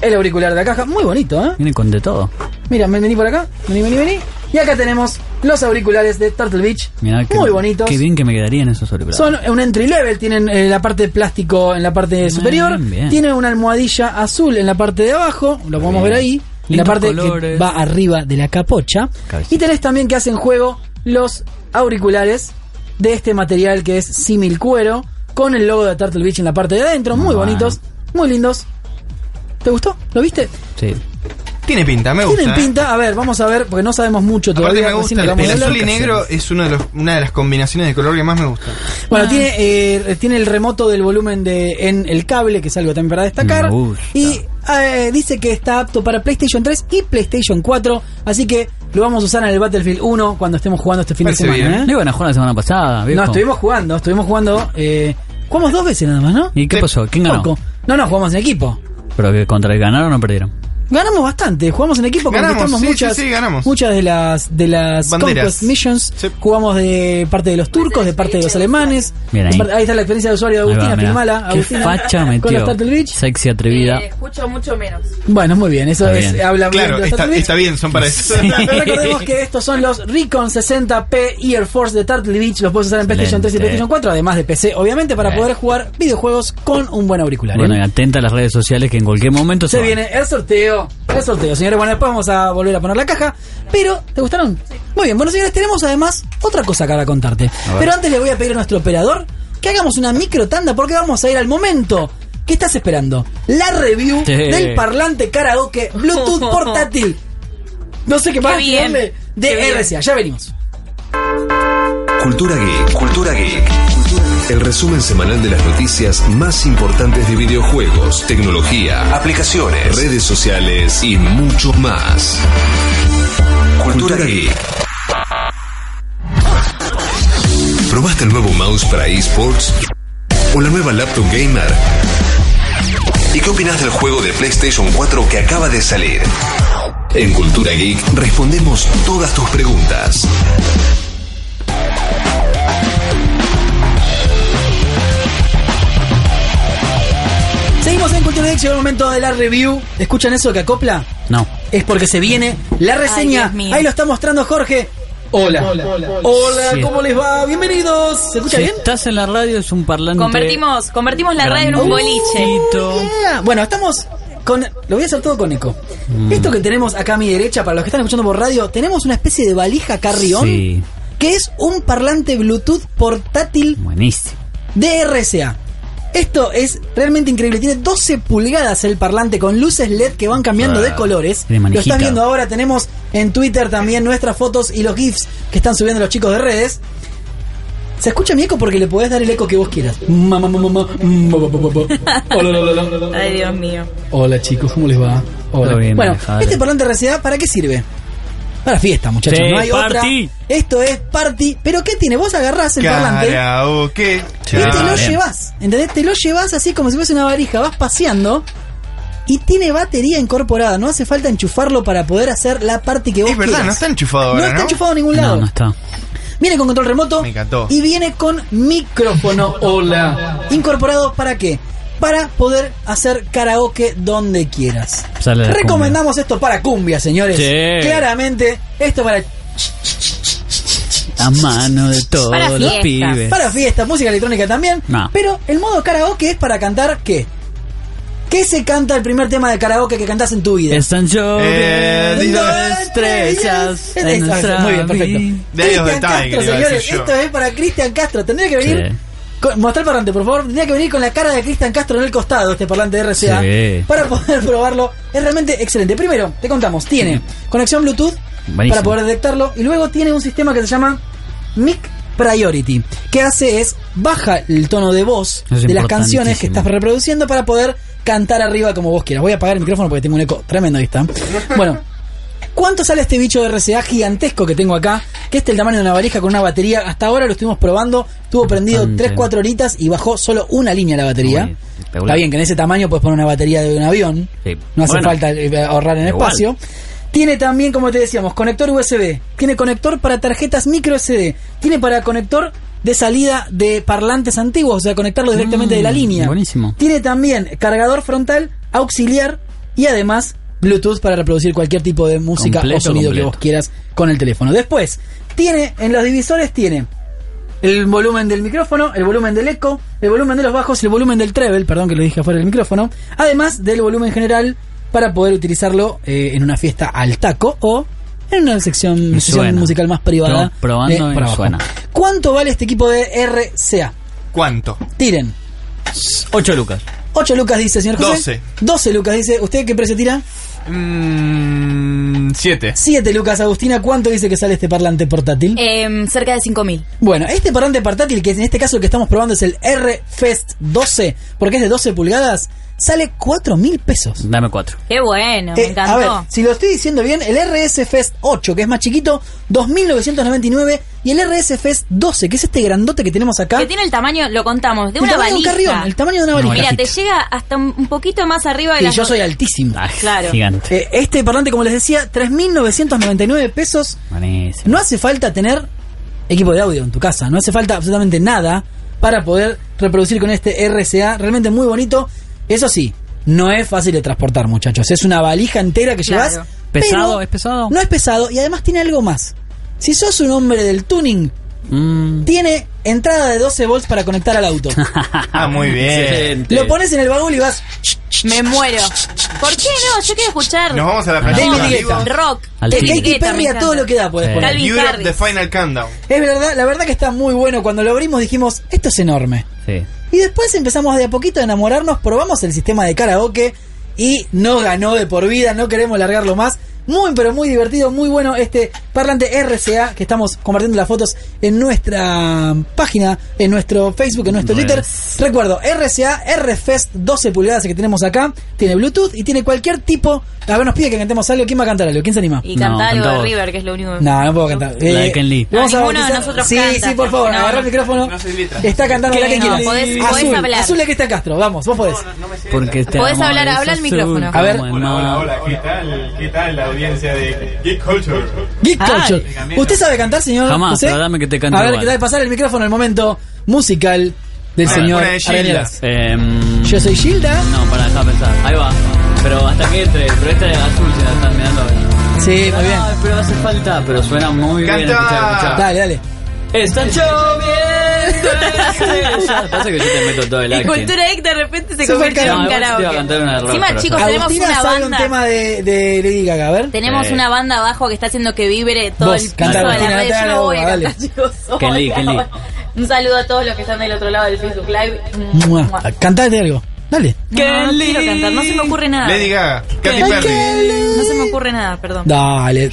B: el auricular de la caja. Muy bonito, ¿eh?
D: Viene con de todo.
B: Mira, ven- vení por acá, vení, vení, vení. Y acá tenemos los auriculares de Turtle Beach.
D: Mirá qué-
B: Muy bonitos.
D: Qué bien que me quedarían esos auriculares.
B: Son un entry level, tienen eh, la parte de plástico en la parte superior,
D: bien.
B: tiene una almohadilla azul en la parte de abajo, lo podemos
D: Bien.
B: ver ahí, en la
D: Lindos
B: parte que
D: colores.
B: va arriba de la capocha.
D: Cabecita.
B: Y tenés también que hacen juego los auriculares de este material que es símil cuero, con el logo de Turtle Beach en la parte de adentro, muy
D: Bueno.
B: bonitos, muy lindos. ¿Te gustó? ¿Lo viste?
D: Sí.
E: Tiene pinta, me gusta.
B: Tienen
E: ¿eh?
B: pinta, a ver, vamos a ver, porque no sabemos mucho
E: Aparte
B: todavía.
E: me
B: recién
E: gusta, el,
B: acabamos de
E: azul y
B: hablar.
E: negro es uno de los- una de las combinaciones de color que más me gusta.
D: Ah.
B: Bueno, tiene, eh, tiene el remoto del volumen de en el cable, que es algo también para destacar.
D: Me gusta.
B: Y eh, dice que está apto para PlayStation 3 y PlayStation 4. Así que lo vamos a usar en el Battlefield 1 cuando estemos jugando este fin de semana. ¿eh?
D: No iban a jugar la semana pasada, viejo.
B: No, estuvimos jugando, estuvimos jugando. Eh, jugamos dos veces nada más, ¿no?
D: ¿Y qué pasó? ¿Quién ganó?
B: Poco. No, no, jugamos en equipo.
D: Pero que contra el ganaron o perdieron.
B: Ganamos bastante, jugamos en equipo,
E: Ganamos,
B: conquistamos
E: sí,
B: muchas,
E: sí, sí, ganamos.
B: muchas de las de las
E: Banderas.
B: Conquest Missions, jugamos de parte de los turcos, de parte de los alemanes,
D: Bien ahí.
B: De parte- está la experiencia de usuario de
D: Ahí va,
B: Agustina,
D: mirá.
B: filmala,
D: Qué
B: Agustina,
D: facha
B: con
D: metió.
B: los Turtle Beach.
D: Sexy atrevida.
C: Eh, Escucho mucho menos.
B: Bueno, muy bien, eso
D: Está
B: es,
D: bien.
B: habla bien
E: Claro,
B: de los
E: está-
B: Turtle Beach.
E: está bien, son para eso.
B: Pero Recordemos que estos son los Recon 60P Air Force de Turtle Beach, los puedes usar en PlayStation 3 y
D: Excelente.
B: PlayStation 4, además de PC, obviamente, para poder jugar videojuegos con un buen auricular.
D: Bueno,
B: ¿eh?
D: y atenta a las redes sociales que en cualquier momento
B: Se
D: van.
B: viene el sorteo, el sorteo, señores. Bueno, después vamos a volver a poner la caja. Pero, ¿te gustaron? Muy bien, bueno, señores, tenemos además otra cosa para contarte.
D: ver.
B: Pero antes le voy a pedir a nuestro operador que hagamos una micro tanda porque vamos a ir al momento. ¿Qué estás esperando? La review
D: Sí.
B: del parlante karaoke Bluetooth portátil. No sé qué
C: Qué
B: más
C: bien.
B: tirarle
C: Qué
B: de
C: bien.
B: RCA. Ya venimos.
F: Cultura Geek. Cultura Geek. El resumen semanal de las noticias más importantes de videojuegos, tecnología, aplicaciones, redes sociales y mucho más. Cultura Geek. ¿Probaste el nuevo mouse para eSports? ¿O la nueva laptop gamer? ¿Y qué opinas del juego de PlayStation 4 que acaba de salir? En Cultura Geek respondemos todas tus preguntas.
B: Seguimos en Cultura Geek, llegó el momento de la review. ¿Escuchan eso que acopla?
D: No.
B: Es porque se viene la reseña.
C: Dios mío.
B: Ahí lo está mostrando Jorge. Hola. Hola, Oh,
D: Sí.
B: ¿cómo les va? Bienvenidos. ¿Se escucha
D: Si
B: bien?
D: estás en la radio es un parlante.
C: Convertimos, convertimos la radio en un boliche.
D: grandecito.
B: Yeah. Bueno, estamos con... Lo voy a hacer todo con eco.
D: Mm.
B: Esto que tenemos acá a mi derecha, para los que están escuchando por radio, tenemos una especie de valija carrión
D: Sí.
B: que es un parlante Bluetooth portátil
D: Buenísimo.
B: de RCA. Esto es realmente increíble. Tiene 12 pulgadas el parlante con luces LED que van cambiando de colores.
D: Ah, Tiene
B: Lo estás
D: manijita.
B: viendo ahora. Tenemos en Twitter también nuestras fotos y los GIFs que están subiendo los chicos de redes. Se escucha mi eco porque le podés dar el eco que vos quieras. Ma, ma, ma, ma, ma, ma, ma, ma, ma. Hola, hola, hola, hola, hola.
C: Ay, Dios mío.
B: Hola, chicos, ¿cómo les va? Hola.
D: Todo bien,
B: bueno,
D: manejado.
B: este parlante RCA, ¿para qué sirve? Para fiesta, muchachos.
D: Sí,
B: no hay
D: party.
B: otra. Esto es party. ¿Pero qué tiene? Vos agarrás el parlante.
E: Karaoke. Ah,
B: Y te lo
D: bien.
B: llevas, ¿entendés? Te lo llevas así como si fuese una varija, vas paseando y tiene batería incorporada, no hace falta enchufarlo para poder hacer la parte que vos
E: Es verdad,
B: quieras.
E: no está enchufado ahora,
B: No está
E: ¿no?
B: enchufado a ningún lado.
D: No, no está.
B: Viene con control remoto
E: Me encantó.
B: y viene con micrófono. Hola. Incorporado para qué? Para poder hacer karaoke donde quieras.
D: Sale la
B: Recomendamos esto para cumbia, señores.
D: Sí.
B: Claramente, esto para
D: A mano de todos
C: Para
D: los
C: fiesta.
D: pibes.
B: Para fiestas, música electrónica también.
D: No.
B: Pero el modo karaoke es para cantar qué? ¿Qué se canta el primer tema de karaoke que cantás en tu vida?
D: Están
E: Eh,
D: lloviendo
B: Dos
D: estrellas
B: Es-
D: en
B: es-
D: nuestra
B: Muy bien,
D: vida.
B: perfecto.
E: De ahí los
B: Cristian
E: detalles que
B: Castro,
E: le iba a
B: señores,
E: decir yo.
B: esto es para Cristian Castro. Tendría que venir.
D: Sí.
B: con- Mostrar el parlante, por favor. Tendría que venir con la cara de Cristian Castro en el costado, este parlante de RCA,
D: Sí.
B: para poder probarlo. Es realmente excelente. Primero, te contamos, tiene conexión Bluetooth
D: Buenísimo.
B: para poder detectarlo y luego tiene un sistema que se llama Mic Priority, que hace es baja el tono de voz
D: Es
B: de las canciones que
D: importantísimo.
B: estás reproduciendo para poder cantar arriba como vos quieras. Voy a apagar el micrófono porque tengo un eco tremendo ahí está. Bueno, ¿Cuánto sale este bicho de RCA gigantesco que tengo acá? Que este es el tamaño de una valija con una batería. Hasta ahora lo estuvimos probando. Estuvo prendido
D: Bastante.
B: 3-4 horitas y bajó solo una línea la batería.
D: Uy, espectacular.
B: Está bien que en ese tamaño puedes poner una batería de un avión.
D: Sí.
B: No hace
D: Bueno.
B: falta eh, ahorrar en
D: Igual.
B: espacio. Tiene también, como te decíamos, conector USB. Tiene conector para tarjetas micro SD. Tiene para conector de salida de parlantes antiguos, o sea, conectarlo directamente
D: Mm,
B: de la línea.
D: buenísimo.
B: Tiene también cargador frontal, auxiliar y además Bluetooth para reproducir cualquier tipo de música
D: Completo,
B: o sonido
D: completo.
B: que vos quieras con el teléfono. Después, tiene, en los divisores tiene el volumen del micrófono, el volumen del eco, el volumen de los bajos, el volumen del treble, perdón que lo dije afuera del micrófono, además del volumen general para poder utilizarlo eh, en una fiesta al taco o en una sección,
D: Me
B: sesión
D: suena.
B: musical más privada.
D: Yo probando
B: eh,
D: y
B: para abajo.
D: suena.
B: ¿Cuánto vale este equipo de RCA?
E: ¿Cuánto?
B: Tiren.
D: 8 lucas.
B: 8 lucas dice, señor José.
E: 12.
B: 12 lucas dice. ¿Usted qué precio tira?
J: Mm,
E: Mmm. 7.
B: 7 lucas, Agustina. ¿Cuánto dice que sale este parlante portátil?
C: Em, cerca de 5.000.
B: Bueno, este parlante portátil, que en este caso el que estamos probando es el R-Fest 12, porque es de 12 pulgadas, sale 4 mil pesos.
D: Dame 4.
C: Qué bueno, me
B: Eh,
C: encantó.
B: A ver, si lo estoy diciendo bien, el RS Fest 8, que es más chiquito, 2.999, y el RS Fest 12, que es este grandote que tenemos acá.
C: Que tiene el tamaño, lo contamos, de
B: El
C: una
B: tamaño de un
C: valija.
B: carrión, el tamaño de una valija.
C: Mira, te llega hasta un un poquito más arriba de
B: Y
C: las
B: yo
C: dos-
B: soy altísimo.
C: Claro.
D: Gigante.
B: Eh, este parlante, como les decía, 3.999 pesos.
D: Buenísimo.
B: No hace falta tener equipo de audio en tu casa, no hace falta absolutamente nada para poder reproducir con este RCA, realmente muy bonito. Eso sí, no es fácil de transportar, muchachos. Es una valija entera que
D: Claro.
B: llevas.
D: ¿Pesado?
B: pero
D: ¿Es pesado?
B: No es pesado y además tiene algo más. Si sos un hombre del tuning,
C: Mm.
B: tiene entrada de 12 volts para conectar al auto.
E: Ah, muy bien.
D: Excelente.
B: Lo pones en el baúl y vas.
C: Me muero. ¿Por qué no? Yo quiero escuchar.
E: Nos vamos a la
B: David
E: playita.
B: Guetta.
C: Rock.
D: Al
B: De
D: tiro.
B: Katy Perry a todo lo que da, podés
D: Sí.
B: poner.
C: Calvin
E: Europe
C: Harris.
E: The Final Countdown.
B: Es verdad, la verdad que está muy bueno. Cuando lo abrimos dijimos, esto es enorme.
D: Sí.
B: Y después empezamos de a poquito a enamorarnos, probamos el sistema de karaoke y no ganó de por vida, no queremos largarlo más. Muy, pero muy divertido, muy bueno este parlante RCA que estamos compartiendo las fotos en nuestra página, en nuestro Facebook, en nuestro
D: Bueno.
B: Twitter. Recuerdo, RCA, RFest 12 pulgadas que tenemos acá, tiene Bluetooth y tiene cualquier tipo. A ver, nos pide que cantemos algo. ¿Quién va a cantar algo? ¿Quién se anima?
C: Y cantar
D: No,
C: algo
D: cantá
C: de
D: vos.
C: River, que es lo único.
B: No, no puedo cantar. Eh,
D: La de Ken Lee.
B: Vamos a
C: Ninguno de
B: bautizar-
C: nosotros
B: Sí,
C: canta.
B: sí, por favor,
C: No,
B: agarra
C: no.
B: el micrófono.
E: No soy letra.
B: Está cantando la que
D: No,
B: quieras.
C: podés- podés
B: azul,
C: hablar.
B: azul la que está Castro. Vamos, vos podés.
D: Porque te
C: Podés
D: amo,
C: hablar,
D: es
C: habla al
D: azul
C: micrófono.
D: como
B: A ver.
D: el
E: Hola, hola,
D: mar.
E: hola. ¿Qué tal? ¿Qué tal la audiencia de Geek Culture?
B: Geek
C: Ay.
B: Culture. ¿Usted sabe cantar, señor?
D: Jamás,
B: José?
D: pero dame que te cante
B: A ver,
D: igual.
B: que dale pasar el micrófono el momento musical del
E: Ah,
B: señor
E: una de Gilda.
B: Arenas.
D: Em,
B: Yo soy Gilda.
D: No, para dejar pensar. Ahí va. Pero hasta que entre. Pero esta es azul, se la están mirando.
B: Sí, muy bien.
D: Ay, pero hace falta. Pero suena muy bien.
E: Canta.
D: escuchá, escuchá.
B: Dale, dale.
D: Está lloviendo. Pasa que yo te meto todo el
C: Y
D: acting.
C: Cultura Egg de repente se
B: Se fue
C: convirtió
B: el
D: No,
C: en
D: igual te iba a
C: karaoke.
D: cantar una de rock,
C: Encima,
D: pero
C: chicos,
D: ya.
C: tenemos
B: Agustina
C: una
B: sabe un
C: banda.
B: tema de, de Lady Gaga. A ver.
C: Tenemos
D: Sí.
C: una banda abajo que está haciendo que vibre todo
B: Vos,
C: el piso
B: canta,
C: de la
B: Agustina,
C: red.
B: no te
C: Yo
B: hagas
C: no voy a
B: la boba,
C: cantar, chicos.
D: Kenley, Kenley.
C: Un saludo a todos los que están del otro lado del Facebook Live.
B: Mua.
C: Mua.
B: Cantate algo. Dale.
C: No, no quiero cantar, no se me ocurre nada.
E: Lady Gaga, Katy
B: Ay,
E: Perry.
B: qué
C: No se me ocurre nada, perdón.
B: Dale.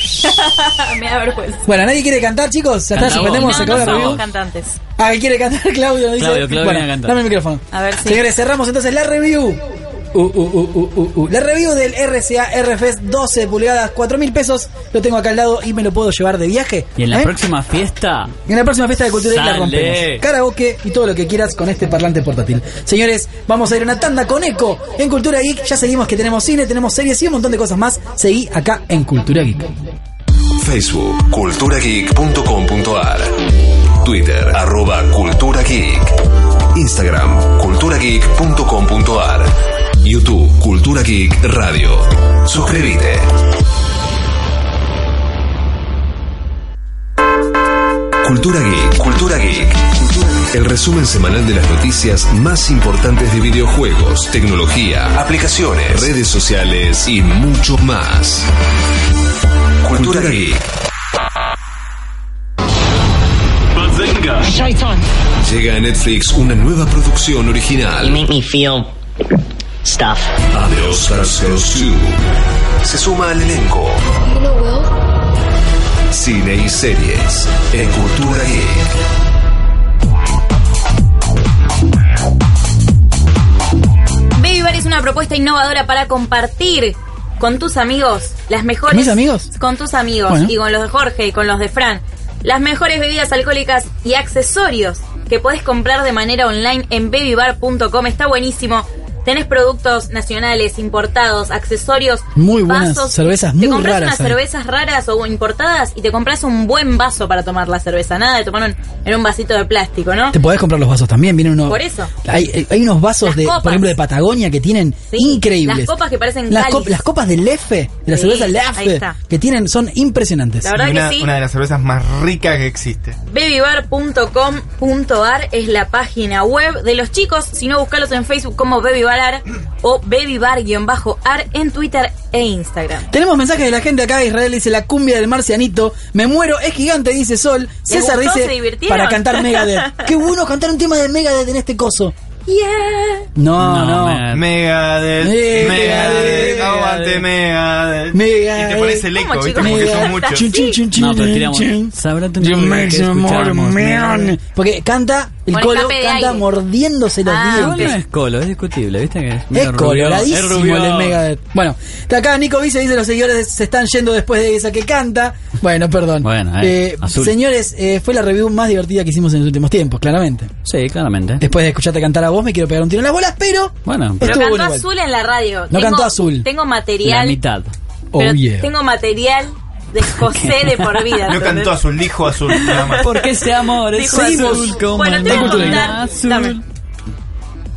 C: me da vergüenza.
B: Bueno, nadie quiere cantar, chicos. Ya está,
D: Canta vos.
C: No,
B: suspendemos,
C: no
B: se acabó la
C: somos
B: review.
C: cantantes.
B: Ah, que quiere cantar Claudio. Dice.
D: Claudio, Claudio
B: bueno,
D: viene a cantar.
B: Dame el micrófono.
C: A ver si-
B: Señores, cerramos entonces la review. Uh, uh, uh, uh, uh, uh. La review del RCA RFS 12 E pulgadas, 4 mil pesos. Lo tengo acá al lado y me lo puedo llevar de viaje.
D: Y en la
B: ¿eh?
D: próxima fiesta.
B: En la próxima fiesta de cultura Geek la
D: Sale.
B: rompemos. Karaoke y todo lo que quieras con este parlante portátil. Señores, vamos a ir a una tanda con Eco en Cultura Geek. Ya seguimos que tenemos cine, tenemos series y un montón de cosas más. Seguí acá en Cultura Geek.
F: Facebook, culturageek.com.ar. Twitter, arroba culturageek. Instagram, culturageek.com.ar. YouTube, Cultura Geek Radio. Suscríbete. Cultura Geek, Cultura Geek. El resumen semanal de las noticias más importantes de videojuegos, tecnología, aplicaciones, redes sociales y mucho más. Cultura Geek. Llega a Netflix una nueva producción original. Adiós, Tarceros 2. Se suma al elenco. Cine y series en Cultura Geek.
C: Baby Bar es una propuesta innovadora para compartir con tus amigos las mejores.
B: ¿Mis amigos?
C: Con tus amigos
B: Bueno.
C: y con los de Jorge y con los de Fran. Las mejores bebidas alcohólicas y accesorios que podés comprar de manera online en babybar.com. Está buenísimo. Tenés productos nacionales, importados, accesorios,
B: Muy buenas
C: vasos.
B: cervezas,
C: te
B: muy
C: compras
B: raras
C: unas
B: hay.
C: cervezas raras o importadas y te compras un buen vaso para tomar la cerveza. Nada de tomar un- en un vasito de plástico, ¿no?
B: Te podés comprar los vasos también, viene uno.
C: Por eso.
B: Hay, hay unos vasos, de, por
C: copas.
B: ejemplo, de Patagonia que tienen increíbles.
C: Las copas que parecen
B: Las,
C: cáliz.
B: cop- las copas del Lefe, de la
C: Sí,
B: cerveza
C: ahí
B: Lefe,
C: está.
B: que tienen, son impresionantes.
C: La verdad
E: una,
C: que sí.
E: una de las cervezas más ricas que existe.
C: Babybar.com.ar es la página web de los chicos. Si no, buscalos en Facebook como Babybarar o Babybar-ar en Twitter e Instagram.
B: Tenemos mensajes de la gente acá. Israel dice la cumbia del marcianito. Me muero, es gigante, dice Sol. César
C: gustó?
B: dice
C: ¿Se divirtieron?
B: para cantar Megadeth. Qué bueno cantar un tema de Megadeth en este coso.
C: Yeah.
B: No, no.
E: Megadeth,
B: Megadeth,
E: Megadeth, aguante Megadeth.
B: Megadeth.
E: Y te pones el eco, ¿viste? Como que son muchos.
B: Chun, chun, chun,
D: No, pero
B: chun,
D: tiramos.
B: chun.
D: Sabrá tu
B: You
D: nombre
B: make
D: que
B: me more
D: escuchamos,
B: man.
D: mierda.
B: Porque canta, el
C: Con
B: colo
C: escape de
B: canta
C: aire.
B: mordiéndose los
C: Ah,
D: Igual
B: dientes.
D: no es colo, es discutible, ¿viste? Que es medio
B: Es coloradísimo
D: rubio.
B: el de Megadeth. Bueno, de acá Nico Vice dice los seguidores se están yendo después de esa que canta. Bueno, perdón.
D: Bueno, eh,
B: Eh,
D: azul.
B: señores, eh, fue la review más divertida que hicimos en los últimos tiempos, claramente.
D: Sí, claramente.
B: Después de escucharte cantar a vos, me quiero pegar un tiro en las bolas, pero
D: Bueno,
C: Pero
B: Estuvo
C: cantó
B: bueno igual.
C: azul en la radio.
B: No cantó azul.
C: Tengo
D: la
C: material.
D: mitad.
B: oh
C: pero
B: yeah.
C: Tengo material de José de por vida.
E: No
C: ¿entendés?
E: cantó azul, dijo azul. nada más.
D: Porque ese amor es
C: Dijo
D: azul
C: azul.
D: como
C: Bueno, te
D: el
C: voy a
D: mar
C: contar.
D: azul.
C: Dame.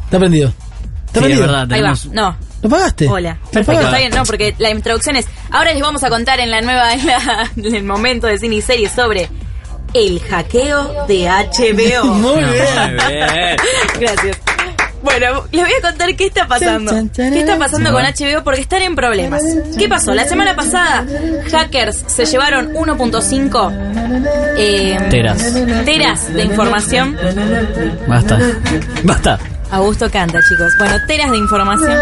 B: Está prendido. Está
D: Sí, es
B: prendido.
D: verdad,
C: Ahí va.
D: tenemos
C: No.
B: ¿Lo pagaste?
C: Hola.
B: ¿Lo
C: Perfecto,
B: pagaste?
C: está bien, no, porque la introducción es. Ahora les vamos a contar en la nueva, en, la- en el momento de cine y serie sobre el hackeo de HBO.
B: Muy bien.
D: Muy bien.
C: Gracias. Bueno, les voy a contar qué está pasando.
B: Chan, chan, chan,
C: ¿Qué está pasando
D: chan.
C: con HBO? Porque están en problemas. ¿Qué pasó? La semana pasada, hackers se llevaron 1.5 eh,
D: Teras.
C: teras de información.
D: Basta. Basta.
C: Augusto canta, chicos. Bueno, teras de información.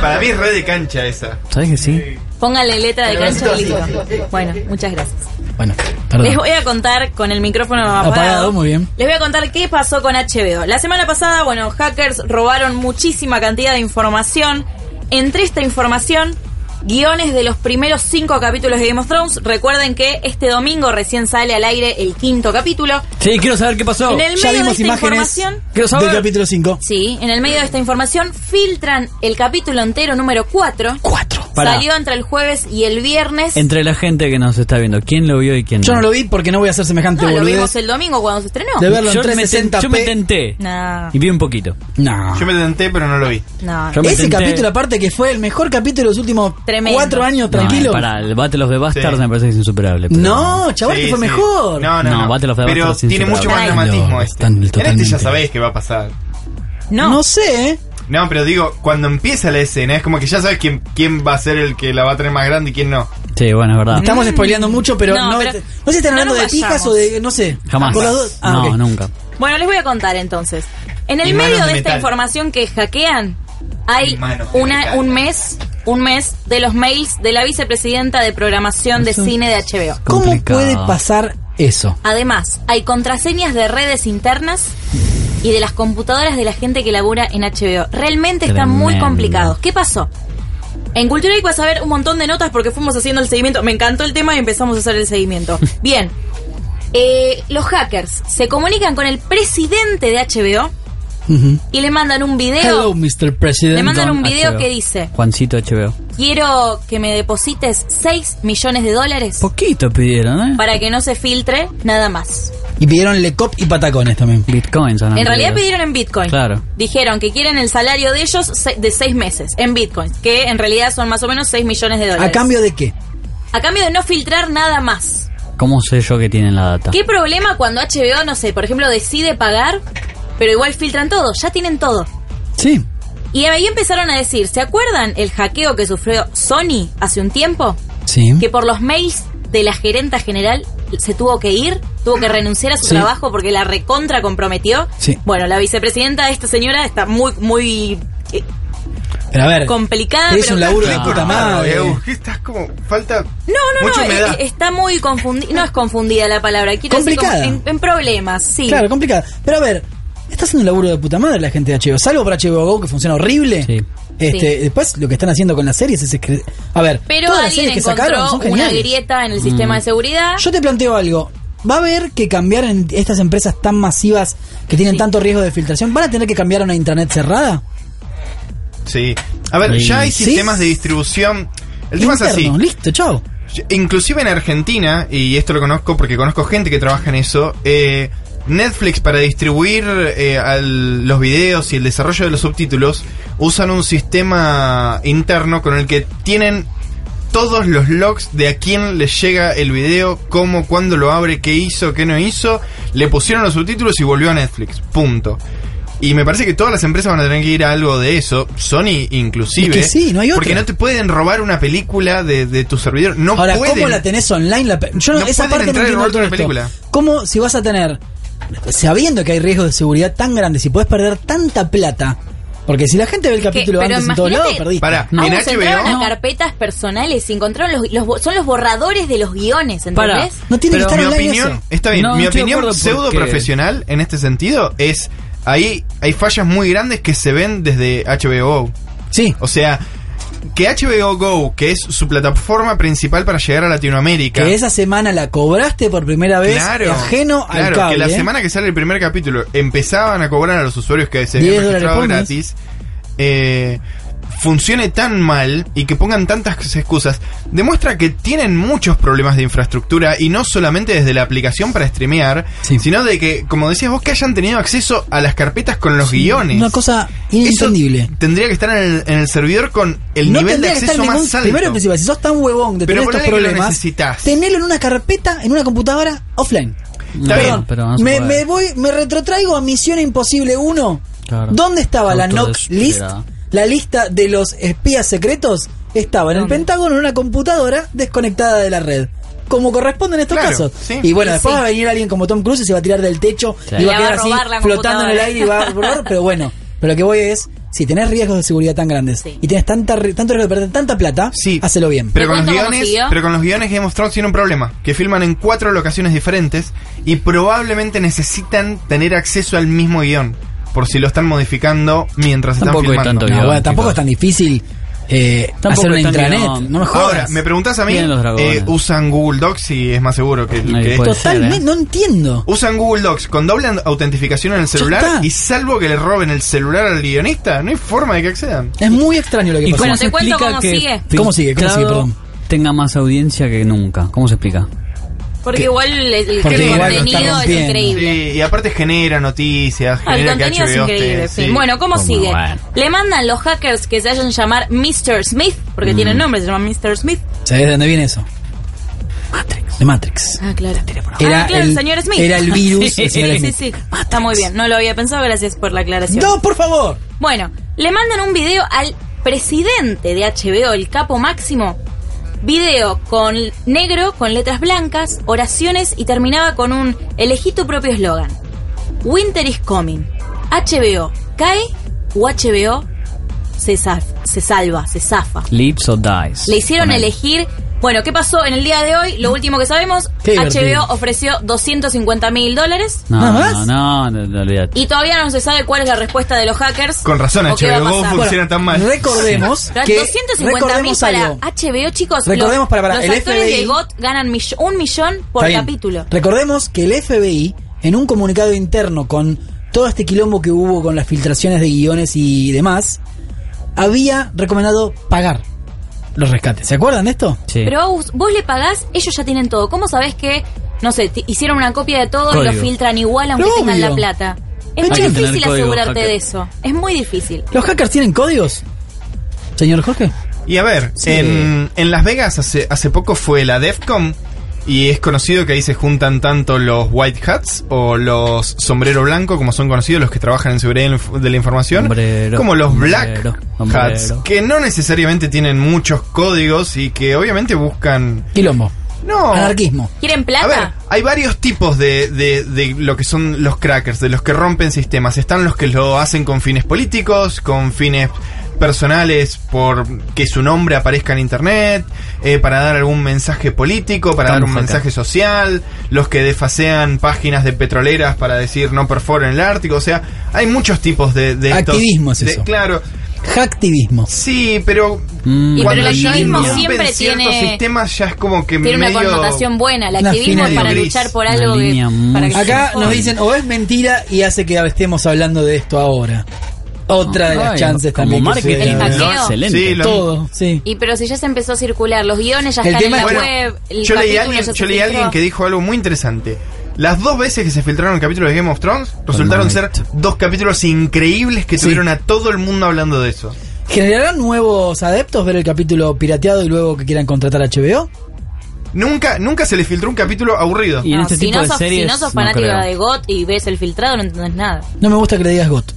E: Para mí es red de cancha esa.
D: ¿Sabes que sí?
C: Póngale letra de cancha y listo. Bueno, muchas gracias.
B: Bueno, perdón.
C: Les voy a contar con el micrófono apagado.
B: Apagado, muy bien.
C: Les voy a contar qué pasó con HBO. La semana pasada, bueno, hackers robaron muchísima cantidad de información. Entre esta información, guiones de los primeros cinco capítulos de Game of Thrones. Recuerden que este domingo recién sale al aire el quinto capítulo.
D: Sí, quiero saber qué pasó.
C: En el medio
B: Ya
C: de
B: vimos
C: esta
B: imágenes
C: información.
D: Quiero saber.
B: del capítulo 5.
C: Sí, en el medio de esta información filtran el capítulo entero número 4.
B: 4.
D: Pará.
C: Salió entre el jueves y el viernes.
D: Entre la gente que nos está viendo, ¿quién lo vio y quién
B: Yo no lo vi porque no voy a hacer semejante
C: no, lo
B: boludez
C: vimos el domingo cuando se estrenó.
B: de verlo
D: Yo
B: en
D: me, ten-
B: 360p.
D: yo me tenté.
C: No,
D: Y vi un poquito.
B: No.
E: Yo me tenté, pero no lo vi.
C: no.
D: Yo me
B: Ese
D: tenté.
B: capítulo aparte que fue el mejor capítulo de los últimos
C: Tremendo.
B: cuatro años,
D: No,
B: tranquilo.
D: Para el Battle of the Bastards
E: Sí.
D: me parece que es insuperable. pero-
B: No, chaval,
E: Sí,
B: que fue
E: sí.
B: mejor.
E: No, no,
D: No,
E: no.
D: Battle of the
E: Pero
D: Bastards es
E: tiene mucho más
C: insuperable.
E: dramatismo
B: Lo-
E: este.
B: están
E: En este ya
B: totalmente.
E: sabéis que va a pasar.
C: No.
B: No sé, ¿eh?
E: No, pero digo, cuando empieza la escena es como que ya sabes quién, quién va a ser el que la va a tener más grande y quién no.
D: Sí, bueno, es verdad.
B: Estamos spoileando mucho, pero
C: Mm. No,
B: no, este,
C: pero-
B: no sé si están
C: no
B: hablando
C: nos
B: de pijas
C: vayamos.
B: o de. No sé.
D: Jamás.
B: Por las dos- ah,
D: no,
B: ok.
D: nunca.
C: Bueno, les voy a contar entonces. En el
E: Y manos
C: medio de,
E: de
C: esta
E: metal.
C: información que hackean, hay
E: Y manos de
C: una,
E: metal.
C: un mes, un mes de los mails de la vicepresidenta de programación de cine de HBO.
B: ¿Cómo
D: Complicado.
B: puede pasar eso?
C: Además, hay contraseñas de redes internas y de las computadoras de la gente que labura en HBO. Realmente están muy
D: Tremendo.
C: complicados. ¿Qué pasó? En Cultura Geek vas a ver un montón de notas porque fuimos haciendo el seguimiento. Me encantó el tema y empezamos a hacer el seguimiento. Bien. Eh, los hackers se comunican con el presidente de HBO
B: Ujú.
C: y le mandan un video.
B: Hello, Mr. President.
C: Le mandan un video
D: HBO.
C: que dice:
D: Juancito HBO.
C: Quiero que me deposites 6 millones de dólares
D: Poquito pidieron, ¿eh?
C: para que no se filtre nada más.
B: Y pidieron Lecop y patacones también.
D: Bitcoins,
B: Ah,
D: ¿o ¿no?
C: En realidad pidieron en Bitcoin.
D: Claro.
C: Dijeron que quieren el salario de ellos se- de seis meses en Bitcoin, que en realidad son más o menos 6 millones de dólares.
B: ¿A cambio de qué?
C: A cambio de no filtrar nada más.
D: ¿Cómo sé yo que tienen la data?
C: ¿Qué problema cuando HBO, no sé, por ejemplo, decide pagar, pero igual filtran todo? Ya tienen todo.
B: Sí.
C: Y ahí empezaron a decir, ¿se acuerdan el hackeo que sufrió Sony hace un tiempo?
B: Sí.
C: que por los mails de la gerenta general se tuvo que ir, tuvo que renunciar a su
B: Sí.
C: trabajo porque la recontra comprometió.
B: Sí.
C: Bueno, la vicepresidenta de esta señora está muy, muy eh,
B: Pero a ver.
C: complicada.
B: Es
C: pero
B: un laburo de
D: Ah,
B: puta madre.
E: Diego, ¿qué estás como? Falta.
C: No, no,
E: Mucho
C: no,
E: humedad.
C: eh, eh, está muy confundida, no es confundida la palabra, quiero decir como
B: Complicada.
C: en, en problemas, sí.
B: Claro, complicado. Pero a ver, está haciendo un laburo de puta madre la gente de HBO. Salvo para HBO Go, que funciona horrible.
D: Sí.
B: Este,
C: Sí.
B: Después, lo que están haciendo con las series es. escri- A ver,
C: Pero
B: todas las
C: alguien
B: series que
C: encontró
B: sacaron son
C: una
B: geniales.
E: Mm.
B: Mm.
C: grieta en el sistema de seguridad.
B: Yo te planteo algo. va a haber que cambiar en estas empresas tan masivas que tienen tanto riesgo de filtración. ¿Van a tener que cambiar a una intranet cerrada?
E: Sí. A ver,
B: Sí.
E: ya hay
B: ¿Sí?
E: sistemas de distribución. El tema es así.
B: Interno, Listo, chao.
E: Inclusive en Argentina, y esto lo conozco porque conozco gente que trabaja en eso, eh, Netflix para distribuir eh, al- los videos y el desarrollo de los subtítulos usan un sistema interno con el que tienen todos los logs de a quién les llega el video, cómo, cuándo lo abre, qué hizo, qué no hizo, le pusieron los subtítulos y volvió a Netflix. Punto. Y me parece que todas las empresas van a tener que ir a algo de eso, Sony inclusive.
B: Es que sí, no hay
E: Porque
B: otra.
E: no te pueden robar una película de, de tu servidor. No
B: Ahora,
E: pueden.
B: ¿cómo la tenés online? La pe- yo no,
E: No
B: esa
E: pueden
B: parte no
E: entrar y
B: entiendo
E: robarte
B: todo
E: una
B: esto.
E: película.
B: ¿Cómo si vas a tener, sabiendo que hay riesgos de seguridad tan grandes y podés perder tanta plata? Porque si la gente ve el capítulo
C: pero
B: antes en todos lados,
C: imagínate-
B: perdiste.
E: Pará,
C: No,
E: en
C: se entraron
E: HBO.
C: a carpetas personales y encontraron los, los bo- son los borradores de los guiones, ¿entendés?
E: Pero mi opinión, Está bien,
C: No,
E: mi
C: estoy de
E: opinión
C: acuerdo porque-
E: pseudo profesional en este sentido es ahí hay fallas muy grandes que se ven desde HBO.
B: Sí.
E: O sea, que HBO Go, que es su plataforma principal para llegar a Latinoamérica.
B: Que esa semana la cobraste por primera vez
E: Claro,
B: ajeno al
E: claro,
B: cable.
E: que la
B: ¿eh?
E: semana que sale el primer capítulo empezaban a cobrar a los usuarios que se
B: 10
E: habían
B: dólares
E: registrado
B: por mes.
E: gratis. eh, funcione tan mal y que pongan tantas excusas, demuestra que tienen muchos problemas de infraestructura y no solamente desde la aplicación para streamear, sino de que, como decías vos, que hayan tenido acceso a las carpetas con los guiones.
B: Una cosa inentendible.
E: Tendría que estar en el, en el servidor con el
B: no
E: nivel de
B: tendría que estar
E: acceso
B: en
E: más
B: ningún-
E: alto.
B: Primero, en principal, si sos tan huevón de
E: Pero
B: tener estos
E: ponele que lo
B: problemas,
E: necesitas.
B: tenelo en una carpeta, en una computadora offline.
E: Está
B: Perdón,
E: bien, pero no se
B: me,
E: puede.
B: me voy, me retrotraigo a Misión Imposible 1.
D: Claro.
B: ¿Dónde estaba la Knox List?
D: Autodesesperada.
B: La lista de los espías secretos estaba en el Pentágono en una computadora desconectada de la red. Como corresponde en estos
E: Claro,
B: casos.
E: sí.
B: Y bueno,
E: Y
B: después
E: sí.
B: va a venir alguien como Tom Cruise y se va a tirar del techo
E: Sí.
B: y va
E: Le
B: a
E: va a
B: quedar así
E: robar la
B: flotando en el aire y va a
E: computadora.
B: borrar, pero bueno. Pero lo que voy es, si tenés riesgos de seguridad tan grandes y tenés tanta, ri- tanto riesgo de perder tanta plata, hacelo bien.
E: Pero con, los guiones, pero con los guiones Game of Thrones tiene un problema, que filman en cuatro locaciones diferentes y probablemente necesitan tener acceso al mismo guión, por si lo están modificando mientras están
B: Tampoco, es,
E: filmando.
B: tanto guión, tampoco es tan difícil eh,
E: Tampoco
B: hacer una
E: es tan
B: intranet.
E: guión.
B: No me jodas.
E: Ahora, me preguntás a mí,
B: Vienen los dragones.
E: eh, usan Google Docs y es más seguro que, que esto.
B: Totalmente, no entiendo.
E: Usan Google Docs con doble an- autentificación en el celular
B: está.
E: y salvo que le roben el celular al guionista, no hay forma de que accedan.
B: Es muy extraño lo que
D: ¿Y
B: pasó.
D: cómo se explica que
B: ¿Cómo sigue? ¿Cómo sigue?
D: Filtrado
B: Perdón.
D: tenga más audiencia que nunca? ¿Cómo se explica?
C: Porque
E: ¿Qué?
C: igual el, el
E: Porque igual lo está
C: contenido es
E: rompiendo.
C: increíble.
E: Sí, y aparte genera noticias,
C: Ah, el
E: genera que
C: contenido es
E: HBO esté-
C: increíble. sí.
E: sí.
C: Bueno, ¿cómo sigue?
E: bueno.
C: Le mandan los hackers que se hayan llamar Mr. Smith, porque
B: Mm.
C: tienen nombre, se llaman Mr. Smith.
B: ¿Sabés de dónde viene eso? Matrix. De Matrix.
C: Ah, claro.
B: Era
C: ah, claro, el,
B: el-
C: señor Smith.
B: era el virus,
C: sí,
B: el señor
C: sí,
B: Smith.
C: sí. Ah, Está muy bien, no lo había pensado, gracias por la aclaración.
B: No, por favor.
C: Bueno, le mandan un video al presidente de HBO, el capo máximo. Video con negro, con letras blancas, oraciones y terminaba con un elegí tu propio eslogan. Winter is coming. HBO cae o HBO se, zaf- se salva, se zafa.
D: Lips or dies.
C: Le hicieron elegir. Bueno, ¿qué pasó en el día de hoy? Lo último que sabemos,
D: Qué divertido.
C: HBO ofreció 250 mil dólares.
D: No, no, no, no, no, olvídate.
C: Y todavía no se sabe cuál es la respuesta de los hackers.
D: Con razón,
C: o qué va a
D: HBO
C: pasar.
D: funciona Bueno, tan mal.
B: recordemos
C: Pero
B: que-
C: 250 mil
B: recordemos
C: para
B: algo.
C: HBO, chicos.
B: Recordemos,
C: los,
B: para- para,
C: los
B: el
C: actores
B: FBI
C: de GOT ganan mill- un millón por
B: Está bien.
C: capítulo.
B: Recordemos que el FBI, en un comunicado interno con todo este quilombo que hubo con las filtraciones de guiones y demás, había recomendado pagar los rescates. ¿Se acuerdan de esto?
D: Sí.
C: Pero Agus, vos le pagás, ellos ya tienen todo. ¿Cómo sabés que, no sé, te- hicieron una copia de todo y
B: Código.
C: lo filtran igual aunque
B: Obvio.
C: tengan la plata? Es muy
B: Hay que tener
C: difícil
B: código,
C: asegurarte
B: hacker.
C: de eso. Es muy difícil.
B: ¿Los hackers tienen códigos? Señor Jorge.
E: Y a ver,
B: Sí.
E: en, en Las Vegas hace, hace poco fue la DEFCON y es conocido que ahí se juntan tanto los White Hats o los Sombrero Blanco, como son conocidos los que trabajan en seguridad inf- de la información,
D: Sombrero,
E: como los Black
D: sombrero, sombrero.
E: Hats, que no necesariamente tienen muchos códigos y que obviamente buscan... Oh.
B: Quilombo.
E: No.
B: Anarquismo.
C: ¿Quieren
E: A ver,
C: plata?
E: hay varios tipos de, de- de lo que son los crackers, de los que rompen sistemas. Están los que lo hacen con fines políticos, con fines personales, por que su nombre aparezca en internet, eh, para dar algún mensaje político, para dar un
M: Camuflaje.
E: mensaje social, los que desfasean páginas de petroleras para decir no perforen el Ártico, o sea, hay muchos tipos de, de estos-
B: Activismo es
E: de-
B: eso.
E: Claro.
B: Hacktivismo. Mm.
E: Sí, pero.
C: Y
E: cuando
C: pero el
E: ya
C: activismo
E: rompen
C: siempre
E: ciertos
C: tiene-
E: sistemas ya es como que
C: Tiene una
E: medio-
C: connotación buena. El
E: Una
C: activismo
E: fina
C: es para
E: línea
C: luchar
E: gris.
C: por algo que. para que se
B: Acá
C: mejore.
B: nos dicen, o es mentira y hace que estemos hablando de esto ahora. Otra de las
C: Ay,
B: chances
D: como
B: también. que
D: marketing,
B: suceda.
D: El hackeo. excelente. Sí, lo-
B: Todo, sí.
C: Y pero si ya se empezó a circular, los guiones ya
E: El
C: están en
E: tema
C: la
E: es-
C: web. el
E: Yo leí,
C: capítulo
E: a alguien,
C: ya se
E: yo leí a
C: filtró.
E: alguien que dijo algo muy interesante. Las dos veces que se filtraron el capítulo de Game of Thrones resultaron ser dos capítulos increíbles que tuvieron a todo el mundo hablando de eso.
B: ¿Generarán nuevos adeptos ver el capítulo pirateado y luego que quieran contratar a HBO?
E: Nunca, nunca se le filtró un capítulo aburrido.
C: No,
B: este
C: si no sos, si no sos fanático de GOT y ves el filtrado, no entendés nada.
B: No me gusta que le digas GOT.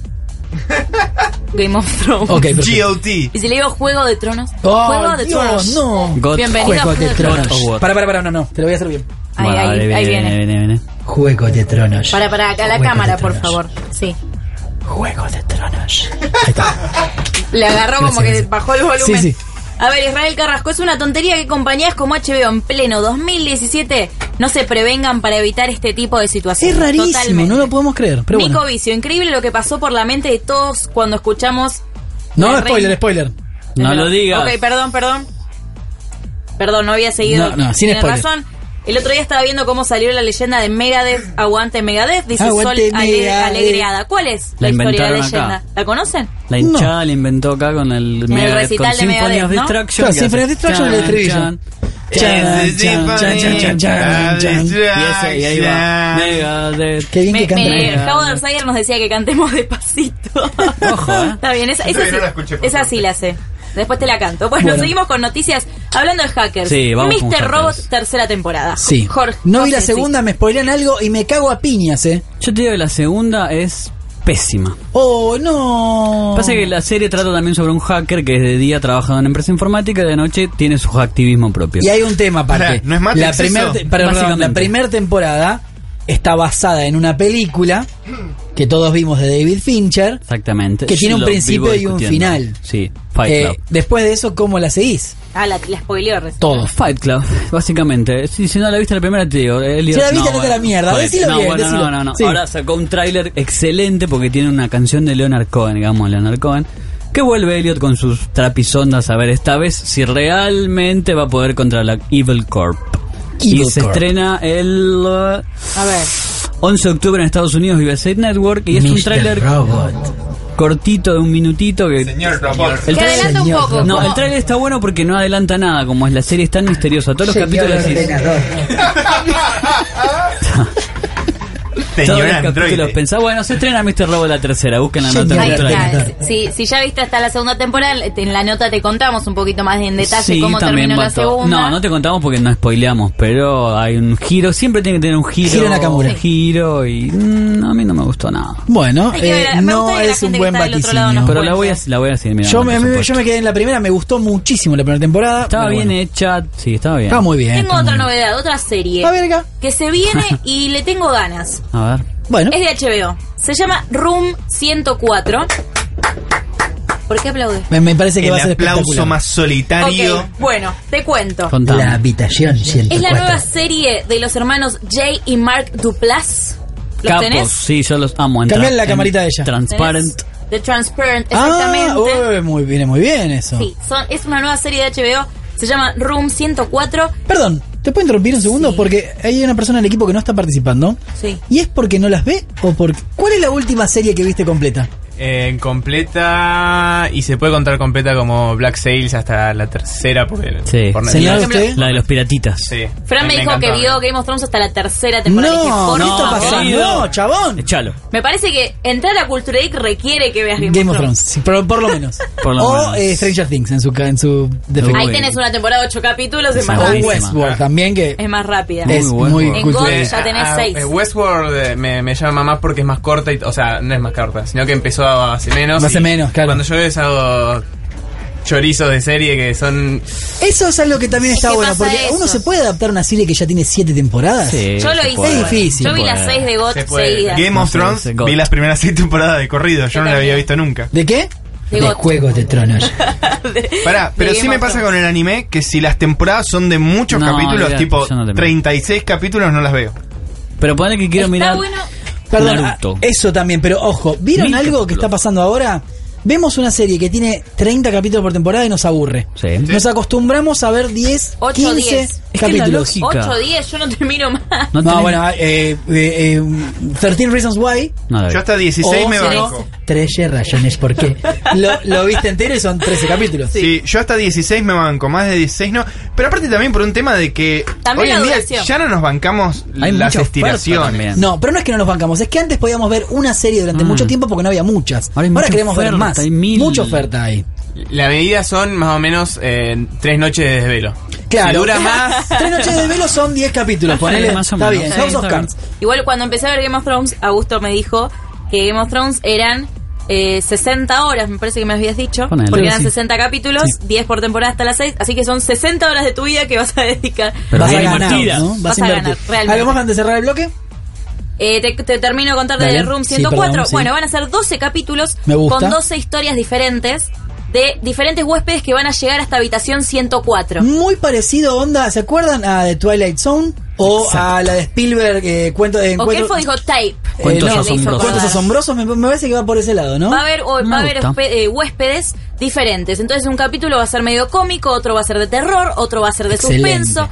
C: Game of Thrones.
B: Ok, perfecto.
C: Y si le digo Juego de Tronos.
B: Oh,
C: Juego de
B: Dios,
C: Tronos.
B: no.
C: Bienvenido a
B: Juego de
C: Juego
B: Tronos. Para, para, para, no, no. Te lo voy a hacer bien.
C: Ahí, ahí, ahí viene.
B: Juego de Tronos.
C: Para, para, acá a la
B: Juego de
C: cámara, por favor. Sí.
B: Juego de Tronos.
C: Le agarró como
B: Gracias,
C: que bajó el volumen.
B: Sí, sí.
C: A ver, Israel Carrasco, es una tontería que compañías como HBO en pleno 2017 no se prevengan para evitar este tipo de situaciones.
B: Es rarísimo,
C: Totalmente.
B: no lo podemos creer. Pero
C: Nico
B: bueno.
C: Vicio, increíble lo que pasó por la mente de todos cuando escuchamos.
B: No,
C: la
B: spoiler,
C: reina-
B: spoiler.
D: No lo digas.
C: Ok, perdón, perdón. Perdón, no había seguido.
B: No, no, sin
C: Tienes
B: spoiler.
C: razón. El otro día estaba viendo cómo salió la leyenda de Megadeth, Aguante Megadeth, dice
B: Aguante
C: Sol Ale-
B: Megadeth.
C: Alegreada. ¿Cuál es
D: La
C: la, historia de la
D: inventaron acá.
C: leyenda? ¿La conocen?
D: La hinchada la inventó acá con el, Megadeth,
C: recital
D: con
C: de
D: Symphony
C: Megadeth,
D: of
C: ¿no?
D: Destruction.
B: Claro,
D: que hace
B: Symphony of Destruction
D: chan,
B: del estribillo.
D: chan,
B: Chan,
D: chan, chan, chan, chan, chan, chan. Y ese- y ahí va. Megadeth.
B: Qué bien
C: Me,
B: que canta.
C: me,
B: Megadeth.
C: Howard Sayer nos decía que cantemos despacito.
B: Ah.
D: ¿eh?
C: Está bien, esa, esa,
E: Creo que
C: sí,
E: no la escuché, por
C: esa sí la sé. Después te la canto. Bueno,
B: Bueno.
C: seguimos con noticias. Hablando de hackers.
B: Sí, vamos con
C: Mr.
B: hackers.
C: Robot, tercera temporada.
B: Sí.
C: Jorge.
B: no vi
C: Jorge,
B: la
C: sí.
B: segunda, me spoilean algo y me cago a piñas, eh.
D: Yo te digo que la segunda es pésima.
B: Oh, no.
D: Pasa que la serie trata también sobre un hacker que de día trabaja en una empresa informática y de noche tiene su activismo propio.
B: Y hay un tema aparte.
D: Pará, ¿no es Matrix
B: la primera
D: eso? Básicamente.
B: la primera temporada está basada en una película que todos vimos de David Fincher.
D: Exactamente.
B: Que tiene un
D: Lo
B: principio
D: vivo
B: y un
D: discutiendo.
B: final.
D: Sí, Fight
B: Eh,
D: Club.
B: después de eso, ¿cómo la seguís?
C: Ah, la, la spoileó recién.
B: Todo.
D: Fight Club, básicamente. Si, si no la viste la primera, te digo. eh, Elliot,
B: Si la viste,
D: no,
B: vete a la mierda.
D: joder.
B: Decilo
D: no,
B: bien,
D: bueno,
B: decilo.
D: no, no, no.
B: Sí.
D: Ahora sacó un tráiler excelente porque tiene una canción de Leonard Cohen, digamos, Leonard Cohen. Que vuelve Elliot con sus trapisondas a ver esta vez si realmente va a poder contra la Evil Corp. y
B: Evil
D: se
B: Corp.
D: estrena el eh,
B: uh,
C: A ver.
D: 11 de octubre en Estados Unidos, USA Network. Y es un
B: Mr.
D: tráiler cortito de un minutito que
E: Señor Robot.
D: el
C: Que
D: tráiler-
C: adelanta un poco,
D: No,
C: como-
D: el tráiler está bueno porque no adelanta nada, como es la serie es tan misteriosa. Todos los capítulos decís-
E: Ah,
D: todos los
E: Señor
D: capítulos
E: androide.
D: pensás, bueno, se estrena Mr. Robo la tercera, busquen la
B: Señor
D: nota
C: Ahí
D: del tráiler.
C: está. Si, si ya viste hasta la segunda temporada, en la nota te contamos un poquito más en detalle
D: Sí,
C: cómo
D: también
C: terminó
D: va
C: la
D: todo.
C: segunda.
D: No, no te contamos porque no spoileamos, pero hay un giro, siempre tiene que tener un giro.
B: Giro Nakamura.
D: Un giro y mm, a mí no me gustó nada.
B: Bueno,
C: Hay que ver,
B: eh,
C: me
B: no
C: gustaría que la
B: es un
C: gente
B: buen
C: que está del otro lado
B: vaticinio.
C: nos
D: Pero la voy a la voy a seguir mirando,
B: yo, me,
D: por
B: me-
D: supuesto.
B: yo me quedé en la primera, me gustó muchísimo la primera temporada.
D: Estaba
B: pero
D: bien
B: bueno,
D: hecha, sí, estaba bien.
B: Estaba Ah, muy bien.
C: Tengo
B: estaba
C: otra
B: muy
C: novedad, otra serie.
B: A ver, acá.
C: Que se viene y le tengo ganas.
D: bien. A ver.
B: Bueno,
C: Es de HBO. Se llama Room 104. ¿Por qué aplaudes?
B: me, me parece que
E: El
B: va a ser
E: aplauso
B: espectacular.
E: más solitario.
C: Ok, bueno, te cuento.
B: La habitación 104.
C: Es la nueva serie de los hermanos Jay y Mark Duplass. ¿Los
D: Capos,
C: tenés?
D: sí, yo los amo. en
B: Cambian
D: tra-
B: la
D: en
B: camarita de ella.
D: Transparent.
C: The Transparent, exactamente.
B: Ah, uy, muy, viene muy bien eso.
C: Sí, son- es una nueva serie de HBO. Se llama Room 104.
B: Perdón, ¿te puedo interrumpir un segundo? Porque hay una persona del equipo que no está participando.
C: Sí.
B: ¿Y es porque no las ve o por ¿Cuál es la última serie que viste completa?
J: Eh, completa. Y se puede contar completa como Black Sales hasta la tercera por,
D: Sí.
J: por
B: Señor,
J: Netflix.
B: usted.
D: La de los piratitas.
J: Sí.
C: Fran
J: A mí
C: me dijo que
J: encantó.
C: vio Game of Thrones hasta la tercera
B: No,
C: temporada. Dije, por
B: no está
C: favor.
B: pasando,
D: querido.
B: no, chabón.
D: Echalo.
C: Me parece que entrar a Cultura Geek requiere que veas Game,
B: Game of Thrones, sí, por, por lo menos.
D: Por lo
B: o
D: menos.
B: eh, Stranger Things en su ca- en su defecto.
C: Ahí tenés una temporada de 8 capítulos, es más
B: o
C: rápida.
B: Westworld también que
C: Es más rápida.
B: es
D: Muy
B: muy
D: Westworld.
C: En
B: cultural.
C: Gold ya tenés
J: Ah,
C: 6.
J: eh, Westworld eh, me, me llama más porque es más corta, y, o sea, no es más corta, sino que empezó hace menos.
B: Hace
J: y
B: menos, claro.
J: Cuando yo veo esos chorizos de serie que son...
B: Eso es algo que también está
C: ¿Qué
B: bueno,
C: pasa
B: porque
C: eso?
B: uno se puede adaptar a una serie que ya tiene siete temporadas.
D: Sí,
C: Yo lo
D: se
C: hice.
D: puede.
B: Es difícil.
C: Yo vi las
D: Bueno.
C: 6 de GOT
J: Se puede.
C: seguidas.
E: Game
D: No
E: of
D: sé,
E: Thrones,
D: se corta.
E: vi las primeras seis temporadas de corrido, yo no la había visto nunca.
B: ¿De qué?
C: De
B: De,
C: GOT.
B: Juegos de Tronos.
E: Pará, pero sí me pasa con el anime que si las temporadas son de muchos
D: No,
E: capítulos,
D: olvidate,
E: tipo
D: yo no te miro.
E: 36 capítulos, no las veo.
D: Pero ponele que quiero
C: Está
D: mirar.
C: bueno.
B: Perdón,
D: Naruto.
B: ah, eso también, pero ojo, ¿vieron
D: Mil
B: algo que
D: capítulos.
B: está pasando ahora? vemos una serie que tiene 30 capítulos por temporada y nos aburre. Nos acostumbramos a ver 10,
C: 8
B: 15
C: 10.
B: capítulos.
C: 8 10, yo no termino más.
B: No, bueno, eh, eh, eh, 13 Reasons Why.
D: No la vi. Yo hasta 16 me banco.
B: 13 razones por qué. Lo, lo viste entero y son 13 capítulos.
E: Sí, yo hasta 16 me banco, más de 16 no. Pero aparte también por un tema de que hoy
B: También la
E: en día
B: duración.
E: ya no nos bancamos las
B: mucha oferta
E: estiraciones.
B: también. No, pero no es que no nos bancamos, es que antes podíamos ver una serie durante mucho tiempo porque no había muchas. Ahora,
J: mucha
B: queremos ver
J: oferta,
B: más.
J: hay mil.
B: Mucha oferta hay.
J: La medida son más o menos eh, tres noches de desvelo.
B: Claro.
J: Si dura más.
B: Tres noches de velo son 10 capítulos, ponele.
J: Sí, más o
B: está
J: menos.
B: bien,
J: Sí,
B: House of
J: está
B: Cards.
C: Igual cuando empecé a ver Game of Thrones, Augusto me dijo que Game of Thrones eran eh, 60 horas, me parece que me habías dicho.
D: Ponele.
C: Porque eran
D: Sí.
C: 60 capítulos, 10 por temporada hasta las 6. Así que son 60 horas de tu vida que vas a dedicar.
D: Pero
B: Vas a
D: bien
B: ganar,
D: invertida.
B: ¿no? Vas, a ganar,
C: invertir. realmente.
B: ¿Algo más antes de cerrar el bloque?
C: Eh, te, te termino de contar
B: Dale.
C: de Room
B: Sí,
C: 104.
B: perdón, sí.
C: Bueno, van a ser 12 capítulos
B: Me gusta.
C: con 12 historias diferentes de diferentes huéspedes que van a llegar hasta habitación 104.
B: Muy parecido, onda, ¿se acuerdan a The Twilight Zone? O a la de Spielberg, eh, cuento de
C: O
B: encuentro-
C: Kelfo dijo tape.
B: eh,
D: Cuentos
B: no,
D: asombrosos.
B: Cuentos asombrosos, me, me parece que va por ese lado, ¿no?
C: Va a haber, o-
B: Me
C: va a haber
B: gusta.
C: hospe- eh, huéspedes diferentes. Entonces un capítulo va a ser medio cómico, otro va a ser de terror, otro va a ser de
D: Excelente.
C: suspenso.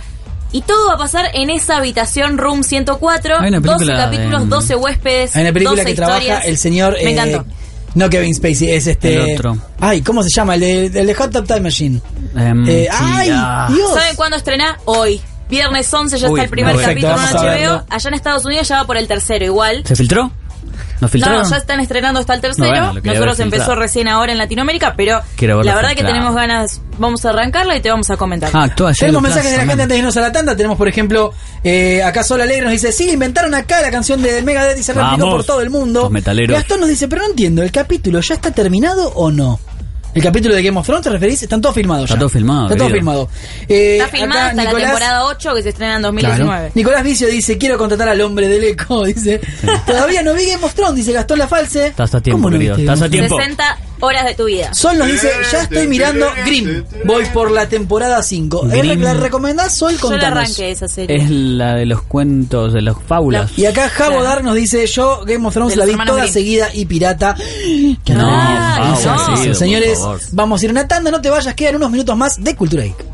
C: Y todo va a pasar en esa habitación Room 104.
B: Hay una
C: 12
B: película
C: capítulos,
B: de-
C: 12 huéspedes,
B: Hay una película
C: 12
B: que
C: historias.
B: trabaja el señor.
C: Me
B: eh,
C: encantó.
B: No Kevin Spacey, es este.
D: El otro.
B: Ay, ¿cómo se llama? El de, el de Hot Top Time Machine.
D: Em,
B: Eh,
D: sí,
B: ¡Ay!
D: ah.
B: Dios.
C: ¿Saben cuándo estrena? Hoy. Viernes 11 ya
D: Uy,
C: está el primer
D: perfecto, vamos a
C: capítulo en
D: verlo.
C: HBO. Allá en Estados Unidos ya va por el tercero igual.
D: ¿Se filtró? ¿Nos filtraron?
C: No, ya están estrenando hasta el tercero.
D: No, bueno, lo quería
C: Nosotros
D: ver
C: empezó
D: filtrado.
C: recién ahora en Latinoamérica, pero
D: Quiero verlo
C: la verdad que
D: filtrado.
C: tenemos ganas. Vamos a arrancarla y te vamos a comentar.
D: Ah, actúa ayer
B: Tenemos
D: en la
B: mensajes de la
D: plaza,
B: gente
D: man.
B: antes de irnos a la tanda. Tenemos, por ejemplo, eh, acá Sol Alegre nos dice: Sí, inventaron acá la canción de Megadeth y se replicó
D: Vamos,
B: por todo el mundo.
D: los metaleros.
B: Gastón nos dice: Pero no entiendo, ¿el capítulo ya está terminado o no? ¿El capítulo de Game of Thrones te referís? Están todos filmados
D: Está
B: ya.
D: todo filmado,
B: Está todo
D: querido.
B: filmado. Eh,
C: Está filmada
B: acá
C: hasta la
B: Nicolás-
C: temporada 8 que se estrena en
B: Claro.
C: 2019.
B: Nicolás Vicio dice, quiero contratar al hombre del eco, dice. Todavía no vi Game of Thrones, dice Gastón Lafalce.
D: Estás a tiempo,
B: ¿Cómo no
D: querido.
B: viste
D: Estás a
B: Game
D: tiempo.
C: 60 horas de tu vida.
B: Sol nos dice, ya estoy mirando Grimm, voy por la temporada 5. ¿Eh,
D: Grimm.
B: ¿La recomendás Sol?
C: Yo le
B: Contanos.
C: arranqué esa serie.
D: Es la de los cuentos, de las fábulas.
B: Y acá Jabo Dar nos dice, yo Game of Thrones
C: De los
B: la vi
C: hermanos
B: toda
C: Grimm. Ah,
B: seguida y pirata. Que
D: No,
B: no,
D: por favor,
B: sí,
D: por
B: Señores,
D: favor.
B: vamos a ir a una tanda, no te vayas, quedan unos minutos más de Cultura Geek.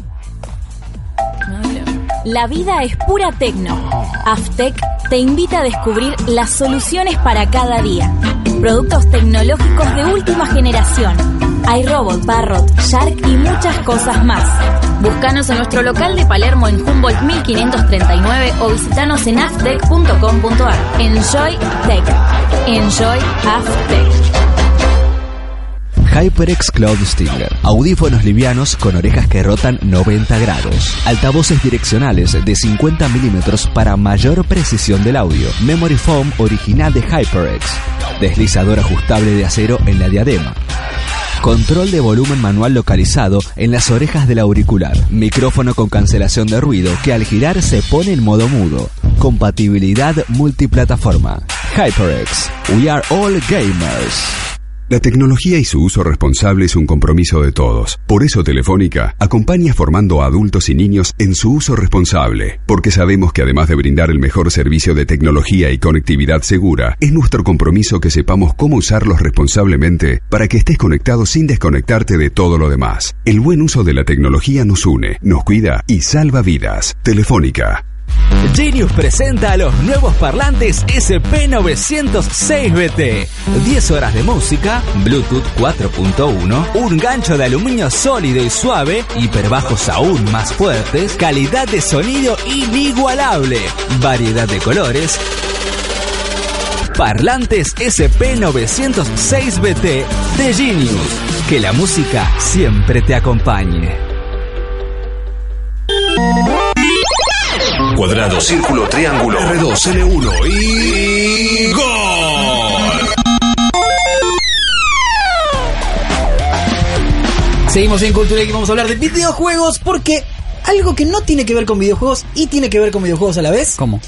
C: La vida es pura tecno. Aftec te invita a descubrir las soluciones para cada día. Productos tecnológicos de última generación. Hay robot, Parrot, Shark y muchas cosas más. Búscanos en nuestro local de Palermo en Humboldt 1539 o visitanos en aftec.com.ar. Enjoy Tech. Enjoy Aftec.
G: HyperX Cloud Stinger. Audífonos livianos con orejas que rotan 90 grados. Altavoces direccionales de 50 milímetros para mayor precisión del audio. Memory foam original de HyperX. Deslizador ajustable de acero en la diadema. Control de volumen manual localizado en las orejas del auricular. Micrófono con cancelación de ruido que al girar se pone en modo mudo. Compatibilidad multiplataforma. HyperX. We are all gamers.
K: La tecnología y su uso responsable es un compromiso de todos. Por eso Telefónica acompaña formando a adultos y niños en su uso responsable, porque sabemos que además de brindar el mejor servicio de tecnología y conectividad segura, es nuestro compromiso que sepamos cómo usarlos responsablemente para que estés conectado sin desconectarte de todo lo demás. El buen uso de la tecnología nos une, nos cuida y salva vidas. Telefónica,
L: Genius presenta a los nuevos parlantes SP906BT. 10 horas de música, Bluetooth 4.1, un gancho de aluminio sólido y suave, hiperbajos aún más fuertes, calidad de sonido inigualable, variedad de colores. Parlantes SP906BT de Genius. Que la música siempre te acompañe.
F: cuadrado, círculo, triángulo, R2, L1 y... ¡Gol!
B: Seguimos en Cultura y vamos a hablar de videojuegos porque algo que no tiene que ver con videojuegos y tiene que ver con videojuegos a la vez.
D: ¿Cómo?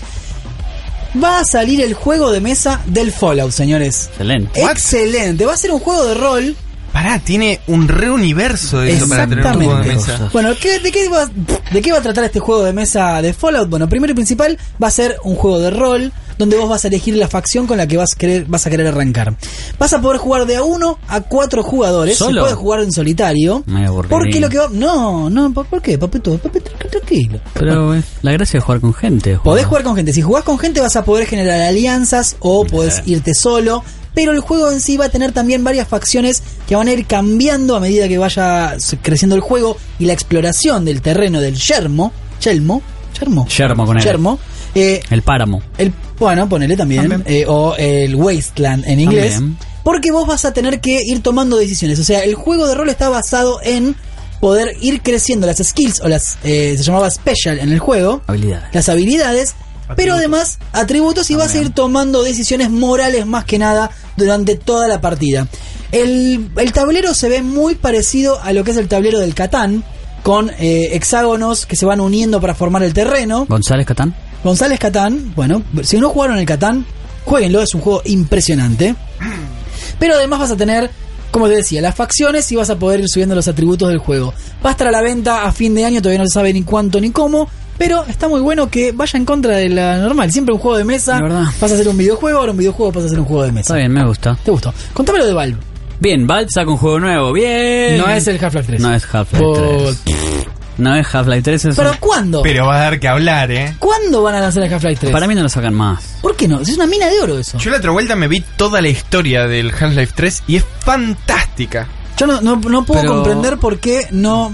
B: Va a salir el juego de mesa del Fallout, señores.
D: Excelente.
B: Excelente. Va a ser un juego de rol
E: Pará, tiene un reuniverso de eso para tener un juego de mesa.
B: Bueno, ¿qué- de, qué va, de qué va a tratar este juego de mesa de Fallout? Bueno, primero y principal va a ser un juego de rol donde vos vas a elegir la facción con la que vas, a querer, vas a querer arrancar. Vas a poder jugar de a uno a cuatro jugadores.
D: ¿Solo?
B: Se puede jugar en solitario.
D: Me aburrí.
B: Porque lo que va... No, no, ¿por, por qué? Papito, papito, tranquilo.
D: Pero eh, la gracia es jugar con gente.
B: Podés jugar con gente. Si jugás con gente vas a poder generar alianzas o podés irte solo. Pero el juego en sí va a tener también varias facciones que van a ir cambiando a medida que vaya s- creciendo el juego y la exploración del terreno del yermo. Yermo. Yermo.
D: Yermo con él.
B: Yermo. Eh,
D: El páramo.
B: el, bueno, ponele también. eh, o el Wasteland en inglés.
D: También.
B: Porque vos vas a tener que ir tomando decisiones. O sea, el juego de rol está basado en poder ir creciendo las skills o las. eh, se llamaba special en el juego.
D: Habilidades.
B: Las habilidades. Pero además, atributos y vas a ir tomando decisiones morales más que nada durante toda la partida. El, el tablero se ve muy parecido a lo que es el tablero del Catán, con eh, hexágonos que se van uniendo para formar el terreno.
D: González Catán.
B: González Catán, bueno, si no jugaron el Catán, jueguenlo, es un juego impresionante. Pero además vas a tener, como te decía, las facciones y vas a poder ir subiendo los atributos del juego. Va a estar a la venta a fin de año, todavía no se sabe ni cuánto ni cómo. Pero está muy bueno que vaya en contra de la normal. Siempre un juego de mesa. Vas a hacer un videojuego, ahora un videojuego vas a hacer un juego de mesa.
D: Está bien, me gusta.
B: ¿Te gustó? Contame lo de Valve.
D: Bien, Valve saca un juego nuevo. Bien.
B: No es el Half-Life 3.
D: Eh, No es Half-Life
B: Oh.
D: 3. No es Half-Life 3. es
B: ¿Pero
D: un-
B: cuándo?
E: Pero va a dar que hablar, ¿eh?
B: ¿Cuándo van a lanzar el Half-Life 3?
D: Para mí no lo sacan más.
B: ¿Por qué no? Es una mina de oro eso.
E: Yo la otra vuelta me vi toda la historia del Half-Life 3 y es fantástica.
B: Yo no, no, no puedo
D: Pero-
B: comprender por qué no,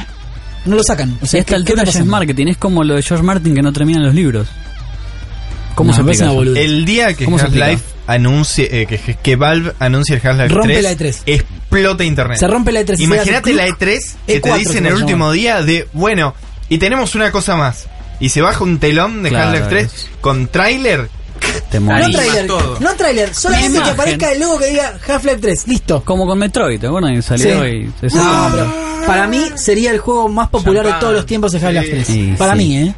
B: no lo sacan. O
D: O sea,
B: sea,
D: a esta
B: ¿qué- qué
D: altura
B: está
D: ya es
B: pasando?
D: marketing. Es como lo de George Martin que no terminan los libros. ¿Cómo
B: No,
D: se
B: me
D: aplica?
B: parece una
D: eso?
B: boludez.
E: El día que
D: ¿Cómo se
E: Half-Life anuncie, eh, que, que Valve anuncie el Half-Life 3,
B: Rompe la E E3.
E: explota internet.
B: Se rompe la E3, se
E: Imagínate
B: hace
E: la
B: cluc.
E: E3 que te
B: E4
E: dicen
B: se va a
E: el
B: llamar.
E: último día de, bueno, y tenemos una cosa más. Y se baja un telón de
D: Claro,
E: Half-Life 3
D: es-
E: con tráiler.
D: Te
B: No
D: morís.
B: trailer,
E: todo.
B: no trailer, solamente que
D: imagen.
B: aparezca el logo que diga Half-Life 3, listo.
D: Como con Metroid, ¿te acuerdan? Que
B: Sí.
D: salió y... se
B: No,
D: sacan-
B: pero para mí sería el juego más popular de
J: Champán.
B: todos los tiempos de Half-Life 3.
D: Sí,
B: para
D: sí.
B: mí, ¿eh?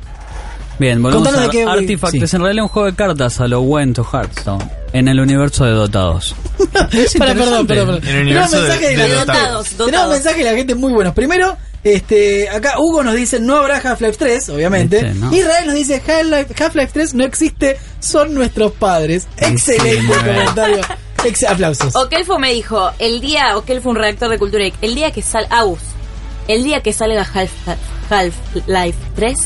D: Bien, volvemos
B: Contanos
D: a
B: de qué-
D: Artifact.
B: sí.
D: Es en realidad un juego de cartas a lo Went to Hearthstone. En el universo de Dotados.
B: Para, perdón, perdón, perdón.
E: En el universo de-
B: mensaje
E: de
B: la gente-
C: Dotados,
B: tenemos
C: dotados.
B: mensajes de la gente muy buenos. Primero, este, acá Hugo nos dice no habrá Half-Life 3, obviamente.
D: Este, no.
B: Israel nos dice Half-Life Half-Life 3 no existe, son nuestros padres. Excelente
D: muy bien.
B: comentario. Ex- aplausos.
C: Okelfo me dijo, el día, Okelfo un redactor de Cultura Geek, el día que sal, Agus, el día que salga Half- Half-Life 3,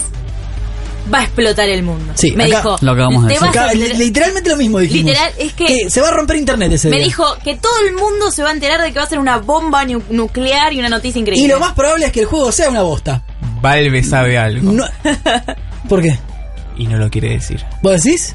C: va a explotar el mundo.
B: Sí,
C: me
B: acá
C: dijo,
D: lo acabamos de
C: "Te
D: decir.
C: vas a
B: Acá, li-
C: enterar".
B: literalmente lo mismo dijimos.
C: Literal, es que-
B: se va a romper internet ese
C: me
B: día.
C: dijo que todo el mundo se va a enterar de que va a ser una bomba nu- nuclear y una noticia increíble.
B: Y lo más probable es que el juego sea una bosta.
E: Valve sabe algo.
B: No- ¿Por qué?
E: Y no lo quiere decir.
B: ¿Vos decís?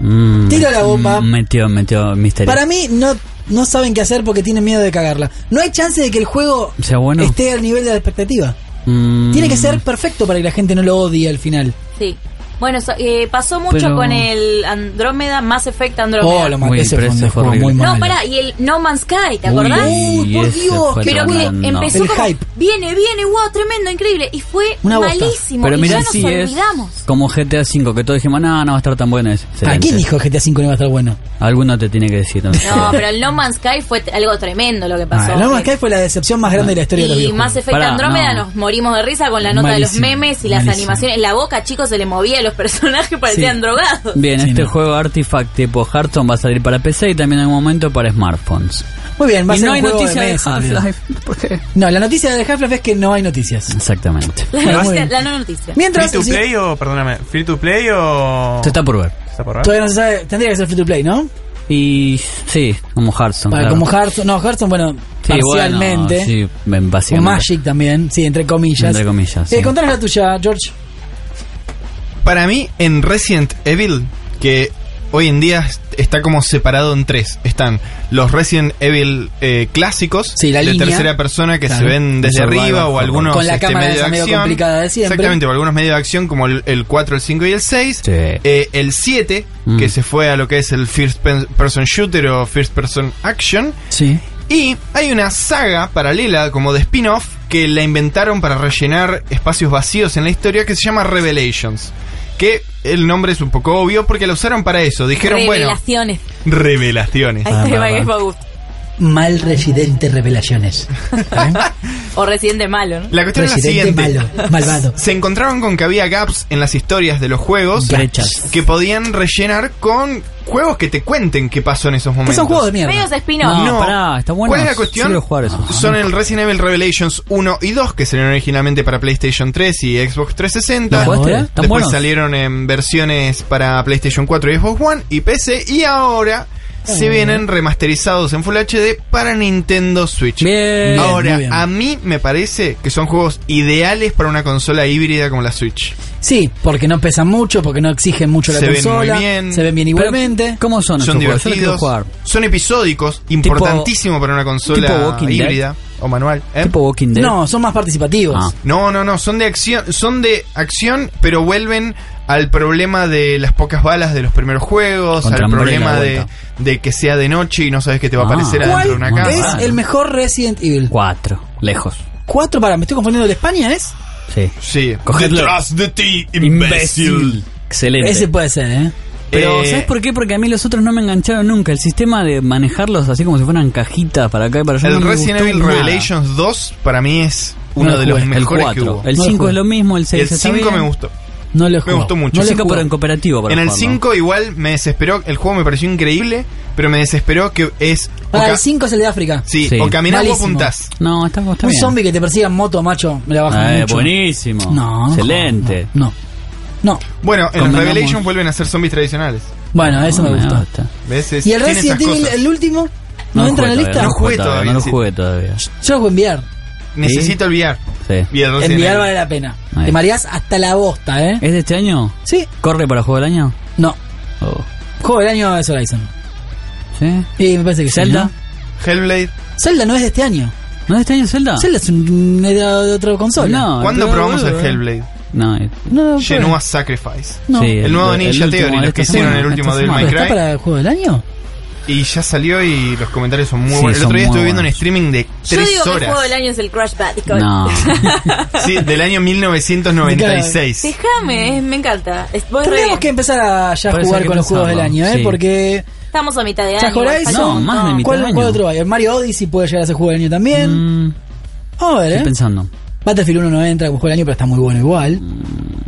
D: Mm,
B: Tira la bomba.
D: mm, Metió, metió misterio.
B: Para mí no, no saben qué hacer porque tienen miedo de cagarla. No hay chance de que el juego
D: Sea bueno.
B: esté al nivel de la expectativa.
D: Mm,
B: Tiene que ser perfecto para que la gente no lo odie al final.
C: Sí. Bueno, so- eh, pasó mucho
D: Pero-
C: con el Andrómeda, Mass Effect Andrómeda.
B: Oh, lo maté.
D: Uy,
B: Ese
D: pero
B: fue un
D: ese fue
B: juego muy
D: horrible.
B: malo.
C: no, pará, y el No Man's Sky, ¿te
D: Uy,
C: acordás?
B: Uy, por
D: ese
B: Dios,
D: fue
C: Pero que
D: tremendo.
C: empezó
B: El
C: como
B: hype.
C: viene, viene, wow, tremendo, increíble. Y fue
B: Una bosta.
C: malísimo.
D: Pero
C: y
D: mira,
C: ya nos
D: sí
B: ¿eh?
D: es
C: olvidamos.
D: como GTA V, que todos dijimos, no, no va a estar tan bueno. Es
B: ¿A
D: excelente.
B: quién dijo que GTA V no iba a estar bueno?
D: Alguno te tiene que decir. No, sé.
C: No, pero el No Man's Sky fue t- algo tremendo lo que pasó.
B: Ah, No Man's Sky fue la decepción más
D: Ah.
B: grande de la historia de los
C: y
B: videojuegos.
C: Mass Effect
D: Pará,
C: Andrómeda
D: no.
C: nos morimos de risa con la nota de
D: Malísimo,
C: los memes y las
D: malísimo.
C: animaciones. La boca, chicos, se le movía a los personajes, parecían drogados.
D: Bien,
B: Sí, ¿eh?
D: este
B: no.
D: juego Artifact tipo Hearthstone va a salir para PC y también en algún momento para smartphones.
B: Muy bien, va a
D: y
B: ser
D: no
B: un
D: hay
B: juego de
D: noticia de,
B: mesa, mira.
D: Half-Life. ¿Por qué?
B: No, la noticia de Half-Life es que no hay noticias.
D: Exactamente.
C: La,
B: Bueno, muy
C: noticia-
B: bien.
C: la no noticia.
B: Mientras,
E: ¿Free to
B: sí,
E: play o, perdóname, free to play o.
D: Se está por ver.
E: ¿Está por ver?
B: todavía no se sabe, tendría que ser free to play, ¿no?
D: Y sí, como Hearthstone.
B: Para
D: claro.
B: como Hearthstone, no, Hearthstone, bueno,
D: Sí, bueno,
B: parcialmente.
D: sí, ben-
B: O
D: básicamente.
B: Magic también, sí, entre comillas.
D: Entre comillas,
B: Eh,
D: sí.
B: contanos la tuya, George.
E: Para mí, en Resident Evil, que hoy en día está como separado en tres, están los Resident Evil eh, clásicos
B: Sí, la
E: de
B: línea.
E: tercera persona que
B: Claro.
E: se ven desde
D: Survival
E: arriba o
D: horror.
E: algunos este,
B: Con la cámara
E: medio
B: esa medio
E: acción.
B: complicada de siempre.
E: Exactamente, o algunos medios de acción como el, el 4, el 5 y el 6.
D: Sí.
E: Eh, el 7,
D: Mm.
E: que se fue a lo que es el First Pen- Person Shooter o First Person Action.
D: Sí.
E: Y hay una saga paralela como de spin-off que la inventaron para rellenar espacios vacíos en la historia que se llama Revelations. Que el nombre es un poco obvio porque la usaron para eso. Dijeron, bueno,
C: Revelaciones.
E: revelaciones.
C: Ahí
D: Ah,
C: se
D: va,
C: va,
D: va.
C: que fue Augusto.
B: mal residente revelaciones.
C: O residente malo, ¿no?
E: La cuestión
B: Residente
E: es la siguiente.
B: malo, malvado.
E: Se encontraron con que había gaps en las historias de los juegos
B: Brechas.
E: que podían rellenar con juegos que te cuenten qué pasó en esos momentos.
C: Medios spin-off.
E: No, ¿Cuál es la
D: Quiero
E: cuestión?
D: jugar eso.
E: Son el Resident Evil Revelations 1 y 2 que salieron originalmente para PlayStation 3 y Xbox 360.
D: ¿Los jugaste? ¿Están
E: Después
D: buenos?
E: salieron en versiones para PlayStation 4 y Xbox One y PC y ahora se
D: Ah.
E: vienen remasterizados en Full HD para Nintendo Switch.
D: Bien,
E: ahora,
D: muy bien.
E: a mí me parece que son juegos ideales para una consola híbrida como la Switch.
B: Sí, porque no pesan mucho, porque no exigen mucho la
E: Se ven muy
B: consola.
E: bien.
B: Se ven bien igualmente.
D: ¿Cómo son
E: Son
D: esos juegos? Yo los quiero
E: divertidos,
D: jugar.
E: son episódicos, importantísimo para una
D: tipo
E: consola
D: Walking Dead.
E: híbrida o manual. ¿eh?
D: Tipo Walking Dead.
B: No, son más participativos.
D: Ah.
E: No, no, no, son de acción, son de acción, pero vuelven al problema de las pocas balas de los primeros juegos,
D: Contra
E: al
D: Umbrella
E: problema
D: de
E: de,
D: vuelta.
E: de que sea de noche y no sabes que te va a
D: Ah.
E: aparecer adentro de una
B: ¿Cuál es
E: casa.
B: el mejor Resident Evil?
D: Cuatro. Lejos.
B: Cuatro, para, me estoy confundiendo. ¿El de España es?
D: Sí.
E: Sí.
D: Cogedlo.
E: Detrás de ti, imbécil.
D: Excelente.
B: Ese puede ser, ¿eh?
D: Pero,
E: Eh,
D: ¿sabes por qué? Porque a mí los otros no me engancharon nunca. El sistema de manejarlos así como si fueran cajitas para acá y para allá. no
E: El
D: me
E: Resident
D: gustó
E: Evil
D: nada.
E: Revelations 2 para mí es
D: No
E: uno
D: lo
E: de los
D: jugué, el
E: mejores que
D: cuatro.
E: hubo.
D: El
B: No lo
D: 5
B: jugué.
D: es lo mismo, el 6
E: el 5 me gustó.
B: No lo he
E: Me
B: jugado.
E: gustó mucho.
B: No lo he
D: Chica, pero en
B: jugado.
D: cooperativo para
E: En el
D: jugarlo.
E: 5 igual me desesperó, el juego me pareció increíble, pero me desesperó que es... o
B: Ahora,
E: ca-
B: el 5 es el de África.
E: sí,
D: Sí.
E: o caminás o
B: Malísimo.
E: apuntás.
D: No, está, está
B: Un
D: bien.
B: zombie que te persiga en moto, macho, me la baja
D: Eh,
B: mucho.
D: buenísimo.
B: No, no,
D: Excelente.
B: No. No.
E: Bueno, en el
D: Convengamos.
E: Revelations vuelven a ser zombies tradicionales.
B: Bueno, eso
D: No,
B: me gustó.
E: ¿Ves? Es-
B: ¿Y el
E: tiene
B: Resident
E: esas
B: Evil,
E: cosas.
B: el último? ¿No,
D: lo
B: entra en la
D: jugué
B: lista?
E: no jugué todavía,
D: No lo
E: sí.
D: jugué todavía.
B: Yo lo voy a enviar.
E: Necesito olvidar.
D: Sí.
E: Y el Resident
B: Enviar
E: Evil.
B: vale la pena.
D: Ahí.
B: Te mareás hasta la bosta, ¿eh?
D: ¿Es de este año?
B: Sí.
D: ¿Corre para juego del año?
B: No.
D: Oh.
B: Juego del año es Horizon.
D: ¿Sí?
B: Y me parece que sí,
D: ¿Zelda?
B: ¿no?
E: Hellblade.
B: Zelda no es de este año.
D: ¿No es de este año Zelda?
B: Zelda es un, es de, de otra consola.
D: No,
E: ¿Cuándo
D: pero,
E: probamos el
D: boludo, eh.
E: Hellblade?
D: No, eh,
B: No,
E: Genoa Sacrifice.
B: No.
D: sí,
E: El nuevo Ninja
D: último este
E: Theory,
D: de
E: los
D: esta
E: que hicieron
D: semana,
E: el último
D: esta
E: del
D: semana.
B: ¿Pero
E: Minecraft.
B: está para el juego del año?
E: Y ya salió y los comentarios son muy
D: Sí,
E: buenos. El
D: son
E: otro día
D: muy
E: estuve viendo un
D: buenos.
E: streaming de
C: Yo digo
E: 3
C: que el juego
E: horas.
C: del año es el Crash Bandicoot.
D: No.
E: Sí, del año 1996.
C: Déjame, es- me encanta. Es- voy re
B: Tendríamos
C: bien.
B: que empezar a ya
D: Parece
B: jugar
D: que
B: con los juegos del
D: pensarlo,
B: año, ¿eh?
D: sí.
B: Porque
C: Estamos a mitad de
B: ya
C: Este año. igual falta
B: Horizon...
C: un
D: más de
C: montón.
D: mitad
B: ¿Cuál,
D: de año.
B: cuál otro hay? El Mario Odyssey puede llegar a ser juego del año también.
D: Mm,
B: Vamos a ver,
D: estoy
B: ¿eh?
D: pensando. Mm,
B: Battlefield 1 no entra como juego del año, pero está muy bueno igual.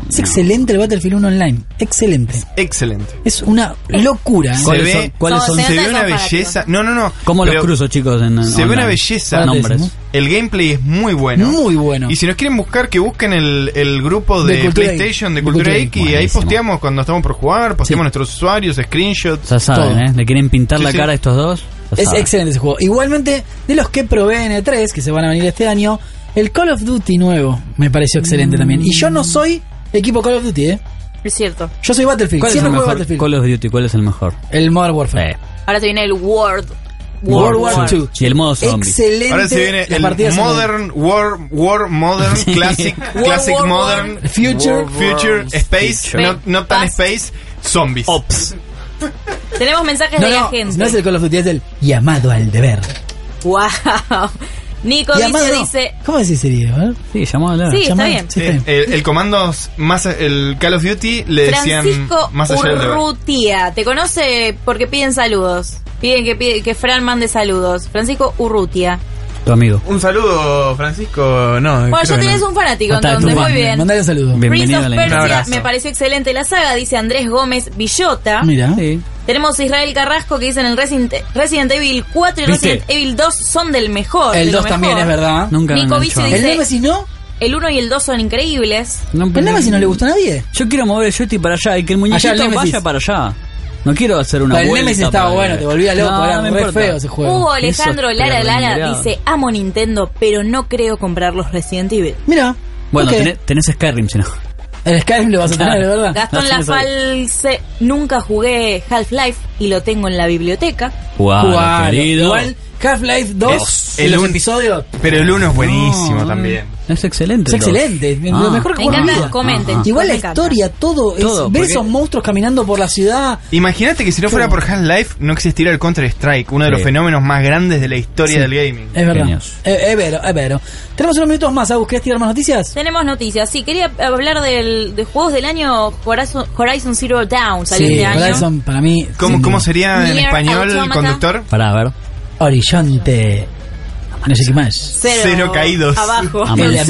B: es excelente el Battlefield 1 online. Excelente.
E: Excelente.
B: Es una locura. ¿eh?
E: Se
D: ¿Cuáles
E: ve-
D: son? ¿Cuáles
C: Somos
D: son?
C: Zelda.
E: Se ve una
C: Son fanáticos.
E: belleza. No, no, no.
D: ¿Cómo los
E: Pero
D: cruzo, chicos? En, en
E: Se ve
D: online?
E: una belleza.
D: Nombres.
E: El gameplay es muy bueno.
B: Muy bueno.
E: Y si nos quieren buscar, que busquen el, el grupo
B: De
E: de,
B: Cultura
E: PlayStation
B: Geek.
E: de Cultura
B: Cultura
E: Geek y
D: Geek.
E: ahí
D: Buenísimo.
E: posteamos cuando estamos por jugar, posteamos
B: Sí.
E: nuestros usuarios, screenshots.
D: Ya saben,
B: Todo.
D: ¿eh? ¿Le quieren pintar
E: Sí,
D: la
E: sí.
D: cara a estos dos? Ya
B: Es
D: saben.
B: excelente ese juego. Igualmente, de los que probé en E3, que se van a venir este año, el Call of Duty nuevo me pareció excelente
D: Mm.
B: también. Y yo no soy equipo Call of Duty, ¿eh?
C: Es cierto.
B: Yo soy Battlefield.
D: ¿Cuál es el
B: Siempre juego
D: mejor?
B: Battlefield.
D: Call of Duty, ¿cuál es el mejor?
B: El Modern Warfare.
D: Eh,
C: Ahora se viene el World.
B: World War II.
D: Y el modo zombie.
B: Excelente.
E: Ahora se viene
B: las
E: el
B: partidas en-
E: Modern, War, War Modern, Classic, Classic
C: War,
E: Modern,
C: War.
B: Future.
E: Future, Space,
C: Future.
E: no, no tan
C: Past.
E: Space, Zombies.
D: Ops.
C: Tenemos mensajes
B: No,
C: de la
B: no,
C: gente.
B: no es el Call of Duty, es el llamado al deber.
C: Wow. Nico
B: Llamado
C: dice,
B: no.
C: dice.
B: ¿Cómo decís ese video? eh?
D: Sí, llamó a hablar.
C: Sí, está
B: Llamado-
C: bien.
B: sí,
E: Eh, el, el comando más el Call of Duty le decían
C: Francisco
E: más allá del deber.
C: Urrutia. Te conoce porque piden saludos. Piden que, pide- que Fran mande saludos. Francisco Urrutia.
D: Tu amigo.
J: Un saludo, Francisco. No,
C: Bueno,
J: creo
C: ya
J: que
C: tenés
J: no.
C: un fanático,
D: Está,
C: entonces.
D: tú
C: Muy
D: manda-
C: bien.
B: Mandale un saludo.
C: Prince
D: Bienvenido
C: of
D: a la
J: Un
C: Persia,
J: abrazo.
C: me pareció excelente la saga, dice Andrés Gómez Villota.
B: Mira.
D: Sí.
C: Tenemos a Israel Carrasco que dicen el Resident, Resident Evil 4 y
D: ¿Viste?
C: Resident Evil 2 son del mejor.
B: El
C: Oh, de lo
B: 2 también es
C: mejor.
B: verdad.
D: Nunca me
C: Nico Vici
D: enganchó.
B: El
C: dice-
B: Nemesis no.
C: El 1 y el 2 son increíbles.
D: No,
B: El
D: pero-
B: Nemesis no le gustó a nadie.
D: Yo quiero mover el joystick para allá y que el muñequito
B: Allá, el Nemesis.
D: vaya para allá. No quiero hacer una
B: Pero el
D: vuelta
B: Nemesis estaba
D: para
B: bueno,
D: que-
B: te volvía loco,
D: No,
B: era
D: no
B: re
D: importa.
B: feo ese juego.
C: Hugo
D: Eso
C: Alejandro
D: es
C: Lara Lara
D: perrendeado.
C: dice, amo Nintendo, pero no creo comprar los Resident Evil.
B: Mira.
D: Bueno,
B: ok.
D: tenés, tenés Skyrim, si no.
B: El Skyrim lo vas a tener,
D: Claro.
B: ¿verdad?
C: Gastón
D: No, sí, no
C: Lafalce, nunca jugué Half-Life y lo tengo en la biblioteca.
D: Jugalo,
B: Jugalo.
D: querido.
B: Igual Half-Life 2
E: Es
B: el
E: el
B: los
E: un-
B: episodios
E: Pero el uno es buenísimo
D: No,
E: también.
D: Es excelente.
B: es
D: el dos.
B: excelente, es lo
D: Ah.
B: mejor que
C: Me
B: jugué en mi
C: encanta,
B: vida.
C: comenten,
D: Ajá.
C: chicos,
B: Igual
C: me
B: la
C: encanta.
B: historia, todo, es
D: Todo,
B: ver
D: porque-
B: esos monstruos caminando por la ciudad.
E: Imagínate que si no fuera por Half-Life no existiera el Counter-Strike, uno de los
D: Sí.
E: fenómenos más grandes de la historia del gaming.
B: Es verdad.
D: Genios.
B: Eh, Es vero, es vero. Tenemos unos minutos más, Agus, ¿querés tirar más noticias?
C: Tenemos noticias. Sí, quería hablar del, de juegos del año Horizon, Horizon Zero Dawn. Salió este año.
B: Horizon para mí.
E: ¿Cómo,
B: sin
E: cómo
B: duda.
E: sería en
C: Nier
E: español el
C: Automata.
E: conductor?
D: Pará, a ver.
B: Horizonte. No sé qué más. Ah,
C: Cero. Cero caídos. Abajo.
B: El
C: Amanecer.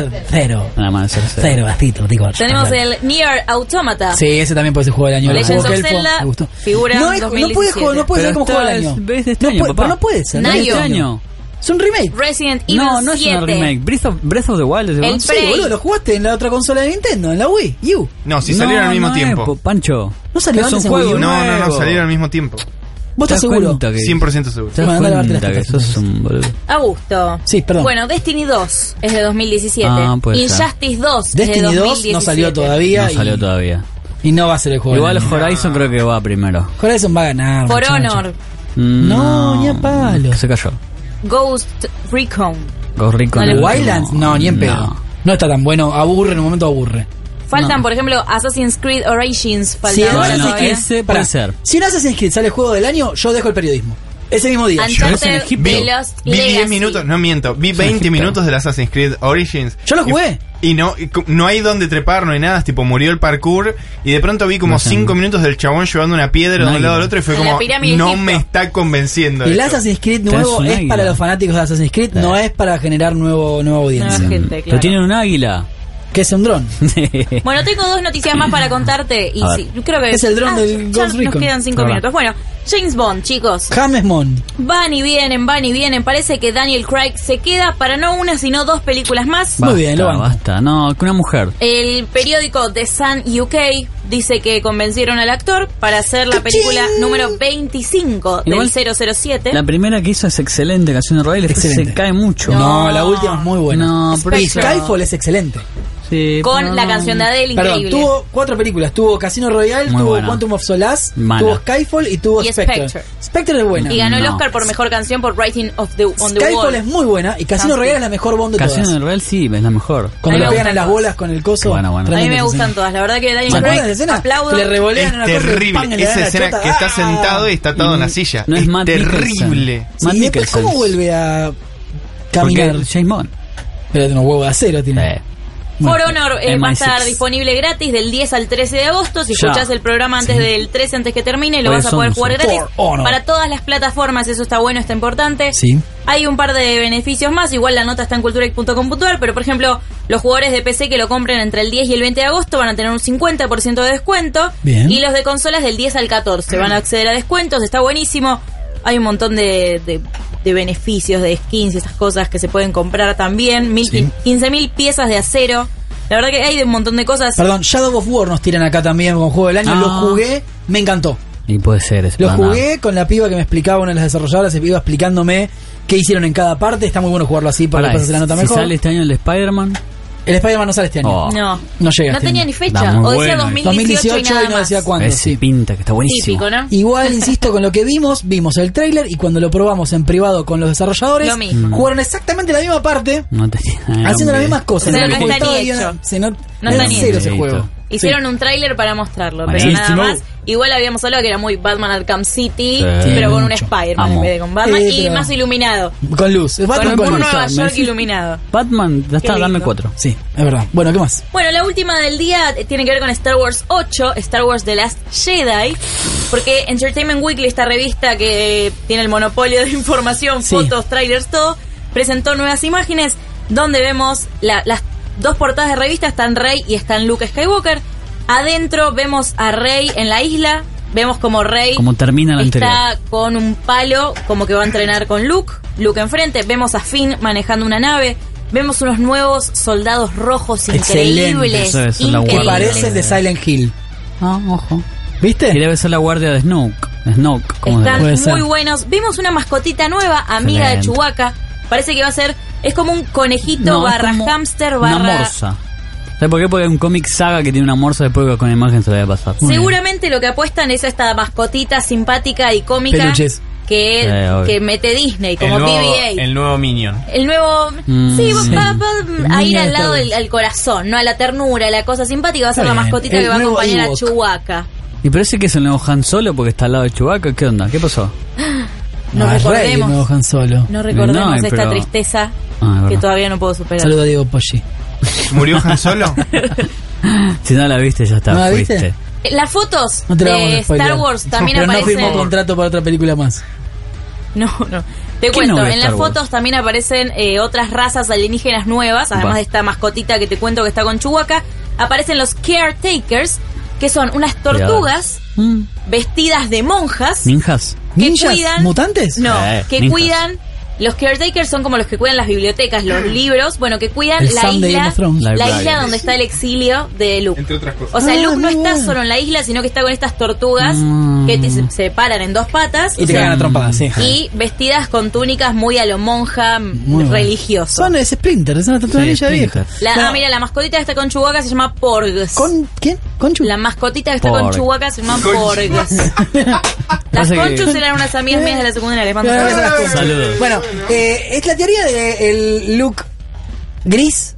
B: amanecer, cero.
D: El amanecer, cero.
B: Cero, así te lo digo.
C: Tenemos el Near Automata.
B: Sí, ese también puede ser juego del año.
C: Legends
B: El juego
C: of
B: Hellfall,
C: Zelda,
B: me gustó.
C: figura
B: no, es- no puede
C: 2017.
B: jugar, no puede ser como juego del año.
D: ¿Ves de este
B: no
D: año,
B: puede,
D: papá?
B: pero no puede ser.
D: ¿De
B: es
D: este año?
B: Es un remake.
C: Resident Evil
D: No, no es
C: 7.
D: un remake. Breath of, Breath of the Wild. ¿es verdad?
B: sí, boludo, lo jugaste en la otra consola de Nintendo, en la Wii, U.
E: No, si salieron al mismo
D: no es,
E: tiempo.
D: po- Pancho.
B: ¿No salió
D: es un
B: antes en
D: juego
B: Wii U?
E: No, no, no,
D: nuevo.
E: salieron al mismo tiempo.
B: ¿Vos
D: ¿Te
B: estás
D: das
B: seguro?
D: cuenta que-
E: 100% seguro.
D: ¿Te das
B: Bueno, dale,
D: cuenta
B: dale,
D: que sos un boludo?
C: A gusto.
B: Sí, perdón.
C: Bueno, Destiny 2 es de 2017.
D: Ah, puede ser.
C: Injustice 2 es de
B: Destiny 2
C: 2017.
B: no salió todavía.
D: No
B: y-
D: salió todavía.
B: Y no va a ser el juego.
D: Igual
B: del año.
D: Horizon creo que va primero.
B: Horizon va a ganar.
C: For
B: muchacho.
C: Honor,
D: Mm,
B: No, ni a palo.
D: Se cayó.
C: Ghost Recon.
D: Ghost Recon.
C: No le-
B: Wildlands, no, ni en pedo. No. está tan bueno, aburre, en un momento aburre.
C: Faltan, por ejemplo, Assassin's Creed Origins. Faltan
B: Si en
C: ahora
B: Assassin's
C: todavía.
B: Creed-
D: ese puede
B: pará,
D: ser.
B: Si en Assassin's Creed sale el juego del año, yo dejo el periodismo. Ese mismo día.
C: Uncharted,
D: es en Egipto.
C: The Lost
E: Vi 10
C: Legacy.
E: minutos, no miento, vi
D: Es una
E: 20
D: hipster.
E: minutos del Assassin's Creed Origins.
B: Yo lo jugué.
E: Y, y no y cu- no hay donde trepar, no hay nada, es tipo murió el parkour y de pronto vi como
D: No sé.
E: 5 minutos del chabón llevando una piedra de
D: Nadie.
E: un lado al otro y fue
C: En la
E: como
C: pirámide
E: no
C: egipto".
E: me está convenciendo.
B: El
E: esto".
B: Assassin's Creed
D: Tenés
B: nuevo
D: un
B: es
D: águila.
B: para los fanáticos de Assassin's Creed, no es para generar nuevo, nueva audiencia.
C: Nueva gente,
D: Lo
C: claro.
D: tienen un águila.
B: Que es un dron.
C: Bueno, tengo dos noticias más para contarte. Y
D: A ver.
C: sí, yo creo que Ah,
B: Es el dron del
C: ya
B: Ghost Recon.
C: Nos quedan cinco
D: Ahora.
C: minutos. Bueno, James Bond, chicos.
B: James Mon.
C: Van y vienen, van y vienen. Parece que Daniel Craig se queda para no una, sino dos películas más.
B: Muy bien, lo
D: Basta,
B: banco.
D: Basta, no, que una mujer.
C: El periódico The Sun UK dice que convencieron al actor para hacer la película número 25
D: Igual,
C: del 007.
D: La primera que hizo es excelente, Canción de Royal, después
B: Excelente.
D: se cae mucho.
B: No, la última es muy buena.
D: No,
C: pero
B: y
C: eso-
B: Skyfall es excelente.
D: Sí,
C: con
D: pero
C: la
D: no.
C: canción de Adele,
B: Perdón,
C: increíble.
B: tuvo cuatro películas. Tuvo Casino Royale,
D: Muy
B: tuvo
D: buena.
B: Quantum of Solace,
D: Mala.
B: tuvo Skyfall y tuvo
C: Y
B: Spectre.
C: Spectre.
B: Spectre es buena.
C: y ganó el
D: No.
C: Oscar por mejor canción por Writing of the, on the
B: Skyfall
C: Wall.
B: es muy buena y Casino
C: Santi.
B: Royale es la mejor Bond de
D: Canción de
B: todas.
D: Royal sí, es la mejor.
B: Cuando
C: A mí
B: le
C: me
B: pegan a
C: gustan
B: las
C: todas.
B: bolas con el coso.
D: Bueno, bueno.
C: a mí me
B: tremenda
C: gustan
B: escena.
C: todas, la verdad que Daniel
B: ¿Se acuerdan de
C: Craig,
B: esa escena?
C: aplaudo.
B: Que le revolean
E: Es
B: una cosa y pan,
E: terrible
B: le dan
E: esa
B: la
E: escena
B: chota.
E: que está
B: ¡Ah!
E: sentado y está atado en la silla.
D: No es,
E: es
D: Matt
E: terrible.
D: Nicholson.
B: Sí,
D: Matt
B: y después,
D: Nicholson.
B: ¿cómo vuelve a
D: Porque
B: caminar?
D: es James Bond.
B: Pero tiene unos huevos de acero, tiene.
D: Sí.
C: For
B: Bueno,
C: Honor eh,
D: MI6.
C: va a estar disponible gratis del 10 al 13 de agosto. Si
D: Ya.
C: escuchás el programa antes del 13, antes que termine, lo
D: Hoy
C: vas a
D: es
C: poder
D: 11.
C: jugar gratis.
B: For Honor.
C: Para todas las plataformas, eso está bueno, está importante.
B: Sí.
C: Hay un par de beneficios más, igual la nota está en culturec.com.ar, pero por ejemplo, los jugadores de PC que lo compren entre el 10 y el 20 de agosto van a tener un 50% de descuento.
B: Bien.
C: Y los de consolas del 10 al 14 van a acceder a descuentos, está buenísimo. Hay un montón de, de- de beneficios, de skins y esas cosas que se pueden comprar también. Mil,
B: Sí.
C: 15.000 piezas de acero. La verdad que hay de un montón de cosas.
B: Perdón, Shadow of War nos tiran acá también con Juego del Año. Lo
D: Ah.
B: jugué, me encantó.
D: Y puede ser. es
B: Lo
D: para nada.
B: jugué con la piba que me explicaba, una de las desarrolladoras, se iba explicándome qué hicieron en cada parte. Está muy bueno jugarlo así para
D: Pará,
B: pasarse la nota
D: si
B: mejor.
D: sale este año el de Spider-Man,
B: El Spider-Man no sale este año.
D: Oh.
C: No.
B: No llega
C: No
B: este
C: tenía
B: año.
C: ni
D: Está
C: fecha.
D: muy
C: O decía
D: bueno,
C: 2018, y nada
B: no
C: más.
B: decía cuándo.
D: ese
B: Sí.
D: pinta que está buenísimo.
C: Típico, ¿no?
B: Igual, insisto, con lo que vimos, vimos el tráiler y cuando lo probamos en privado con los desarrolladores,
C: Lo mismo.
B: jugaron exactamente la misma parte,
D: No tenía nada,
B: haciendo las
D: hombre.
B: mismas cosas.
C: Pero
B: El
C: no
B: juego
C: está
B: estaba
C: ni
B: bien-
C: hecho.
B: se no,
C: No
B: era
C: está ni
B: cero
D: hecho.
B: ese juego.
C: Hicieron un tráiler para mostrarlo, pero
D: Buenísimo.
C: nada más. Igual habíamos hablado que era muy Batman Arkham City,
D: Sí.
C: pero con un
B: Mucho.
C: Spider-Man en
D: Amo.
C: vez de con Batman
B: Eh,
C: y
B: pero-
C: más iluminado.
B: un... Con luz. El Batman
C: Con
B: con
C: un
B: luz.
C: Nueva
D: Me
C: York
D: decís-
C: iluminado.
D: Batman, ya está,
C: Qué
D: dame
C: lindo.
D: cuatro.
B: Sí, es verdad. Bueno, ¿qué más?
C: Bueno, la última del día eh, tiene que ver con Star Wars 8, Star Wars The Last Jedi, porque Entertainment Weekly, esta revista que tiene el monopolio de información,
B: Sí.
C: fotos, trailers, todo, presentó nuevas imágenes donde vemos la- las dos portadas de revista, están Rey y están Luke Skywalker. Adentro vemos a Rey en la isla, vemos como Rey
D: Como termina la anterior.
C: está con un palo, como que va a entrenar con Luke. Luke enfrente, vemos a Finn manejando una nave. Vemos unos nuevos soldados rojos
B: Excelente,
C: increíbles.
D: eso es, son la
B: Que
D: Guardia.
B: parece el de Silent Hill.
D: Ah, ojo. Y
B: ¿Viste?
D: debe ser la guardia de Snoke. Snoke, ¿cómo se
C: Están
D: llama?
B: Puede
C: muy
B: ser.
C: buenos. Vimos una mascotita nueva, amiga de
D: Excelente.
C: Chewbacca. Parece que va a ser. Es como un conejito
D: No, es
C: barra
D: como
C: hamster
D: Una
C: barra.
D: morsa. ¿Sabes por qué? Porque hay un cómic saga que tiene una morsa después que con imagen se la voy a pasar.
C: Seguramente lo que apuestan es a esta mascotita simpática y cómica
B: Peluches.
C: que,
D: Sí, Eh, obvio.
C: que mete Disney, como
J: el, nuevo,
C: BB-8.
J: el nuevo Minion.
C: El nuevo.
D: Mm,
C: sí, va-
D: sí.
C: va, va a
B: Niño
C: ir
B: de
C: al
B: Star
C: lado
B: Wars.
C: del al corazón, no a la ternura, a la cosa simpática. Va a ser
B: Está
C: la
B: bien.
C: mascotita
B: El
C: que va a
B: nuevo
C: acompañar a
B: Ewok.
C: Chewbacca.
D: Y parece que es el nuevo Han Solo porque está al lado de Chewbacca. ¿Qué onda? ¿Qué pasó?
C: No
B: Ah, es Rey,
C: recordemos.
B: nuevo Han Solo.
C: No recordemos
D: No,
C: esta
D: pero-
C: tristeza
D: Ah, es
C: que
D: verdad.
C: todavía no puedo superar.
B: Saludo a Diego Poggi.
E: ¿Murió Han Solo?
D: Si no la viste, ya está.
B: ¿No la
D: fuiste.
B: viste?
C: Eh, Las fotos
B: No te la vamos a
C: de
B: spoilear.
C: Star Wars también
B: Pero no
C: aparecen.
B: firmó contrato para otra película más.
C: No, no. Te
M: ¿Qué
C: cuento,
M: novela
C: en las
M: Star Wars?
C: fotos también aparecen eh, otras razas alienígenas nuevas, además
M: Va.
C: de esta mascotita que te cuento que está con Chewbacca, aparecen los caretakers, que son unas tortugas
B: Mm.
C: vestidas de monjas
D: Ninjas.
C: que cuidan
B: mutantes
C: no
D: Eh,
C: que
D: ninjas.
C: cuidan los caretakers son como los que cuidan las bibliotecas los libros bueno que cuidan
D: El
C: la
D: Sam de
C: isla
D: Game of Thrones.
C: la,
D: Library.
C: isla donde está el exilio de Luke
E: Entre otras cosas.
C: o sea
B: Ah,
C: Luke no
B: muy
C: está
B: bueno.
C: solo en la isla sino que está con estas tortugas que te- se, se paran en dos patas
B: Mm. Y te
C: O sea,
B: cagan a trompadas, sí.
C: y vestidas con túnicas muy a lo monja
B: Muy bueno.
C: religioso
B: Son es Splinter, es una tatuadilla vieja.
C: La-
B: No,
C: ah, mira, la mascotita que está con Chewbacca se llama Porgs. ¿Con
B: quién?
C: La mascotita que está con
B: Porg.
C: Chewbacca se llama
B: Con-
C: Porgs. Las
B: Pasa que-
C: conchus eran unas amigas mías de la secundaria. Les mando
B: Claro,
C: saludos.
B: esas cosas. Bueno, eh, es la teoría del look gris.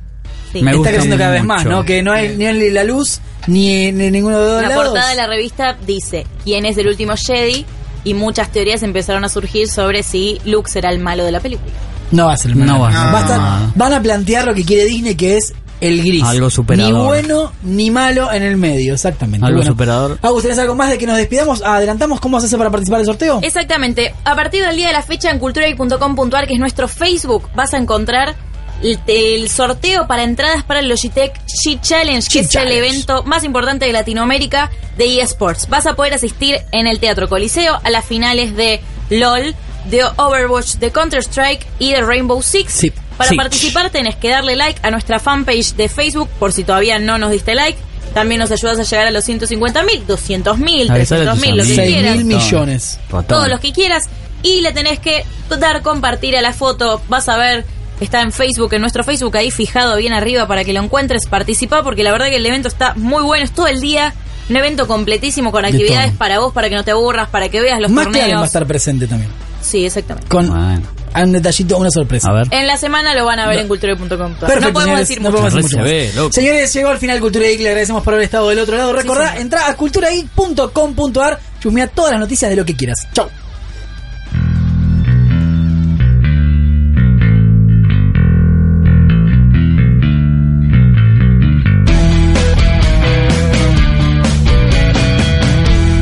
C: Sí.
B: Me
C: Me
B: está
C: gusta
B: creciendo cada vez más,
C: mucho.
B: ¿no? Que no hay ni en la luz ni en en ninguno de los dos
C: La
B: lados.
C: portada de la revista dice quién es el último Jedi y muchas teorías empezaron a surgir sobre si Luke será el malo de la película.
B: No va a ser
D: No va a ser
B: Va a estar-
D: malo.
B: van a plantear lo que quiere Disney, que es el gris.
D: Algo superador.
B: Ni bueno ni malo en el medio, exactamente.
D: Algo
B: Bueno,
D: superador.
B: Agus, ¿tenés algo más de que nos despidamos? ¿Adelantamos cómo haces para participar del sorteo?
C: Exactamente. A partir del día de la fecha en culturay.com.ar, que es nuestro Facebook, vas a encontrar el, el sorteo para entradas para el Logitech She Challenge, que es el evento más importante de Latinoamérica de eSports. Vas a poder asistir en el Teatro Coliseo a las finales de LOL, de Overwatch, de Counter-Strike y de Rainbow Six. Para
M: Sí.
C: participar tenés que darle like a nuestra fanpage de Facebook, por si todavía no nos diste like. También nos ayudas a llegar a los 150 mil, 200 mil,
B: Avisale a
C: 300
B: tus
C: mil, lo que
B: amigos.
C: quieras.
B: 6.000 millones.
C: Todos los que quieras. Y le tenés que dar compartir a la foto. Vas a ver, está en Facebook, en nuestro Facebook, ahí fijado bien arriba para que lo encuentres. Participa porque la verdad que el evento está muy bueno. Es todo el día. Un evento completísimo con
B: De
C: actividades
B: todo.
C: para vos, para que no te aburras, para que veas los
B: Más que alguien va a
C: torneos.
B: estar presente también.
C: Sí, exactamente.
B: Con un detallito, una sorpresa. A ver.
C: En la semana lo van a ver en cultura.com.
B: Perfecto,
C: No podemos
B: señores,
C: decir
B: no
C: mucho.
B: podemos decir
D: Re se
B: mucho
D: ve,
B: más. Señores, llegó al final Cultura Geek, le agradecemos por haber estado del otro lado. Recordá, entra a culturageek.com.ar, chusmea todas las noticias de lo que quieras. Chau.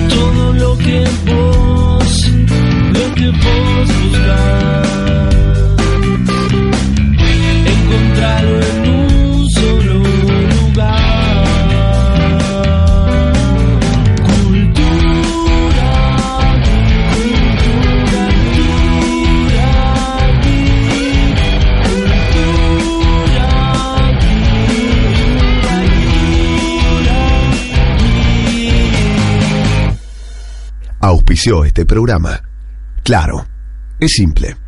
M: Todo lo que vos, lo que vos buscás, encontrarlo en un solo lugar. Cultura, cultura,
A: Auspició este programa. Claro, es simple.